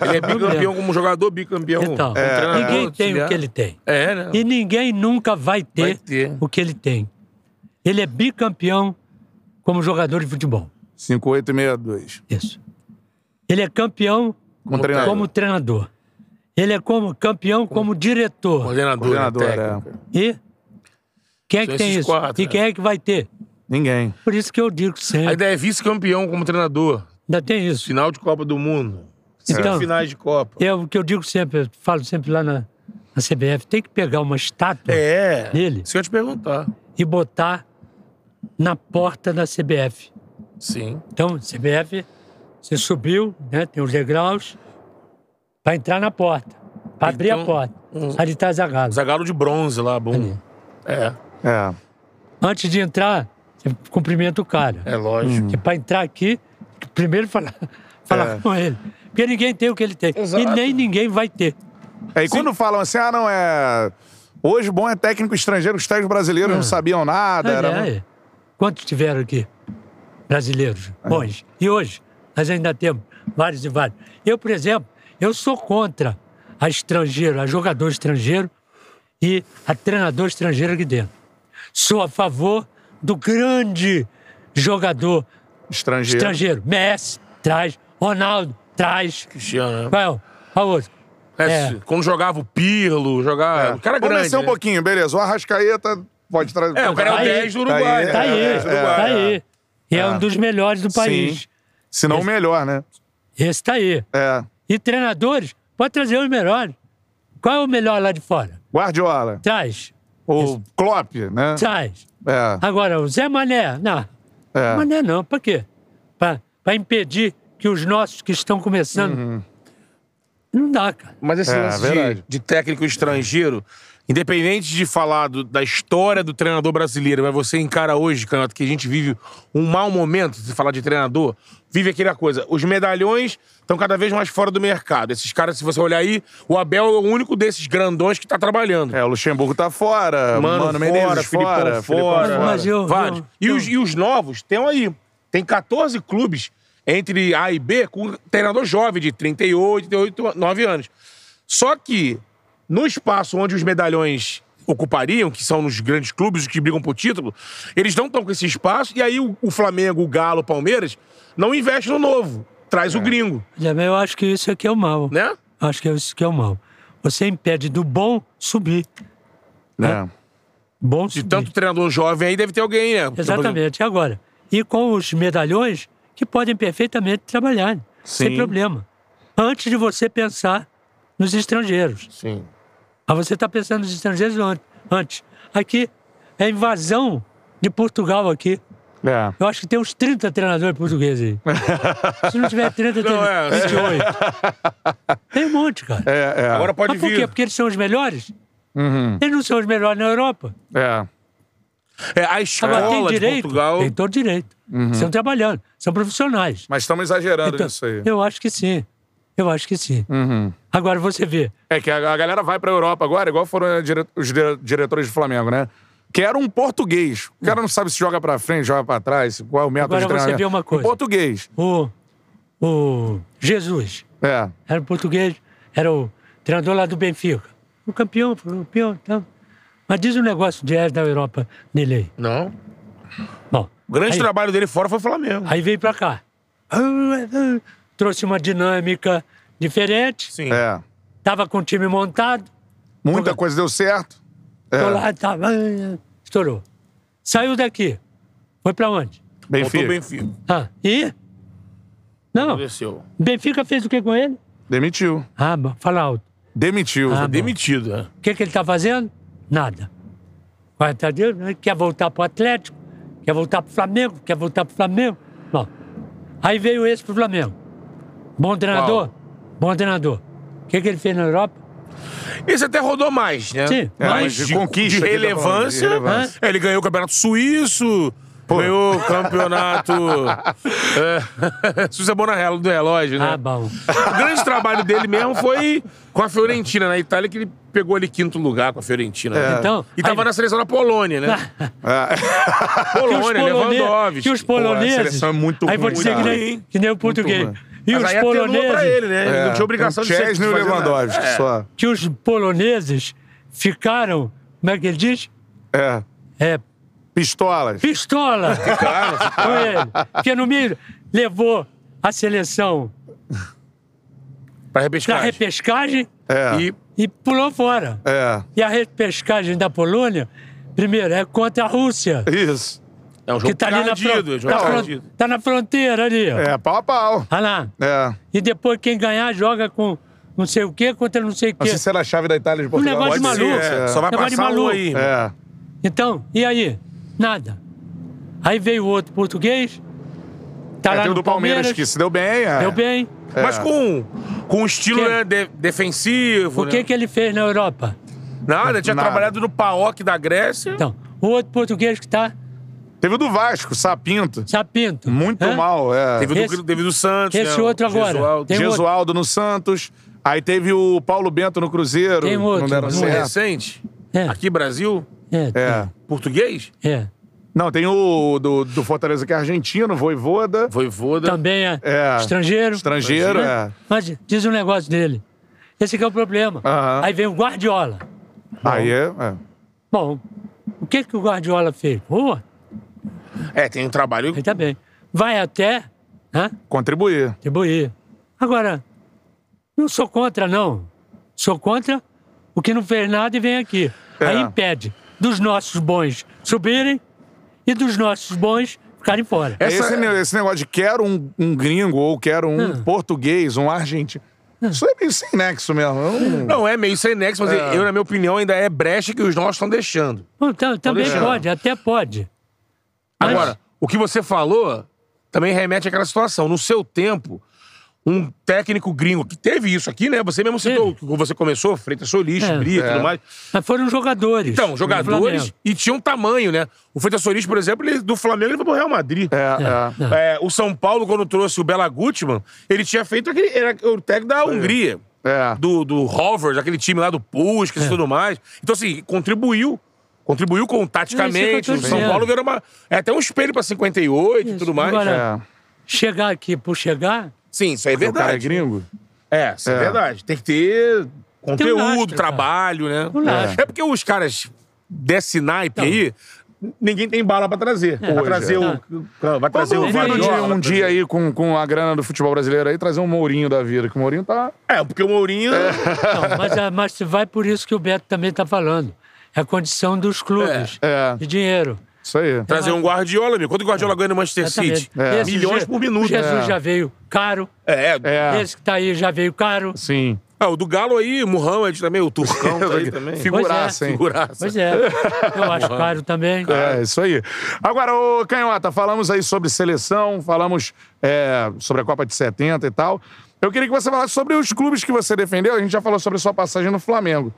Ele é bicampeão
mesmo.
como jogador, bicampeão.
Então,
como
é.
treinador,
ninguém tem o
auxiliar.
que ele tem.
É, né?
E ninguém nunca vai ter,
Vai ter.
o que ele tem. Ele é bicampeão como jogador de futebol.
5862.
Isso. Ele é campeão
Com treinador.
como treinador. Ele é como campeão como diretor.
Coordenador,
Coordenador,
né?
é.
Técnico.
E quem é que
São
tem
esses
isso?
quatro,
e
né?
quem é que vai ter?
Ninguém.
Por isso que eu digo
A
sempre,
ideia é vice-campeão como treinador.
ainda tem isso.
Final de Copa do Mundo. Cinco
Então-
finais de Copa.
É o que eu digo sempre, eu falo sempre lá na, na CBF, tem que pegar uma estátua
É.
Dele?
Isso que eu ia te perguntar.
e botar na porta da CBF.
Sim.
Então, CBF, você subiu, né, tem os degraus, para entrar na porta, para abrir a
Então,
porta.
um-
Ali tá Zagallo.
Zagalo de bronze lá, bom.
Ali.
É,
É.
Antes de entrar, você cumprimenta o cara.
é lógico.
Porque para entrar aqui, primeiro falar, falar
É.
com ele. Porque ninguém tem o que ele tem. E
Exato.
nem ninguém vai ter.
É, e quando falam assim, ah, não, é. Hoje bom é técnico estrangeiro, os técnicos brasileiros não sabiam nada.
Mas
Era...
é, é. Quantos tiveram aqui? Brasileiros.
É.
Bons. E hoje, nós ainda temos vários e vários. Eu, por exemplo, eu sou contra a estrangeiro, a jogador estrangeiro e a treinador estrangeiro aqui dentro. Sou a favor do grande jogador
Estrangeiro.
estrangeiro. Messi, traz. Ronaldo, traz.
Cristiano, né?
Qual? Qual outro?
É,
É.
se- Quando jogava o Pirlo, jogava. O cara é
Vamos
grande.
descer um
né?
pouquinho, beleza. O Arrascaeta pode trazer.
É, o cara é o
Tá aí.
10 do Uruguai.
Tá aí,
né?
Tá aí,
É,
tá aí. E é um dos melhores do país.
Sim. Se não o melhor, né?
Esse tá aí.
É.
E treinadores, pode trazer os melhores. Qual é o melhor lá de fora?
Guardiola.
Traz,
O Klopp, né?
traz.
É.
Agora, o Zé Mané, não.
É.
Mané não, pra quê? Pra, pra impedir que os nossos que estão começando...
Uhum.
Não dá, cara.
Mas esse
É,
lance de,
verdade.
de técnico estrangeiro, independente de falar do- da história do treinador brasileiro, mas você encara hoje, Canhoto, que a gente vive um mau momento, se falar de treinador, vive aquela coisa. Os medalhões estão cada vez mais fora do mercado. Esses caras, se você olhar aí, o Abel é o único desses grandões que tá trabalhando.
É, o Luxemburgo tá fora. Mano,
Mano,
Menezes
fora, Filipão
fora.
fora.
Filipão
Mas eu-
vários.
eu-
e, os, e os novos estão aí. Tem 14 clubes entre A e B com treinador jovem de 38, 38, 9 anos. Só que no espaço onde os medalhões ocupariam, que são nos grandes clubes, os que brigam por título, eles não estão com esse espaço. E aí o, o Flamengo, o Galo, o Palmeiras não investe no novo. Traz o gringo,
Eu acho que isso aqui é o mal.
né?
Acho que isso aqui é o mal. Você impede do bom subir.
É.
Bom
De
subir.
tanto treinador jovem aí, deve ter alguém, né?
Exatamente. Agora, e com os medalhões que podem perfeitamente trabalhar, né?
Sim.
sem problema. Antes de você pensar nos estrangeiros.
Sim.
Mas você está pensando nos estrangeiros an- antes. Aqui é a invasão de Portugal aqui.
É.
Eu acho que tem uns 30 treinadores portugueses aí. Se não tiver 30, tem
Não, é.
28. Tem um monte, cara.
É, é.
Agora pode
Mas por
vir.
quê? Porque eles são os melhores?
Uhum.
Eles não são os melhores na Europa.
É.
É, a
Agora, tem
escola de
direito?
Portugal. Uhum.
Tem todo direito. Estão trabalhando, são profissionais.
Mas estamos exagerando
Então,
nisso aí.
Eu acho que sim. Eu acho que sim.
Uhum.
Agora você vê.
É que a, a galera vai pra Europa agora, igual foram né, dire- os dire- diretores do Flamengo, né? Que era um português. O cara não sabe se joga pra frente, joga pra trás, qual é o método
Agora
de
você
treinamento.
vê uma
Um
coisa.
português.
O, o Jesus
É.
era português, era o treinador lá do Benfica. O campeão, foi o campeão. Tá. Mas diz um negócio de da Europa nele aí.
Não.
Bom,
O grande
aí,
trabalho dele fora foi o Flamengo.
aí veio pra cá. Ah, é, Trouxe uma dinâmica diferente.
Sim.
É.
Tava com o time montado.
Então
Muita coisa deu certo.
Tô tá,
É.
lá, tava. Estourou. Saiu daqui. Foi pra onde?
Voltou
Benfica.
Benfica.
Ah, e? Não.
Desceu.
Benfica fez o que com ele?
Demitiu.
Ah, bom, fala alto.
Demitiu.
Ah, bom.
Demitido, né?
O que, que ele está fazendo? Nada. Vai atrás dele, né? Quer voltar para o Atlético, quer voltar para o Flamengo, quer voltar para o Flamengo. Bom, aí veio esse para o Flamengo. Bom treinador? Bom treinador. O que, que ele fez na Europa?
Esse até rodou mais, né?
Sim.
É,
mas
mas de conquista
De
que ele tá falando, de
relevância. É,
relevância.
é.
Ele ganhou o campeonato suíço. Ganhou o campeonato. é, Suíça Bonarello do relógio, né?
Ah, bom.
O grande trabalho dele mesmo foi com a Fiorentina na Itália, que ele pegou ali quinto lugar com a Fiorentina. né?
Então,
E tava
aí- Ah,
na seleção da Polônia, né? Polônia,
que os polone-
Lewandowski.
Que os
Pô,
poloneses.
a seleção é muito
aí vou
ruim,
dizer que
cara.
nem, que nem o português.
ruim.
E
mas
os
aí apelou pra
poloneses.
ele,
É.
né? Ele não tinha obrigação
o
de ser.
tipo
Chesney e o
fazer nada.
Um Lewandowski
É.
só.
Que os poloneses ficaram, como é que ele diz?
É.
É,
Pistolas.
pistola com ele. Porque no meio levou a seleção da
Pra repescar.
repescagem
É.
E
e pulou fora.
É.
E a repescagem da Polônia, primeiro, é contra a Rússia,
Isso.
é um
Ah. que
jogo
está
Tá
ali na,
perdido, é um
fron-
jogo
na, fron-
perdido.
tá na fronteira ali. ó.
É, pau a pau.
Olha lá.
É.
E depois quem ganhar joga com não sei o quê contra não sei o
Não
quê.
sei se era a chave da Itália de Portugal.
negócio de
Pode ser,
maluco.
é.
Só vai
Negócio de
passar um
maluco.
aí. irmão.
É.
Então, e aí? Nada. Aí veio outro português, tá
É,
lá
tem o
no
do Palmeiras, que se deu bem. É.
deu bem.
Mas com, com um estilo
Que-
né, de-
É.
defensivo.
O que,
né?
que ele fez na Europa?
Nada, tinha
Nada.
trabalhado no PAOC da Grécia.
Então, o outro português que tá,
Teve o do Vasco, Sapinto.
Sapinto.
Muito
hã?
mal, é.
Teve, o
Esse-
do, teve o do Santos.
esse
né, o
outro agora.
Gesualdo.
Tem outro.
Gesualdo no Santos. Aí teve o Paulo Bento no Cruzeiro.
Tem
Não
outro,
deram
não
Um
certo.
recente.
É.
Aqui, Brasil.
É,
É.
Português?
tem- é.
Não, tem o do, do Fortaleza que é argentino, Voivoda.
Voivoda.
Também é,
É.
estrangeiro.
Estrangeiro, é.
Mas diz um negócio dele. Esse que é o problema.
Aham.
Aí vem o Guardiola.
Aí é. é.
Bom, o que, que o Guardiola fez? Pô,
É, tem um trabalho.
ele tá bem. Vai até né,
Contribuir.
atribuir. Agora, não sou contra, não. Sou contra o que não fez nada e vem aqui.
É.
Aí impede dos nossos bons subirem e dos nossos bons ficarem fora.
É
Essa-
Esse, ne- esse negócio de quero um, um gringo ou quero um
Ah.
português, um argentino. Isso é um meio sem nexo mesmo. Eu não-
Não, é meio sem nexo, mas eu, na minha opinião, ainda é brecha que os nossos estão deixando.
Bom, tam- também
deixando.
pode, até pode. Mas-
Agora, o que você falou também remete àquela situação. No seu tempo, um técnico gringo que teve isso aqui, né? Você mesmo citou, que você começou, Freitas Solis,
É.
Brito e
É.
tudo mais.
Mas foram jogadores.
Então,
do
jogadores
Flamengo.
e tinha um tamanho, né? O Freitas Solis, por exemplo, ele- do Flamengo, ele foi pro Real Madrid.
É, é.
É, o São Paulo, quando trouxe o Bela Gutmann, ele tinha feito aquele. Era o técnico da Hungria.
É.
Do, do Hovers, aquele time lá do Puskas
É.
e tudo mais. Então, assim, contribuiu. Contribuiu com
É isso
taticamente.
que eu
o
tô
São
dizendo.
Paulo virou uma. É até um espelho pra 58 e
Isso.
tudo mais.
Agora-
É.
Chegar aqui por chegar,
Sim, isso aí é
O cara é
verdade.
gringo?
É, isso é,
É.
verdade. Tem que ter conteúdo,
um lastro, cara.
trabalho, né?
Um lastro. Então.
É porque os caras desse naipe aí, ninguém tem bala pra trazer. Vai
Hoje,
trazer
é.
o. Vai trazer
Vamos
o
Ele
ver
é
um
Guardiola,
dia,
vai
um
trazer-
dia aí com, com a grana do futebol brasileiro aí, trazer um Mourinho da vida, que o Mourinho tá.
É, porque o Mourinho.
Não, mas, é- mas vai por isso que o Beto também está falando. É a condição dos clubes
É,
de dinheiro.
isso aí.
Trazer um Guardiola, meu. Quanto o Guardiola ganha no Manchester City?
Exatamente.
É.
Esse
Milhões
Je-
por minuto.
O Jesus
É.
já veio caro.
É, é.
É,
Esse que tá aí já veio caro.
sim.
Ah, o do Galo aí, Mohamed também, o Turcão tá aí também.
Figuraça,
Pois
hein?
Figuraça.
Pois é. Eu acho caro também.
É, isso aí. Agora, ô Canhota, falamos aí sobre seleção, falamos é, sobre a Copa de 70 e tal. Eu queria que você falasse sobre os clubes que você defendeu. A gente já falou sobre a sua passagem no Flamengo.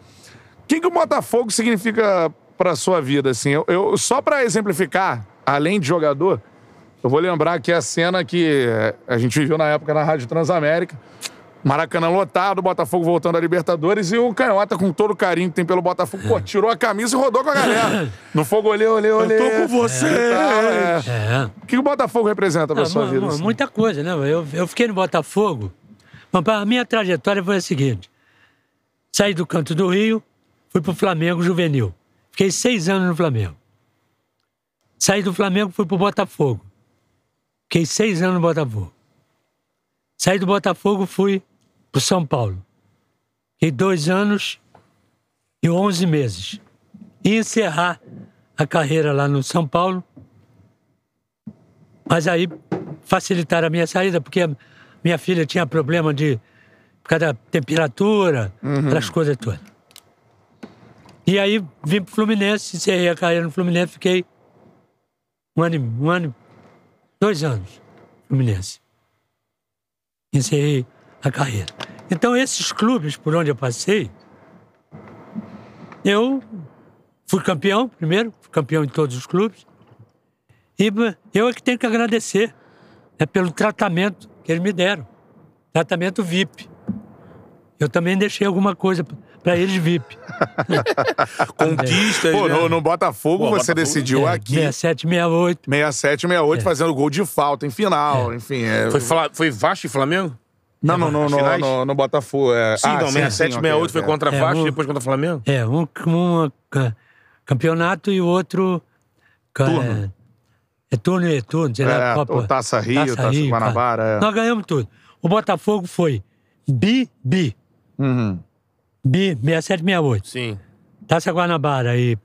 O que, que o Botafogo significa pra sua vida, assim? Eu, eu- só pra exemplificar, além de jogador, eu vou lembrar que a cena que é, a gente viveu na época na Rádio Transamérica. Maracanã lotado, Botafogo voltando à Libertadores e o Canhota, com todo o carinho que tem pelo Botafogo, pô, tirou a camisa e rodou com a galera. No fogo, olhei, olhei, olhei.
tô com você. tá,
É.
É.
O que o Botafogo representa pra
Ah,
sua
mu-
vida?
mu-
assim?
Muita coisa, né? Eu, eu fiquei no Botafogo. Mas a minha trajetória foi a seguinte: saí do canto do Rio, fui pro Flamengo juvenil. Fiquei seis anos no Flamengo. Saí do Flamengo, fui pro Botafogo. Fiquei seis anos no Botafogo. Saí do Botafogo, fui pro São Paulo. Fiquei dois anos e onze meses. E encerrar a carreira lá no São Paulo. Mas aí facilitaram a minha saída, porque a minha filha tinha problema de. por causa da temperatura, aquelas coisas todas. E aí vim pro Fluminense, encerrei a carreira no Fluminense, fiquei um ano, e- um ano, e- dois anos no Fluminense. Encerrei a carreira. Então esses clubes por onde eu passei, eu fui campeão primeiro, fui campeão em todos os clubes. E b- eu é que tenho que agradecer né, pelo tratamento que eles me deram. Tratamento VIP. Eu também deixei alguma coisa para eles VIP.
Conquistas,
Pô,
né?
no, no Botafogo
Pô,
você
Botafogo É.
decidiu
É,
aqui.
67, 68.
67, 68, fazendo gol de falta em final, enfim. é-
Foi, Fla- foi Vasco e Flamengo?
Não, não, não,
As
no,
finais?
no, no Botafogo. É...
Sim,
Ah,
não, 67,
sim, ok,
68 foi
é.
contra
É,
Vasco
um-
e depois contra Flamengo?
É, um, um ca- campeonato e o outro. ca-
Turno.
É, é turno e turno, sei lá,
É,
Copa.
o Taça Rio, Taça Guanabara,
tá.
é.
Nós ganhamos tudo. O Botafogo foi bi, bi,
Uhum.
bi, 67, 68.
Sim.
Taça Guanabara e,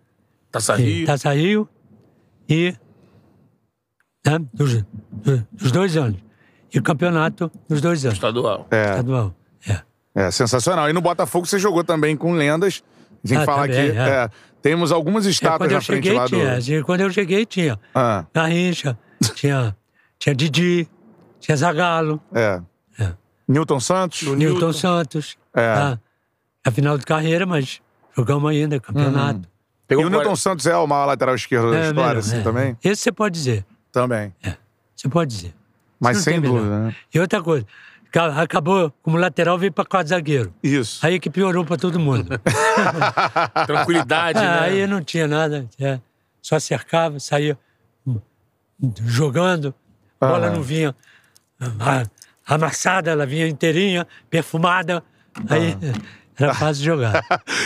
Taça
e
Rio.
Taça Rio Tá, e. né, dos, dos- dos dois anos. E o campeonato dos dois anos.
Estadual.
É,
Estadual. É.
é, sensacional. E no Botafogo você jogou também com lendas. A gente
Ah,
fala
também,
aqui.
é.
é, temos algumas
É,
estátuas
quando
na
eu
frente
cheguei,
lá do.
tinha. assim, Quando eu cheguei, tinha.
Ah,
Garrincha, tinha, tinha Didi, tinha Zagallo,
é.
É.
Newton Santos?
No- Newton.
Newton, Santos.
É.
Tá? É final de carreira, mas jogamos ainda,
Uhum.
campeonato.
e o Newton Santos é o maior lateral esquerdo da
É,
história,
melhor,
assim,
é.
também?
Esse você pode dizer,
Também.
você pode dizer.
Mas
Não
sem
tem melhor.
dúvida, né?
E outra coisa, ca- acabou como lateral, veio pra quadro zagueiro.
Isso.
Aí que piorou pra todo mundo.
Tranquilidade,
Ah,
né?
Aí não tinha nada, é, só cercava, saía hum, jogando, a bola
Aham.
não vinha ah, amassada, ela vinha inteirinha, perfumada, aí
Ah.
eh, era fácil jogar.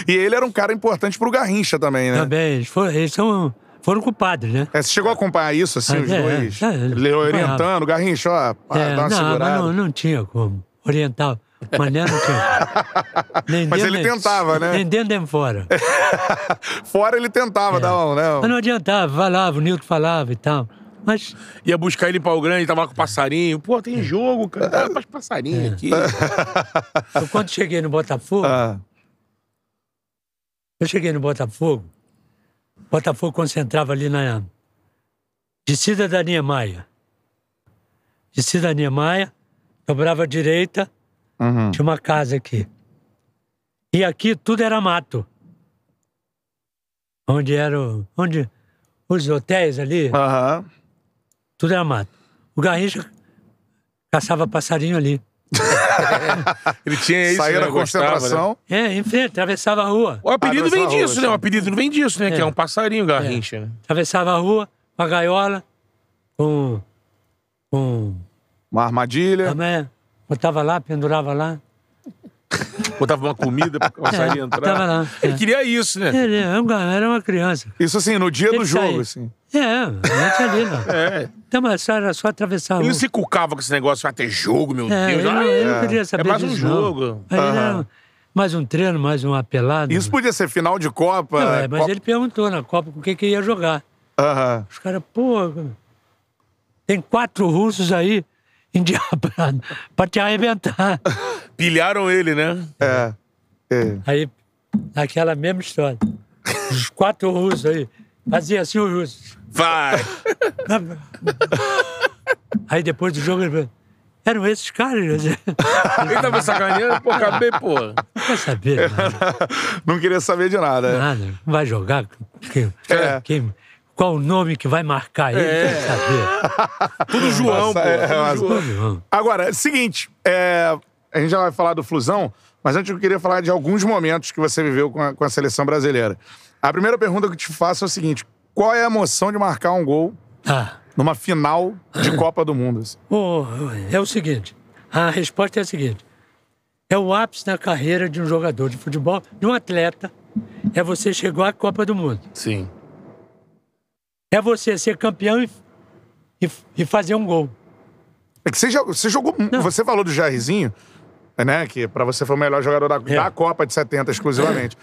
E ele era um cara importante pro Garrincha também, né?
Também, eles foram, eles são, foram culpados, né?
É, você chegou a acompanhar isso, assim,
Ah,
os
é,
dois?
é, é,
Ele orientando, Garrincha, ó, pá,
É,
dá uma
não,
segurada.
mas não, não tinha como orientar. Mané não tinha. Nem
Mas
dentro,
ele
nem-
tentava, né?
Nem dentro, nem fora.
Fora ele tentava dar um, né?
É. Mas não adiantava, falava, o Nilton falava e tal. Mas
Ia buscar ele em pau grande, tava lá com passarinho. Pô, tem jogo, cara. Cara, faz É, passarinho aqui.
eu, quando cheguei no Botafogo,
Ah,
Eu cheguei no Botafogo. Botafogo concentrava ali na descida da Niemeyer. Descida da Niemeyer, dobrava à direita,
uhum.
tinha uma casa aqui. E aqui tudo era mato. Onde eram, onde os hotéis ali,
Aham.
tudo era mato. O Garrincha caçava passarinho ali.
Ele tinha isso,
Saía
né?
da
Gostava, né?
concentração.
É, em frente, atravessava a rua.
O apelido
Ah,
vem
gostava,
disso, né? O apelido não vem disso, né? Que é um passarinho, Garrincha. né?
Atravessava a rua com a gaiola, com, com
Uma armadilha.
Também botava lá, pendurava lá.
Botava uma comida pra passarinho
É,
entrar.
tava lá, é.
Ele queria isso, né?
Ele era um gar- era uma criança.
Isso assim, no dia
Ele
do jogo,
saía.
assim.
É, a gente ali, né?
É.
Então, mas só, era só atravessar a
Ele
rua.
não se cucava com esse negócio, vai ter jogo, meu
É,
Deus.
ele, não-
Ah,
ele
é.
não queria saber
mais um
disso, não.
jogo.
Aí ele
Aham.
era mais um treino, mais uma pelada.
Isso podia ser final de Copa.
Uhum. Não, é, mas
Copa-
ele perguntou na Copa com quem que ia jogar.
Aham.
Os caras, pô, tem quatro russos aí endiabrados pra te arrebentar.
Pilharam ele, né?
É. É.
Aí, aquela mesma história. Os quatro russos aí. Fazia assim os russos.
Vai.
Aí depois do jogo ele falou, eram esses caras? né?"
Ele tava sacaneando, pô, acabei, pô.
Não quer saber nada,
Não queria saber de nada. né?
nada. Não vai jogar. Quem,
É.
quem- qual o nome que vai marcar ele? Não quer saber.
Tudo João, pô.
Nossa, é,
tudo
mas-
João.
Não.
Agora, seguinte, é, a gente já vai falar do Flusão, mas antes eu queria falar de alguns momentos que você viveu com a, com a seleção brasileira. A primeira pergunta que eu te faço é o seguinte: qual é a emoção de marcar um gol
Ah,
numa final de Copa do Mundo? assim?
o- é o seguinte, a resposta é a seguinte. É o ápice da carreira de um jogador de futebol, de um atleta, é você chegar à Copa do Mundo.
Sim.
É você ser campeão e, e, e fazer um gol.
É que você, jo- você jogou. mu- Você falou do Jairzinho, né? Que pra você foi o melhor jogador da, da Copa de 70, exclusivamente.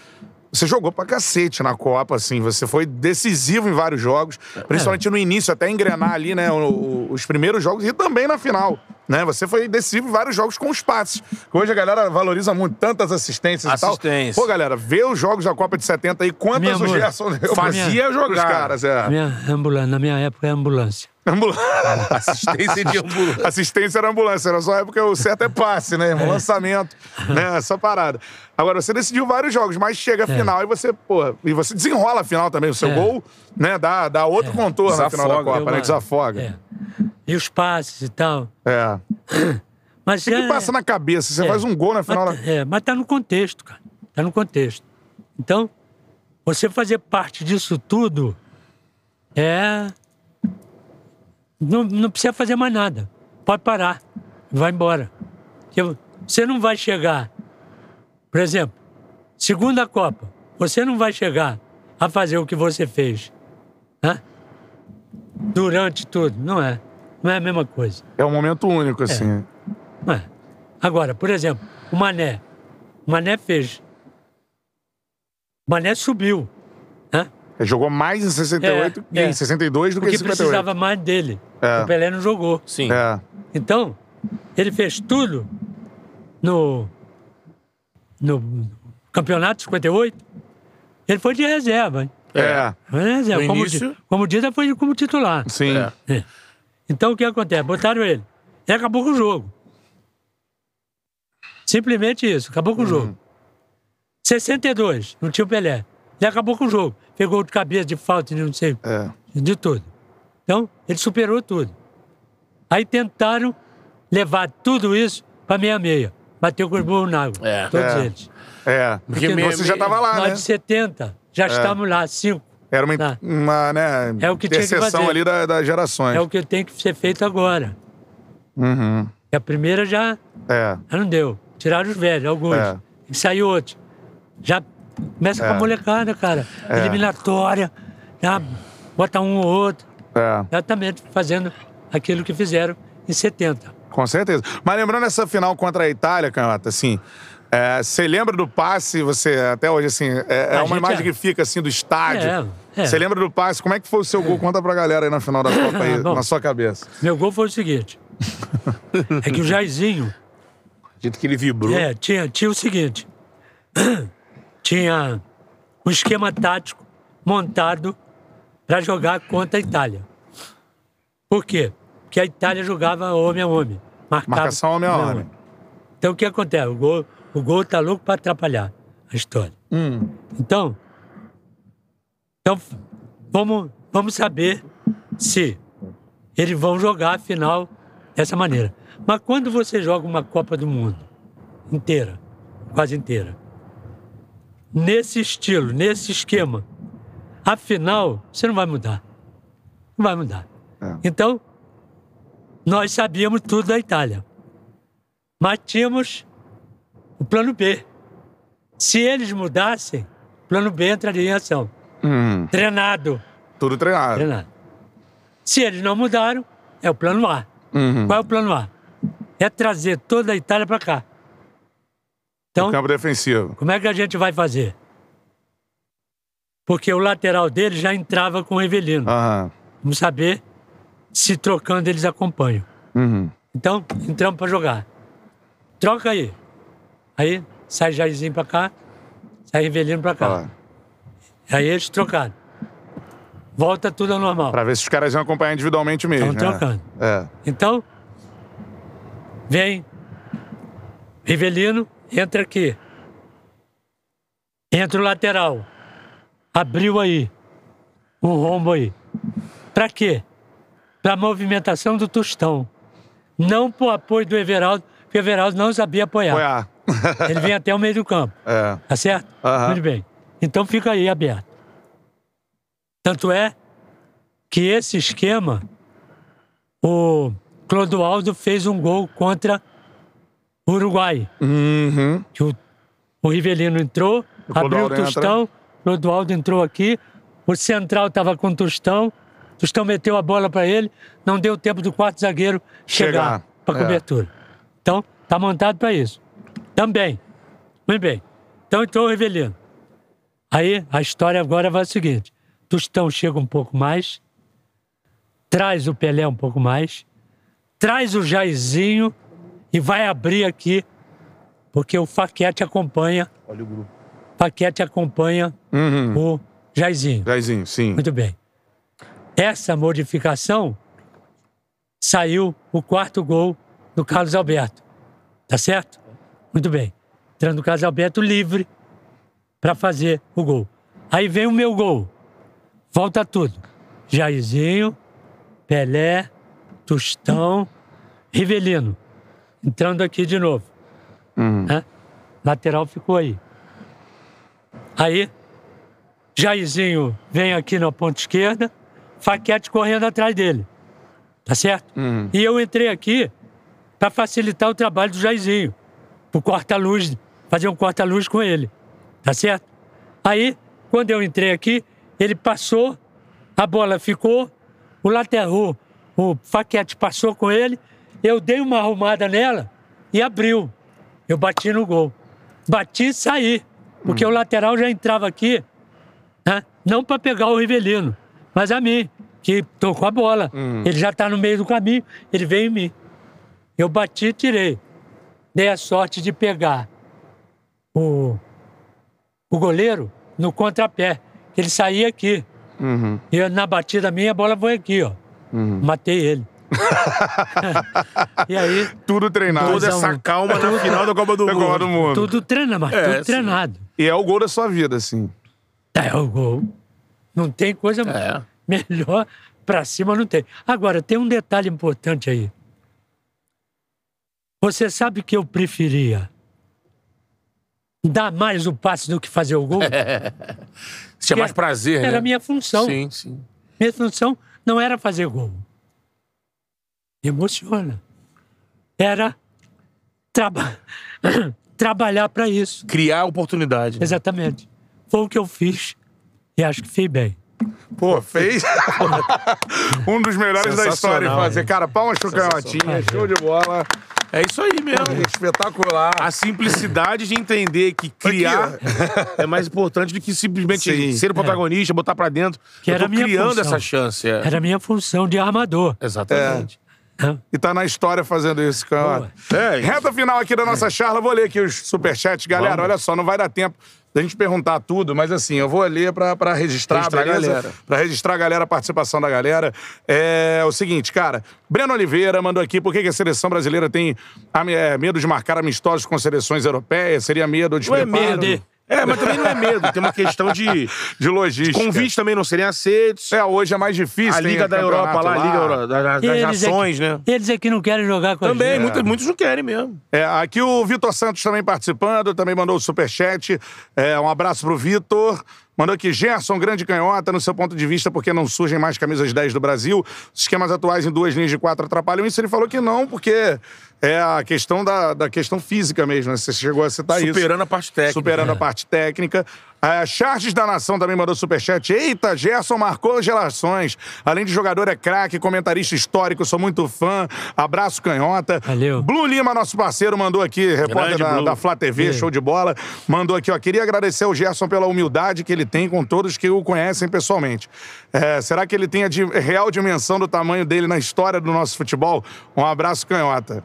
Você jogou pra cacete na Copa, assim. Você foi decisivo em vários jogos, principalmente no início, até engrenar ali, né? o- o- os primeiros jogos e também na final. Né? Você foi decisivo em vários jogos com os passes. Hoje a galera valoriza muito tantas assistências e
Assistência.
tal. Pô, galera, vê os jogos da Copa de 70 aí, quantas
Meu
o
amor,
Gerson deu
fazia
pros-
jogar.
pros caras, é.
Minha ambulância, na minha época é ambulância.
Ambul-
Assistência de ambulância.
Assistência era ambulância, era só época o certo é passe, né? irmão? Lançamento, né? Essa parada. Agora, você decidiu vários jogos, mas chega a final e você, pô, e você desenrola a final também. O seu
É.
gol, né? Dá, dá outro contorno na final da
Desafoga.
Copa, né? Desafoga.
É. E os passes e tal.
É.
Mas
O que, que
é-
passa na cabeça? Você
é.
faz um gol na final
mas,
da.
É, mas tá no contexto, cara. Tá no contexto. Então, você fazer parte disso tudo é. Não, não precisa fazer mais nada. Pode parar. Vai embora. Porque Você não vai chegar. Por exemplo, segunda Copa. Você não vai chegar a fazer o que você fez. Né? Durante tudo. Não é. Não é a mesma coisa.
É um momento único, assim.
Ué, é? Agora, por exemplo, o Mané. O Mané fez. O Mané subiu. Né?
Ele Jogou mais em 68
É,
e em
é.
62 do que em
Porque
58.
precisava mais dele.
É.
O Pelé não jogou.
Sim.
É.
Então, ele fez tudo no, no campeonato 58. Ele foi de reserva. hein?
É.
Foi de reserva.
No
como,
início-
di- como diz, ele foi como titular.
Sim.
É.
É. Então o que acontece? Botaram ele. E acabou com o jogo. Simplesmente isso, acabou com
Uhum.
o jogo. 62, não tinha o Pelé. E acabou com o jogo. Pegou de cabeça, de falta, de não sei,
É.
de tudo. Então, ele superou tudo. Aí tentaram levar tudo isso para meia-meia. Bateu com os burros na água,
É.
todos
É.
eles.
É.
Porque
Porque
meio-
você já tava lá,
Nós
né? É.
de 70, já estávamos lá, cinco.
Era uma,
Tá.
uma né,
É o que tinha que
interseção
fazer.
ali da- das gerações.
É o que tem que ser feito agora.
Uhum.
E a primeira já
É.
Aí Ah, não deu. Tiraram os velhos, alguns.
É.
E saiu outros. Já começa com
É.
a molecada, cara.
É.
Eliminatória. Já bota um ou outro.
É,
Exatamente fazendo aquilo que fizeram em 70.
com certeza. Mas lembrando essa final contra a Itália, Canhota, assim, é, você lembra do passe, você até hoje, assim, é, é
A
uma
gente
imagem
é.
que fica, assim, do estádio.
É, é.
Você lembra do passe? Como é que foi o seu gol? Conta pra galera aí na final da Copa aí,
Ah, bom.
na sua cabeça.
Meu gol foi o seguinte. é que o Jairzinho
Do jeito que ele vibrou.
é, tinha, tinha o seguinte. tinha um esquema tático montado para jogar contra a Itália. Por quê? Porque a Itália jogava homem a homem. Marcava
Marcação homem a homem.
Então o que acontece? O gol, o gol tá louco para atrapalhar a história.
Hum.
Então, então f- vamos, vamos saber se eles vão jogar a final dessa maneira. Mas quando você joga uma Copa do Mundo inteira, quase inteira, nesse estilo, nesse esquema, a final você não vai mudar. Não vai mudar.
É.
Então, nós sabíamos tudo da Itália. Mas tínhamos o plano B. Se eles mudassem, o plano B entraria em ação.
Hum,
Treinado.
tudo treinado.
Treinado. Se eles não mudaram, é o plano A.
Uhum.
Qual é o plano A? É trazer toda a Itália para cá. Então,
No campo defensivo.
como é que a gente vai fazer? Porque o lateral dele já entrava com o Evelino.
Aham.
Vamos saber se trocando eles acompanham.
Uhum.
Então, entramos para jogar. Troca aí. Aí sai Jairzinho para cá, sai Rivelino para cá.
Ó,
Aí eles trocaram. Volta tudo ao normal.
Pra ver se os caras iam acompanhar individualmente mesmo.
Tão
né?
trocando.
É.
Então, vem Rivelino, entra aqui. Entra o lateral. Abriu aí. Um rombo aí. Pra quê? Pra movimentação do Tostão. Não pro apoio do Everaldo, porque o Everaldo não sabia apoiar.
Foi a.
Ele vem até o meio do campo.
É.
Tá certo?
Aham.
Muito bem. Então fica aí aberto. Tanto é que esse esquema, o Clodoaldo fez um gol contra o Uruguai.
Uhum.
Que o, o Rivelino entrou,
O
abriu o
Clodoaldo entra.
Tostão, o Clodoaldo entrou aqui, o Central estava com o Tostão, o Tostão meteu a bola para ele, não deu tempo do quarto zagueiro
Chegar.
chegar, para
É.
cobertura. Então, tá montado para isso. Também. Muito bem. Então entrou o Rivelino. Aí a história agora vai o seguinte: Tostão chega um pouco mais, traz o Pelé um pouco mais, traz o Jairzinho e vai abrir aqui, porque o Faquete acompanha,
Olha o grupo.
Faquete acompanha
Uhum.
o Jairzinho.
Jairzinho, sim.
Muito bem. Essa modificação saiu o quarto gol do Carlos Alberto. Tá certo? Muito bem. Entrando o Carlos Alberto livre para fazer o gol. Aí vem o meu gol. Volta tudo. Jairzinho, Pelé, Tostão, Rivelino. Entrando aqui de novo. né? Lateral ficou aí. Aí Jairzinho vem aqui na ponta esquerda, Faquete correndo atrás dele. Tá certo? E eu entrei aqui para facilitar o trabalho do Jairzinho. Pro corta-luz, fazer um corta-luz com ele. Tá certo? Aí, quando eu entrei aqui, ele passou, a bola ficou, o lateral, o, o Faquete passou com ele, eu dei uma arrumada nela e abriu. Eu bati no gol. Bati e saí. Porque o lateral já entrava aqui né? não para pegar o Rivelino, mas a mim, que tocou a bola. Ele já está no meio do caminho, ele veio em mim. Eu bati e tirei. Dei a sorte de pegar o, o goleiro no contrapé. que Ele saía aqui. E eu, na batida minha, a bola foi aqui, ó. Matei ele. e aí,
Tudo treinado. é
Toda
Dois a
essa
um.
calma na final da Copa do
Da Copa do
Mundo.
Mundo.
tudo treina, mas
É,
tudo
sim.
treinado.
E é o gol da sua vida, assim.
É o gol. Não tem coisa
É.
melhor pra cima, não tem. Agora, tem um detalhe importante aí. Você sabe que eu preferia dar mais o passe do que fazer o gol?
Isso tinha mais prazer, né?
Era a minha função.
Sim, sim.
Minha função não era fazer gol. Me Emociona. Era traba- trabalhar pra isso.
Criar oportunidade.
Exatamente. Foi o que eu fiz e acho que fiz bem.
Pô, fez um dos melhores da história em
Sensacional,
fazer.
hein?
Cara, palmas pro Canhotinha, show de bola,
É isso aí mesmo.
espetacular.
A simplicidade de entender que criar é mais importante do que simplesmente
Sim.
ser o protagonista, botar pra dentro.
Que
Eu
era
tô
a minha
criando
função.
essa chance. é.
Era a minha função de armador.
É
Exatamente.
né?
E tá na história fazendo isso, Canhota.
É, isso.
Reta final aqui da nossa charla, vou ler aqui os superchats. Galera,
Vamos.
olha só, não vai dar tempo da gente perguntar tudo, mas assim, eu vou ler pra, pra registrar,
Registrar a
beleza?
galera.
Pra registrar a galera, a participação da galera. É o seguinte, cara, Breno Oliveira mandou aqui por que que a seleção brasileira tem a- é, medo de marcar amistosos com seleções europeias, seria medo de
Não é medo.
Preparo.
É, mas também não é medo. Tem uma questão de
de logística.
convites também não serem aceitos.
É, hoje é mais difícil.
A
tem
Liga da
campeonato
Europa lá, a Liga Euro- da- da-
E
das
é que-
Nações, né?
Eles é que não querem jogar com a
Também,
gente.
muitos, muitos não querem mesmo.
É, aqui o Vitor Santos também participando, também mandou o superchat. É, um abraço pro Vitor. Mandou aqui, Gerson, grande canhota, no seu ponto de vista, porque não surgem mais camisas 10 do Brasil? Os esquemas atuais em duas linhas de quatro atrapalham isso? Ele falou que não, porque é a questão da, da questão física mesmo, né? Você chegou a citar isso.
Superando a parte técnica.
Superando a parte técnica. A Charges da Nação também mandou superchat. Eita, Gerson marcou gerações. Além de jogador, é craque, comentarista histórico, sou muito fã. Abraço, canhota.
Valeu.
Blue Lima, nosso parceiro, mandou aqui, repórter da,
Blue.
da Flá TV,
É.
show de bola. Mandou aqui, ó. Queria agradecer ao Gerson pela humildade que ele tem com todos que o conhecem pessoalmente. É, será que ele tem a di- real dimensão do tamanho dele na história do nosso futebol? Um abraço, canhota.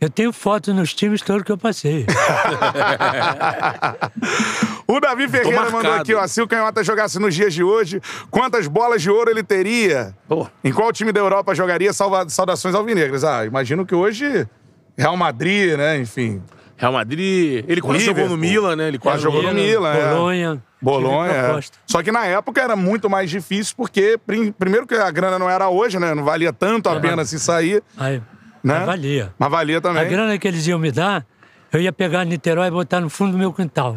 Eu tenho foto nos times todos que eu passei.
O Davi Ferreira
marcado.
mandou aqui, ó. Se o Canhota jogasse nos dias de hoje, quantas bolas de ouro ele teria?
Pô.
Em qual time da Europa jogaria? Salva- Saudações alvinegras. Ah, imagino que hoje. Real Madrid, né? Enfim.
Real Madrid. Ele quase
Liverpool.
jogou no Milan, né? Ele
Quase
quase
jogou no Milan, é.
Bolonha.
Bolonha.
tive
é.
proposta.
Só que na época era muito mais difícil, porque, prim- primeiro, que a grana não era hoje, né? Não valia tanto a pena se sair,
Aí,
né?
mas valia.
Mas valia
A
também.
grana que eles iam me dar, eu ia pegar Niterói e botar no fundo do meu quintal.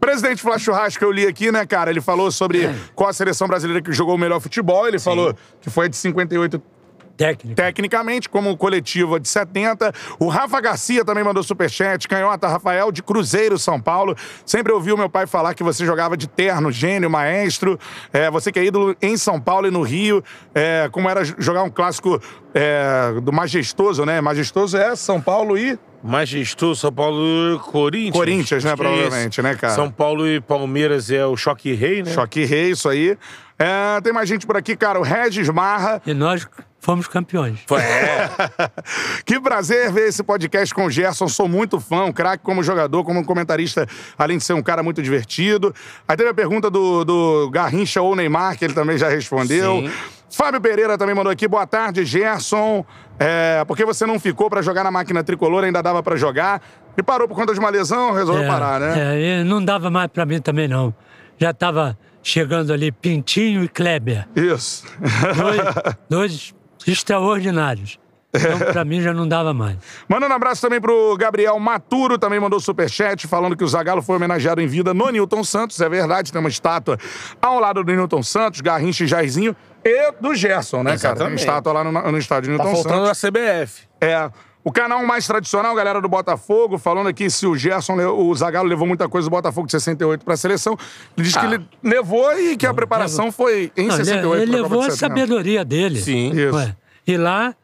Presidente Flá Churrasco, eu li aqui, né, cara? Ele falou sobre qual a seleção brasileira que jogou o melhor futebol. Ele falou que foi a de 58
Técnica.
Tecnicamente, como o coletivo de 70. O Rafa Garcia também mandou superchat. Canhota Rafael, de Cruzeiro, São Paulo. Sempre ouvi o meu pai falar que você jogava de terno, gênio, maestro. É, você que é ídolo em São Paulo e no Rio. É, como era jogar um clássico é, do Majestoso, né? Majestoso é São Paulo e...
Majestoso, São Paulo e Corinthians.
Corinthians, né,
Acho que é
provavelmente,
esse.
né, cara?
São Paulo e Palmeiras é o choque rei, né?
Choque Rei, isso aí. É, tem mais gente por aqui, cara. O Regis Marra.
E nós fomos campeões.
Foi, é.
que prazer ver esse podcast com o Gerson. Sou muito fã, um craque como jogador, como comentarista, além de ser um cara muito divertido. Aí teve a pergunta do, do Garrincha ou Neymar, que ele também já respondeu.
Sim.
Fábio Pereira também mandou aqui. Boa tarde, Gerson. É, por que você não ficou pra jogar na máquina tricolor? Ainda dava pra jogar. E parou por conta de uma lesão, resolveu
É,
parar, né?
é, e não dava mais pra mim também, não. Já tava chegando ali Pintinho e Kleber.
Isso.
Dois, dois extraordinários. Então, pra mim, já não dava mais.
Mandando um abraço também pro Gabriel Maturo, também mandou superchat, falando que o Zagallo foi homenageado em vida no Newton Santos. É verdade, tem uma estátua ao lado do Newton Santos, Garrincha e Jairzinho, e do Gerson, né, cara? Tem uma
Exatamente.
estátua lá no, no estádio
Tá
Newton Santos.
faltando a CBF.
É. O canal mais tradicional, galera do Botafogo, falando aqui se o Gerson, le- o Zagallo levou muita coisa do Botafogo de 68 pra seleção. Ele diz que
Ah.
ele levou e que a preparação foi em
Não, ele- é-
68
ele
é pra Copa
levou
de 70.
a sabedoria dele.
Sim.
Isso.
Ué, e lá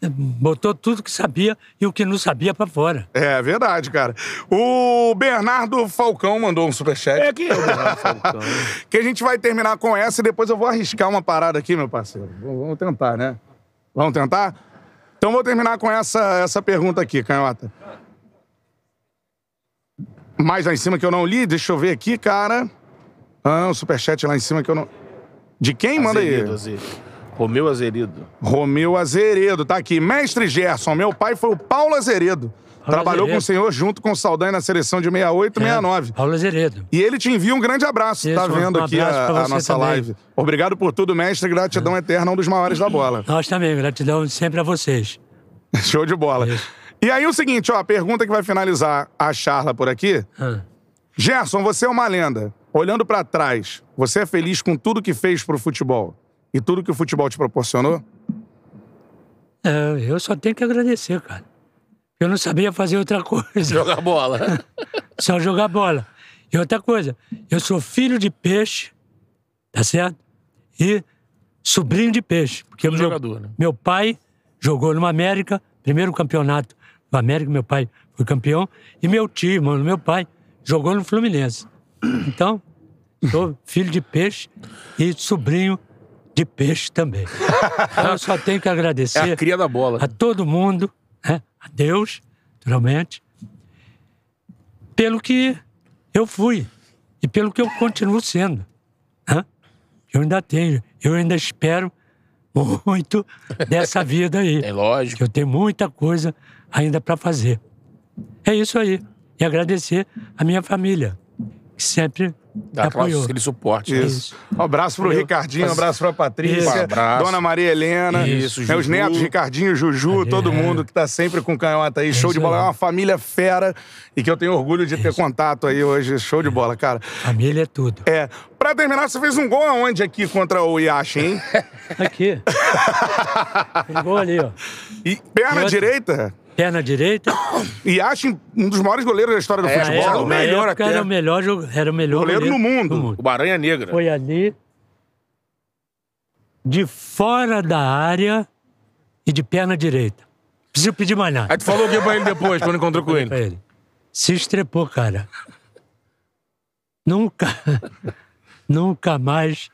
eh, botou tudo que sabia e o que não sabia pra fora.
É verdade, cara. O Bernardo Falcão mandou um superchat.
É que eu, Bernardo Falcão.
Que a gente vai terminar com essa e depois eu vou arriscar uma parada aqui, meu parceiro. V- Vamos tentar, né? Vamos tentar? Então vou terminar com essa, essa pergunta aqui, canhota. Mais lá em cima que eu não li, deixa eu ver aqui, cara. Ah, o superchat lá em cima que eu não. De quem manda aí?
Azerido, Azerido. Romeu Azerido.
Romeu Azeredo, tá aqui. Mestre Gerson, meu pai foi o Paulo Azeredo.
Paulo
Trabalhou com
Azeredo. É.
o senhor junto com o Saldanha na seleção de 68 e 69.
Né? Paulo Azeredo.
E ele te envia um grande abraço.
Isso,
tá
um
vendo aqui
abraço
a,
pra
a
você
nossa
também.
live. Obrigado por tudo, mestre. Gratidão eterna, um dos maiores da bola.
Nós também, gratidão sempre a vocês.
Show de bola.
Isso.
E aí, o seguinte, ó, a pergunta que vai finalizar a charla por aqui.
Ah,
Gerson, você é uma lenda. Olhando pra trás, você é feliz com tudo que fez pro futebol e tudo que o futebol te proporcionou?
é, eu só tenho que agradecer, cara. Eu não sabia fazer outra coisa,
Joga bola.
só jogar bola. E outra coisa, eu sou filho de peixe, tá certo? E sobrinho de peixe. Porque
Tudo
meu,
jogador, né?
meu pai jogou no América, primeiro campeonato do América, meu pai foi campeão. E meu tio, mano, meu pai, jogou no Fluminense. Então, sou filho de peixe e sobrinho de peixe também. Então, eu só tenho que
É a
agradecer
cria da bola.
a todo mundo, né? a Deus, naturalmente, pelo que eu fui e pelo que eu continuo sendo. né? Eu ainda tenho, eu ainda espero muito dessa vida aí.
É lógico.
que eu tenho muita coisa ainda para fazer. É isso aí. E agradecer a minha família, que sempre me
Dá
apoiou.
aquele suporte. né?
Isso. Um abraço pro
Valeu.
Ricardinho, um abraço pra Patrícia,
Isso. Um
abraço.
Dona Maria Helena,
Isso,
né,
Juju.
os netos, Ricardinho, Juju,
Valeu.
todo mundo que tá sempre com canhota aí, show de
isso
bola.
aí.
É uma família fera e que eu tenho orgulho de ter contato aí hoje, show de bola, cara.
Família é tudo.
É, pra terminar, você fez um gol aonde aqui contra o Yashin, hein?
Aqui. Um Gol ali, ó.
E perna
Outro.
direita,
Perna direita.
Yashin, um dos maiores goleiros da história do
É,
Na época-
era o
futebol.
na
melhor
época
até.
Era o melhor, jogo- era o melhor
Goleiro no mundo.
O Baranha Negra.
Foi ali, de fora da área e de perna direita. Preciso pedir mais nada
Aí tu falou o que pra ele depois, quando encontrou com
pra
ele?
ele. Se estrepou, cara. Nunca, nunca mais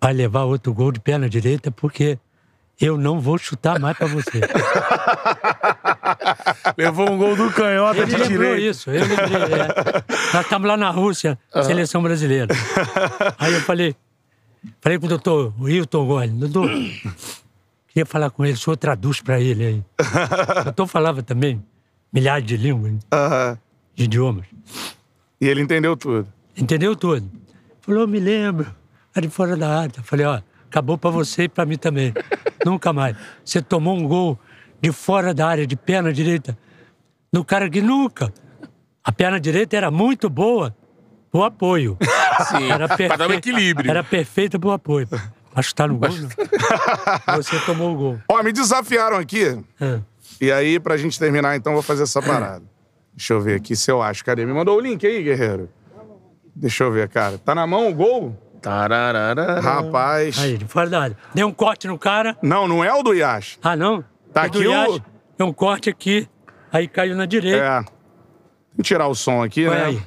vai levar outro gol de perna direita, porque eu não vou chutar mais pra você.
Levou um gol do canhota
Ele
de
lembrou
direito.
isso, eu lembrei. É. Nós estamos lá na Rússia, seleção brasileira. Aí eu falei, falei com o doutor Hilton Gomes, doutor, queria falar com ele, o senhor traduz para ele aí. O doutor falava também milhares de línguas,
Aham.
de idiomas.
E ele entendeu tudo.
Entendeu tudo? Falou, me lembro, era de fora da área. Falei, ó, acabou pra você e pra mim também. Nunca mais. Você tomou um gol de fora da área, de perna direita, no cara que nunca. A perna direita era muito boa pro apoio.
Sim,
Era
pra dar um
perfeita-
equilíbrio.
Era perfeita pro apoio. Acho que tá no gol, né? Você tomou o gol.
Ó, me desafiaram aqui.
Ah,
E aí, pra gente terminar, então, eu vou fazer essa parada. Deixa eu ver aqui se eu acho. Cadê? Me mandou o link aí, guerreiro. Deixa eu ver, cara. Tá na mão o gol?
Tararara.
Rapaz.
Aí, ele fora da área. Dei um corte no cara.
Não, não é o do Yash.
Ah, não?
Tá
O do
aqui o-
Iago, Deu um corte aqui. Aí caiu na direita.
É. Vou tirar o som aqui,
Vai
né?
aí.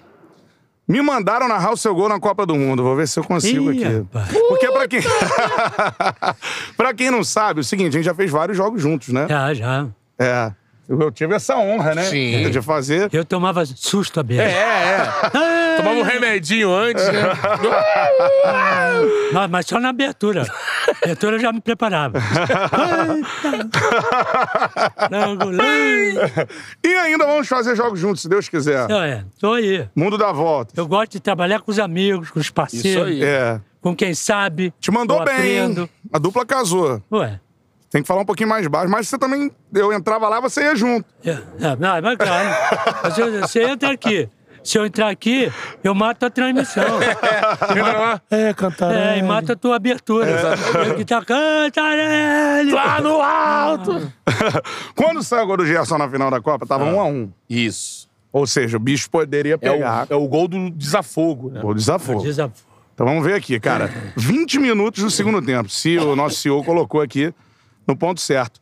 Me mandaram narrar o seu gol na Copa do Mundo. Vou ver se eu consigo
Ih,
aqui.
rapaz.
Porque pra quem... pra quem não sabe, é o seguinte, a gente já fez vários jogos juntos, né?
Já, já.
É. Eu eu tive essa honra, né?
Sim.
De fazer.
Eu tomava susto aberto.
É, é. Tomava um remedinho antes, né?
Mas, mas só na abertura. abertura eu já me preparava. Eita. Não, goleiro.
E ainda vamos fazer jogos juntos, se Deus quiser.
Não, é, tô aí.
Mundo da volta.
Eu gosto de trabalhar com os amigos, com os
Isso
parceiros,
aí.
É.
com quem sabe.
Te mandou
eu
bem.
Aprendo.
hein? A dupla casou.
Ué.
Tem que falar um pouquinho mais baixo. Mas você também. Eu entrava lá, você ia junto.
É, é, não, mas claro. Mas eu- você entra aqui. Se eu entrar aqui, eu mato a transmissão.
Entra lá. É, cantar.
É, e mata a tua abertura. É. Que tá Cantarelli!
Lá Tá no alto.
Quando saiu o gol do Gerson na final da Copa, tava um a um.
Isso.
Ou seja, o bicho poderia
Ah. É o,
pegar.
é o gol do desafogo, né?
Gol de desafogo.
Desafio.
Então vamos ver aqui, cara. 20 minutos do segundo tempo. Se o nosso CEO colocou aqui no ponto certo.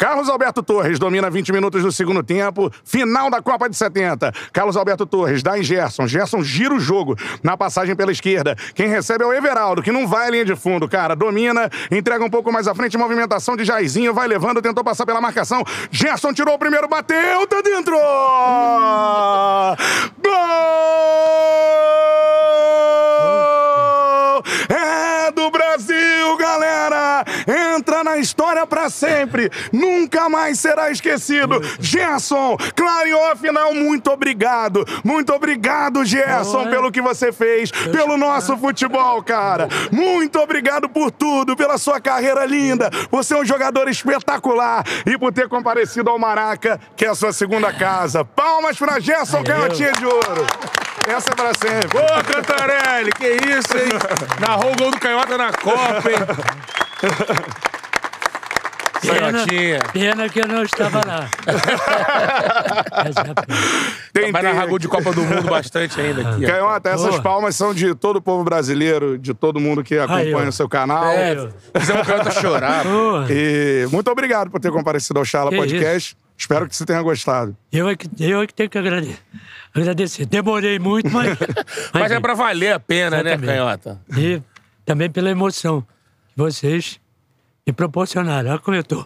Carlos Alberto Torres domina 20 minutos do segundo tempo, final da Copa de 70. Carlos Alberto Torres dá em Gerson. Gerson gira o jogo na passagem pela esquerda. Quem recebe é o Everaldo, que não vai à linha de fundo, cara. Domina, entrega um pouco mais à frente, movimentação de Jairzinho, vai levando, tentou passar pela marcação. Gerson tirou o primeiro, bateu, tá dentro! Gol! É do Brasil, galera! Entra na história pra sempre! Nunca mais será esquecido! Gerson, clareou a final, muito obrigado! Muito obrigado, Gerson,
Olha.
pelo que você fez, pelo nosso futebol, cara! Muito obrigado por tudo, pela sua carreira linda! Você é um jogador espetacular e por ter comparecido ao Maraca, que é a sua segunda casa. Palmas pra Gerson
Valeu.
Canhotinha de Ouro! Essa é pra sempre!
Ô, Cantarelli, que isso, hein? Narrou o gol do Canhota na Copa, hein?
Pena,
Canhotinha.
pena que eu não estava lá. Essa é a pena.
Vai
Tentei
narrar gol de Copa do Mundo bastante ainda aqui. ó.
Canhota, essas
Boa.
é palmas são de todo o povo brasileiro, de todo mundo que acompanha
ó.
o seu canal.
É.
Fizemos o Canhota um chorar.
Pô,
E muito obrigado por ter comparecido ao Charla
Que
Podcast. Espero que você tenha gostado.
eu, é que, eu é que tenho que agrade- agradecer. Demorei muito, mas.
Mas é pra valer a pena, né,
Exatamente.
Canhota?
E também pela emoção que vocês me proporcionaram. Olha como eu tô.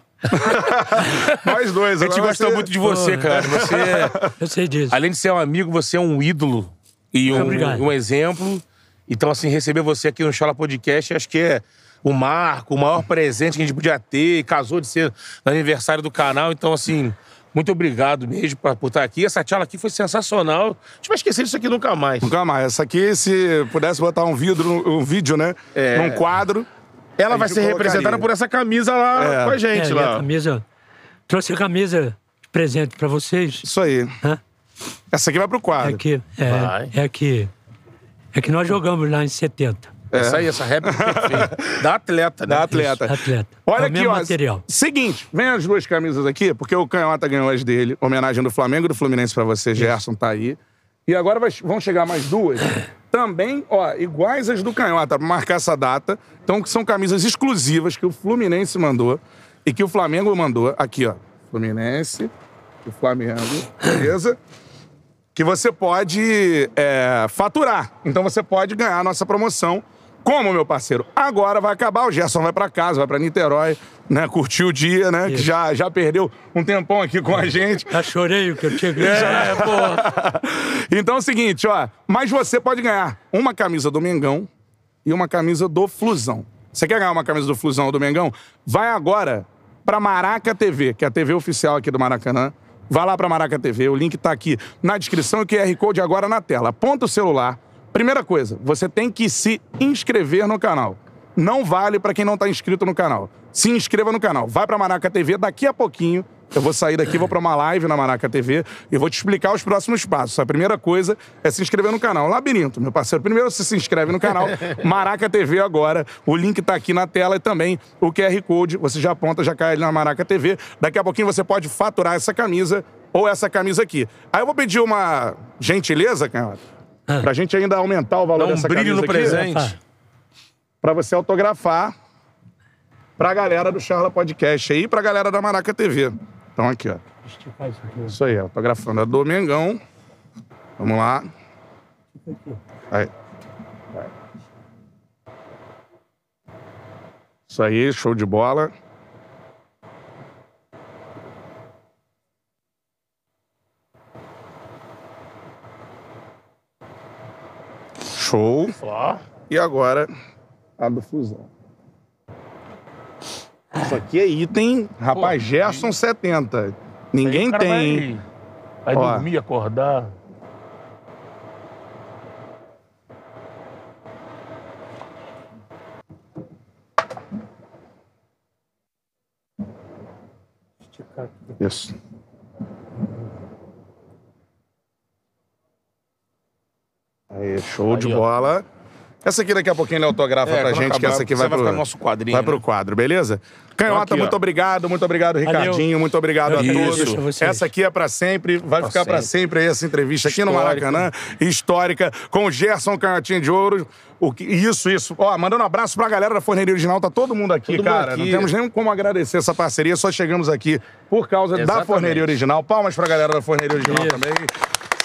Nós dois,
A gente gosta muito de você,
Pô.
cara. Você, é
Eu sei disso.
além de ser um amigo, você é um ídolo e um,
Obrigado.
e um exemplo. Então, assim, receber você aqui no Chola Podcast, acho que é o marco, o maior presente que a gente podia ter. E casou de ser no aniversário do canal. Então, assim, muito obrigado mesmo pra- por estar aqui. Essa tela aqui foi sensacional. A gente vai esquecer disso aqui nunca mais.
Nunca mais. Essa aqui, se pudesse botar um, vidro, um vídeo, né?
É.
Num quadro.
Ela
A
vai
gente
ser representada
colocaria.
por essa camisa lá
É.
com a
É,
gente.
e a
lá.
camisa. Trouxe a camisa de presente pra vocês.
Isso aí.
Hã?
Essa aqui vai pro
É
quadro.
que,
Vai.
é, é que. É que nós jogamos lá em 70.
Essa aí, essa réplica perfeita. Da atleta, né?
Da atleta.
Atleta.
Olha
é o
aqui,
mesmo
ó.
material.
Seguinte, vem as duas camisas aqui, porque o Canhota ganhou as dele. Homenagem do Flamengo e do Fluminense pra você, Gerson tá aí. E agora vai- vão chegar mais duas. Também, ó, iguais as do Canhota, pra marcar essa data. Então, que são camisas exclusivas que o Fluminense mandou e que o Flamengo mandou. Aqui, ó. Fluminense e Flamengo. Beleza? que você pode é, faturar. Então você pode ganhar a nossa promoção. Como, meu parceiro? Agora vai acabar, o Gerson vai pra casa, vai pra Niterói, né? Curtir o dia, né? Que
Isso.
já, já perdeu um tempão aqui com a gente.
Já chorei o que eu tinha que é, pô.
Então é o seguinte, ó. Mas você pode ganhar uma camisa do Mengão e uma camisa do Flusão. Você quer ganhar uma camisa do Flusão ou do Mengão? Vai agora pra Maraca TV, que é a TV oficial aqui do Maracanã. Vai lá pra Maraca TV, o link tá aqui na descrição e o QR Code agora na tela. Aponta o celular. Primeira coisa, você tem que se inscrever no canal não vale pra quem não tá inscrito no canal. Se inscreva no canal. Vai pra Maraca TV, daqui a pouquinho Eu vou sair daqui, vou pra uma live na Maraca TV e vou te explicar os próximos passos. A primeira coisa é se inscrever no canal. Labirinto, meu parceiro. Primeiro você se inscreve no canal Maraca TV agora. O link tá aqui na tela e também o QR Code. Você já aponta, já cai ali na Maraca TV. Daqui a pouquinho você pode faturar essa camisa ou essa camisa aqui. Aí eu vou pedir uma gentileza, cara, pra gente ainda aumentar o valor
Ah. Dá um
dessa
brilho
camisa
no
aqui.
presente.
Rapaz,
Pra você autografar pra galera do Charla Podcast aí e pra galera da Maraca TV. Então aqui, ó.
deixa eu fazer isso aqui.
Isso aí, autografando a do Mengão. Vamos lá. Aí. Vai. Isso aí, show de bola. Show. E agora, a do Fusão. Isso aqui é item, rapaz, Gerson 70. Ninguém
Aí o cara
tem. hein?
Vai, vai
Ó.
dormir, acordar.
Isso. Aí, show de
ó.
bola. Essa aqui daqui a pouquinho ele autografa pra
quando
gente, que
acabar,
essa aqui
você
vai pro,
ficar no nosso quadrinho. né?
vai pro quadro, beleza? Canhota,
Aqui, ó.
muito obrigado, muito obrigado, Ricardinho, muito obrigado a
Eu que
todos.
agradeço a vocês.
Essa aqui é pra sempre, vai ficar pra sempre aí essa entrevista aqui no
Histórica.
Maracanã, histórica, com o Gerson Canhotinho de Ouro. O que, isso, isso. Ó, mandando um abraço pra galera da Forneria Original, tá todo mundo aqui,
Todo mundo
cara.
aqui.
Não temos nem como agradecer essa parceria, só chegamos aqui por causa da
Exatamente.
Forneria Original. Palmas pra galera da Forneria Original
Isso.
também.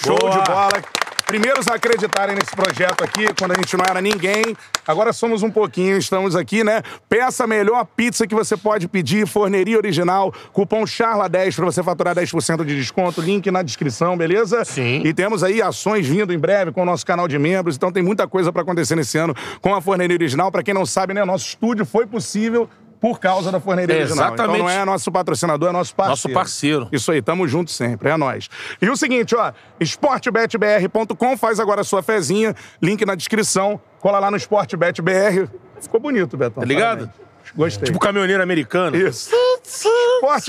Show
Boa.
de bola. Primeiros a acreditarem nesse projeto aqui, quando a gente não era ninguém. Agora somos um pouquinho, estamos aqui, né? Peça a melhor pizza que você pode pedir, forneria original, cupom CHARLA10 pra você faturar 10% de desconto, link na descrição, beleza?
Sim.
E temos aí ações vindo em breve com o nosso canal de membros, então tem muita coisa pra acontecer nesse ano com a forneria original. Pra quem não sabe, né, nosso estúdio foi possível por causa da forneria original. Então
Exatamente.
não é nosso patrocinador, é nosso parceiro.
Nosso parceiro.
Isso aí, tamo junto sempre, é nóis. E o seguinte, ó, esportebetbr.com, faz agora a sua fezinha, link na descrição, cola lá no esportebetbr. Ficou bonito, Betão.
Tá ligado?
parabéns. Gostei.
Tipo caminhoneiro americano.
Isso.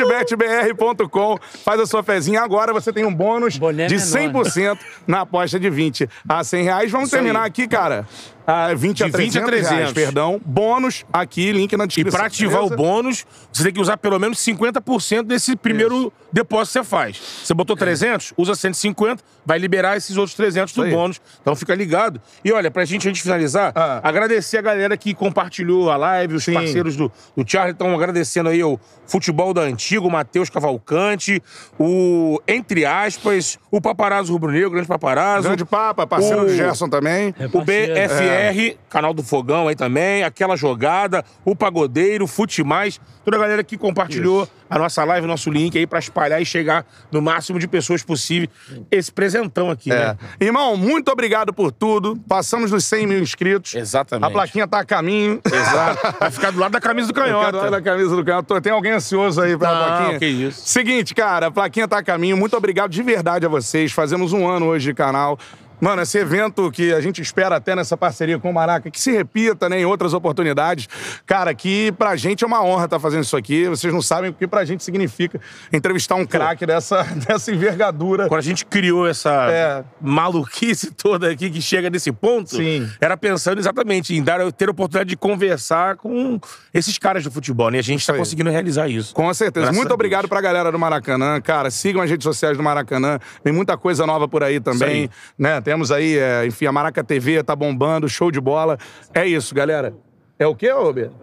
Esportebetbr.com, faz a sua fezinha agora, você tem um bônus
Boné
de
menor.
100% na aposta de 20 a 100 reais. Vamos terminar aqui, cara. A 20 a
De 20
300,
a 300.
reais, perdão. Bônus aqui, link na
E
descrição.
pra ativar
beleza?
o bônus, você tem que usar pelo menos 50% desse primeiro depósito que você faz. Você botou
É.
300, usa 150, vai liberar esses outros 300 do
Isso aí.
bônus. Então fica ligado. E olha, pra gente, a gente finalizar,
Ah.
agradecer a galera que compartilhou a live, os
Sim.
parceiros do, do Charlie estão agradecendo aí o Futebol da Antigo, o Matheus Cavalcante, o, entre aspas, o Paparazzo Rubro Negro, grande Paparazzo.
Grande Papa, parceiro
O-
do Gerson também.
É
O
parceiro.
BFR, canal do Fogão aí também, aquela jogada, o Pagodeiro, o Fute Mais, toda a galera que compartilhou a nossa live, o nosso link aí pra espalhar e chegar no máximo de pessoas possível esse presentão aqui,
É.
né?
Irmão, muito obrigado por tudo. Passamos dos 100 mil inscritos.
Exatamente.
A plaquinha tá a caminho. Exato.
Vai ficar do lado da camisa do canhota.
Cada hora da camisa do canhota. Tô- Tem alguém ansioso aí pra
Não,
plaquinha?
que isso.
Seguinte, cara, a plaquinha tá a caminho. Muito obrigado de verdade a vocês. Fazemos um ano hoje de canal. Mano, esse evento que a gente espera até nessa parceria com o Maraca, que se repita né, em outras oportunidades. Cara, que pra gente é uma honra estar fazendo isso aqui. Vocês não sabem o que pra gente significa entrevistar um craque dessa, dessa envergadura.
Quando a gente criou essa
É.
maluquice toda aqui que chega nesse ponto,
Sim.
era pensando exatamente em dar, ter a oportunidade de conversar com esses caras do futebol, né? E a gente tá
aí.
conseguindo realizar isso.
Com certeza.
Graças a
Muito
Deus.
obrigado pra galera do Maracanã. Cara, sigam as redes sociais do Maracanã. Tem muita coisa nova por aí também.
aí.
Né? Temos aí, é, enfim, a Maraca TV tá bombando, show de bola. É isso, galera. É o quê, Roberto?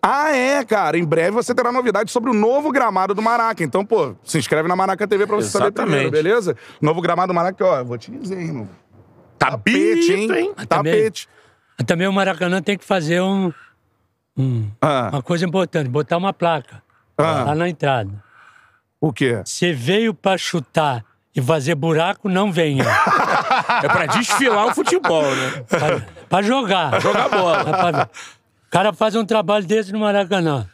Ah, é, cara. Em breve você terá novidades sobre o novo gramado do Maraca. Então, pô, se inscreve na Maraca TV pra você saber primeiro,
Exatamente.
beleza? Novo gramado do Maraca, ó, eu vou te dizer, irmão.
Tá
Tapete,
bonito,
hein?
também.
Tapete.
Também o Maracanã tem que fazer um, um-
Ah,
uma coisa importante, botar uma placa
Ah.
lá na entrada.
o quê?
Você veio pra chutar e fazer buraco, não venha.
É pra desfilar o futebol, né?
Pra, pra jogar.
Jogar bola.
É pra- O cara faz um trabalho desse no Maracanã.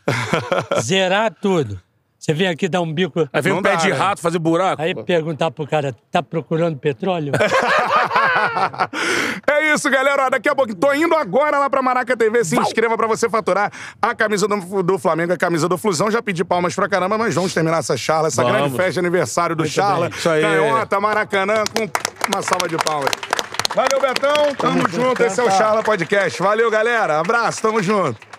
Zerar tudo. Você vem aqui dar um bico,
Aí vem
Não
um pé
dá,
de
né?
rato fazer buraco.
aí perguntar pro cara, tá procurando petróleo?
É isso, galera. Ó, Daqui a pouco. Tô indo agora lá pra Maraca TV. Se inscreva pra você faturar a camisa do, do Flamengo, a camisa do Flusão. Já pedi palmas pra caramba, mas vamos terminar essa charla, essa
Vamos.
grande festa de aniversário do Charla.
bem. Isso aí.
Canhota, Maracanã, com uma salva de palmas. Valeu, Betão. Tamo junto. Esse é o Charla Podcast. Valeu, galera. Abraço. Tamo junto.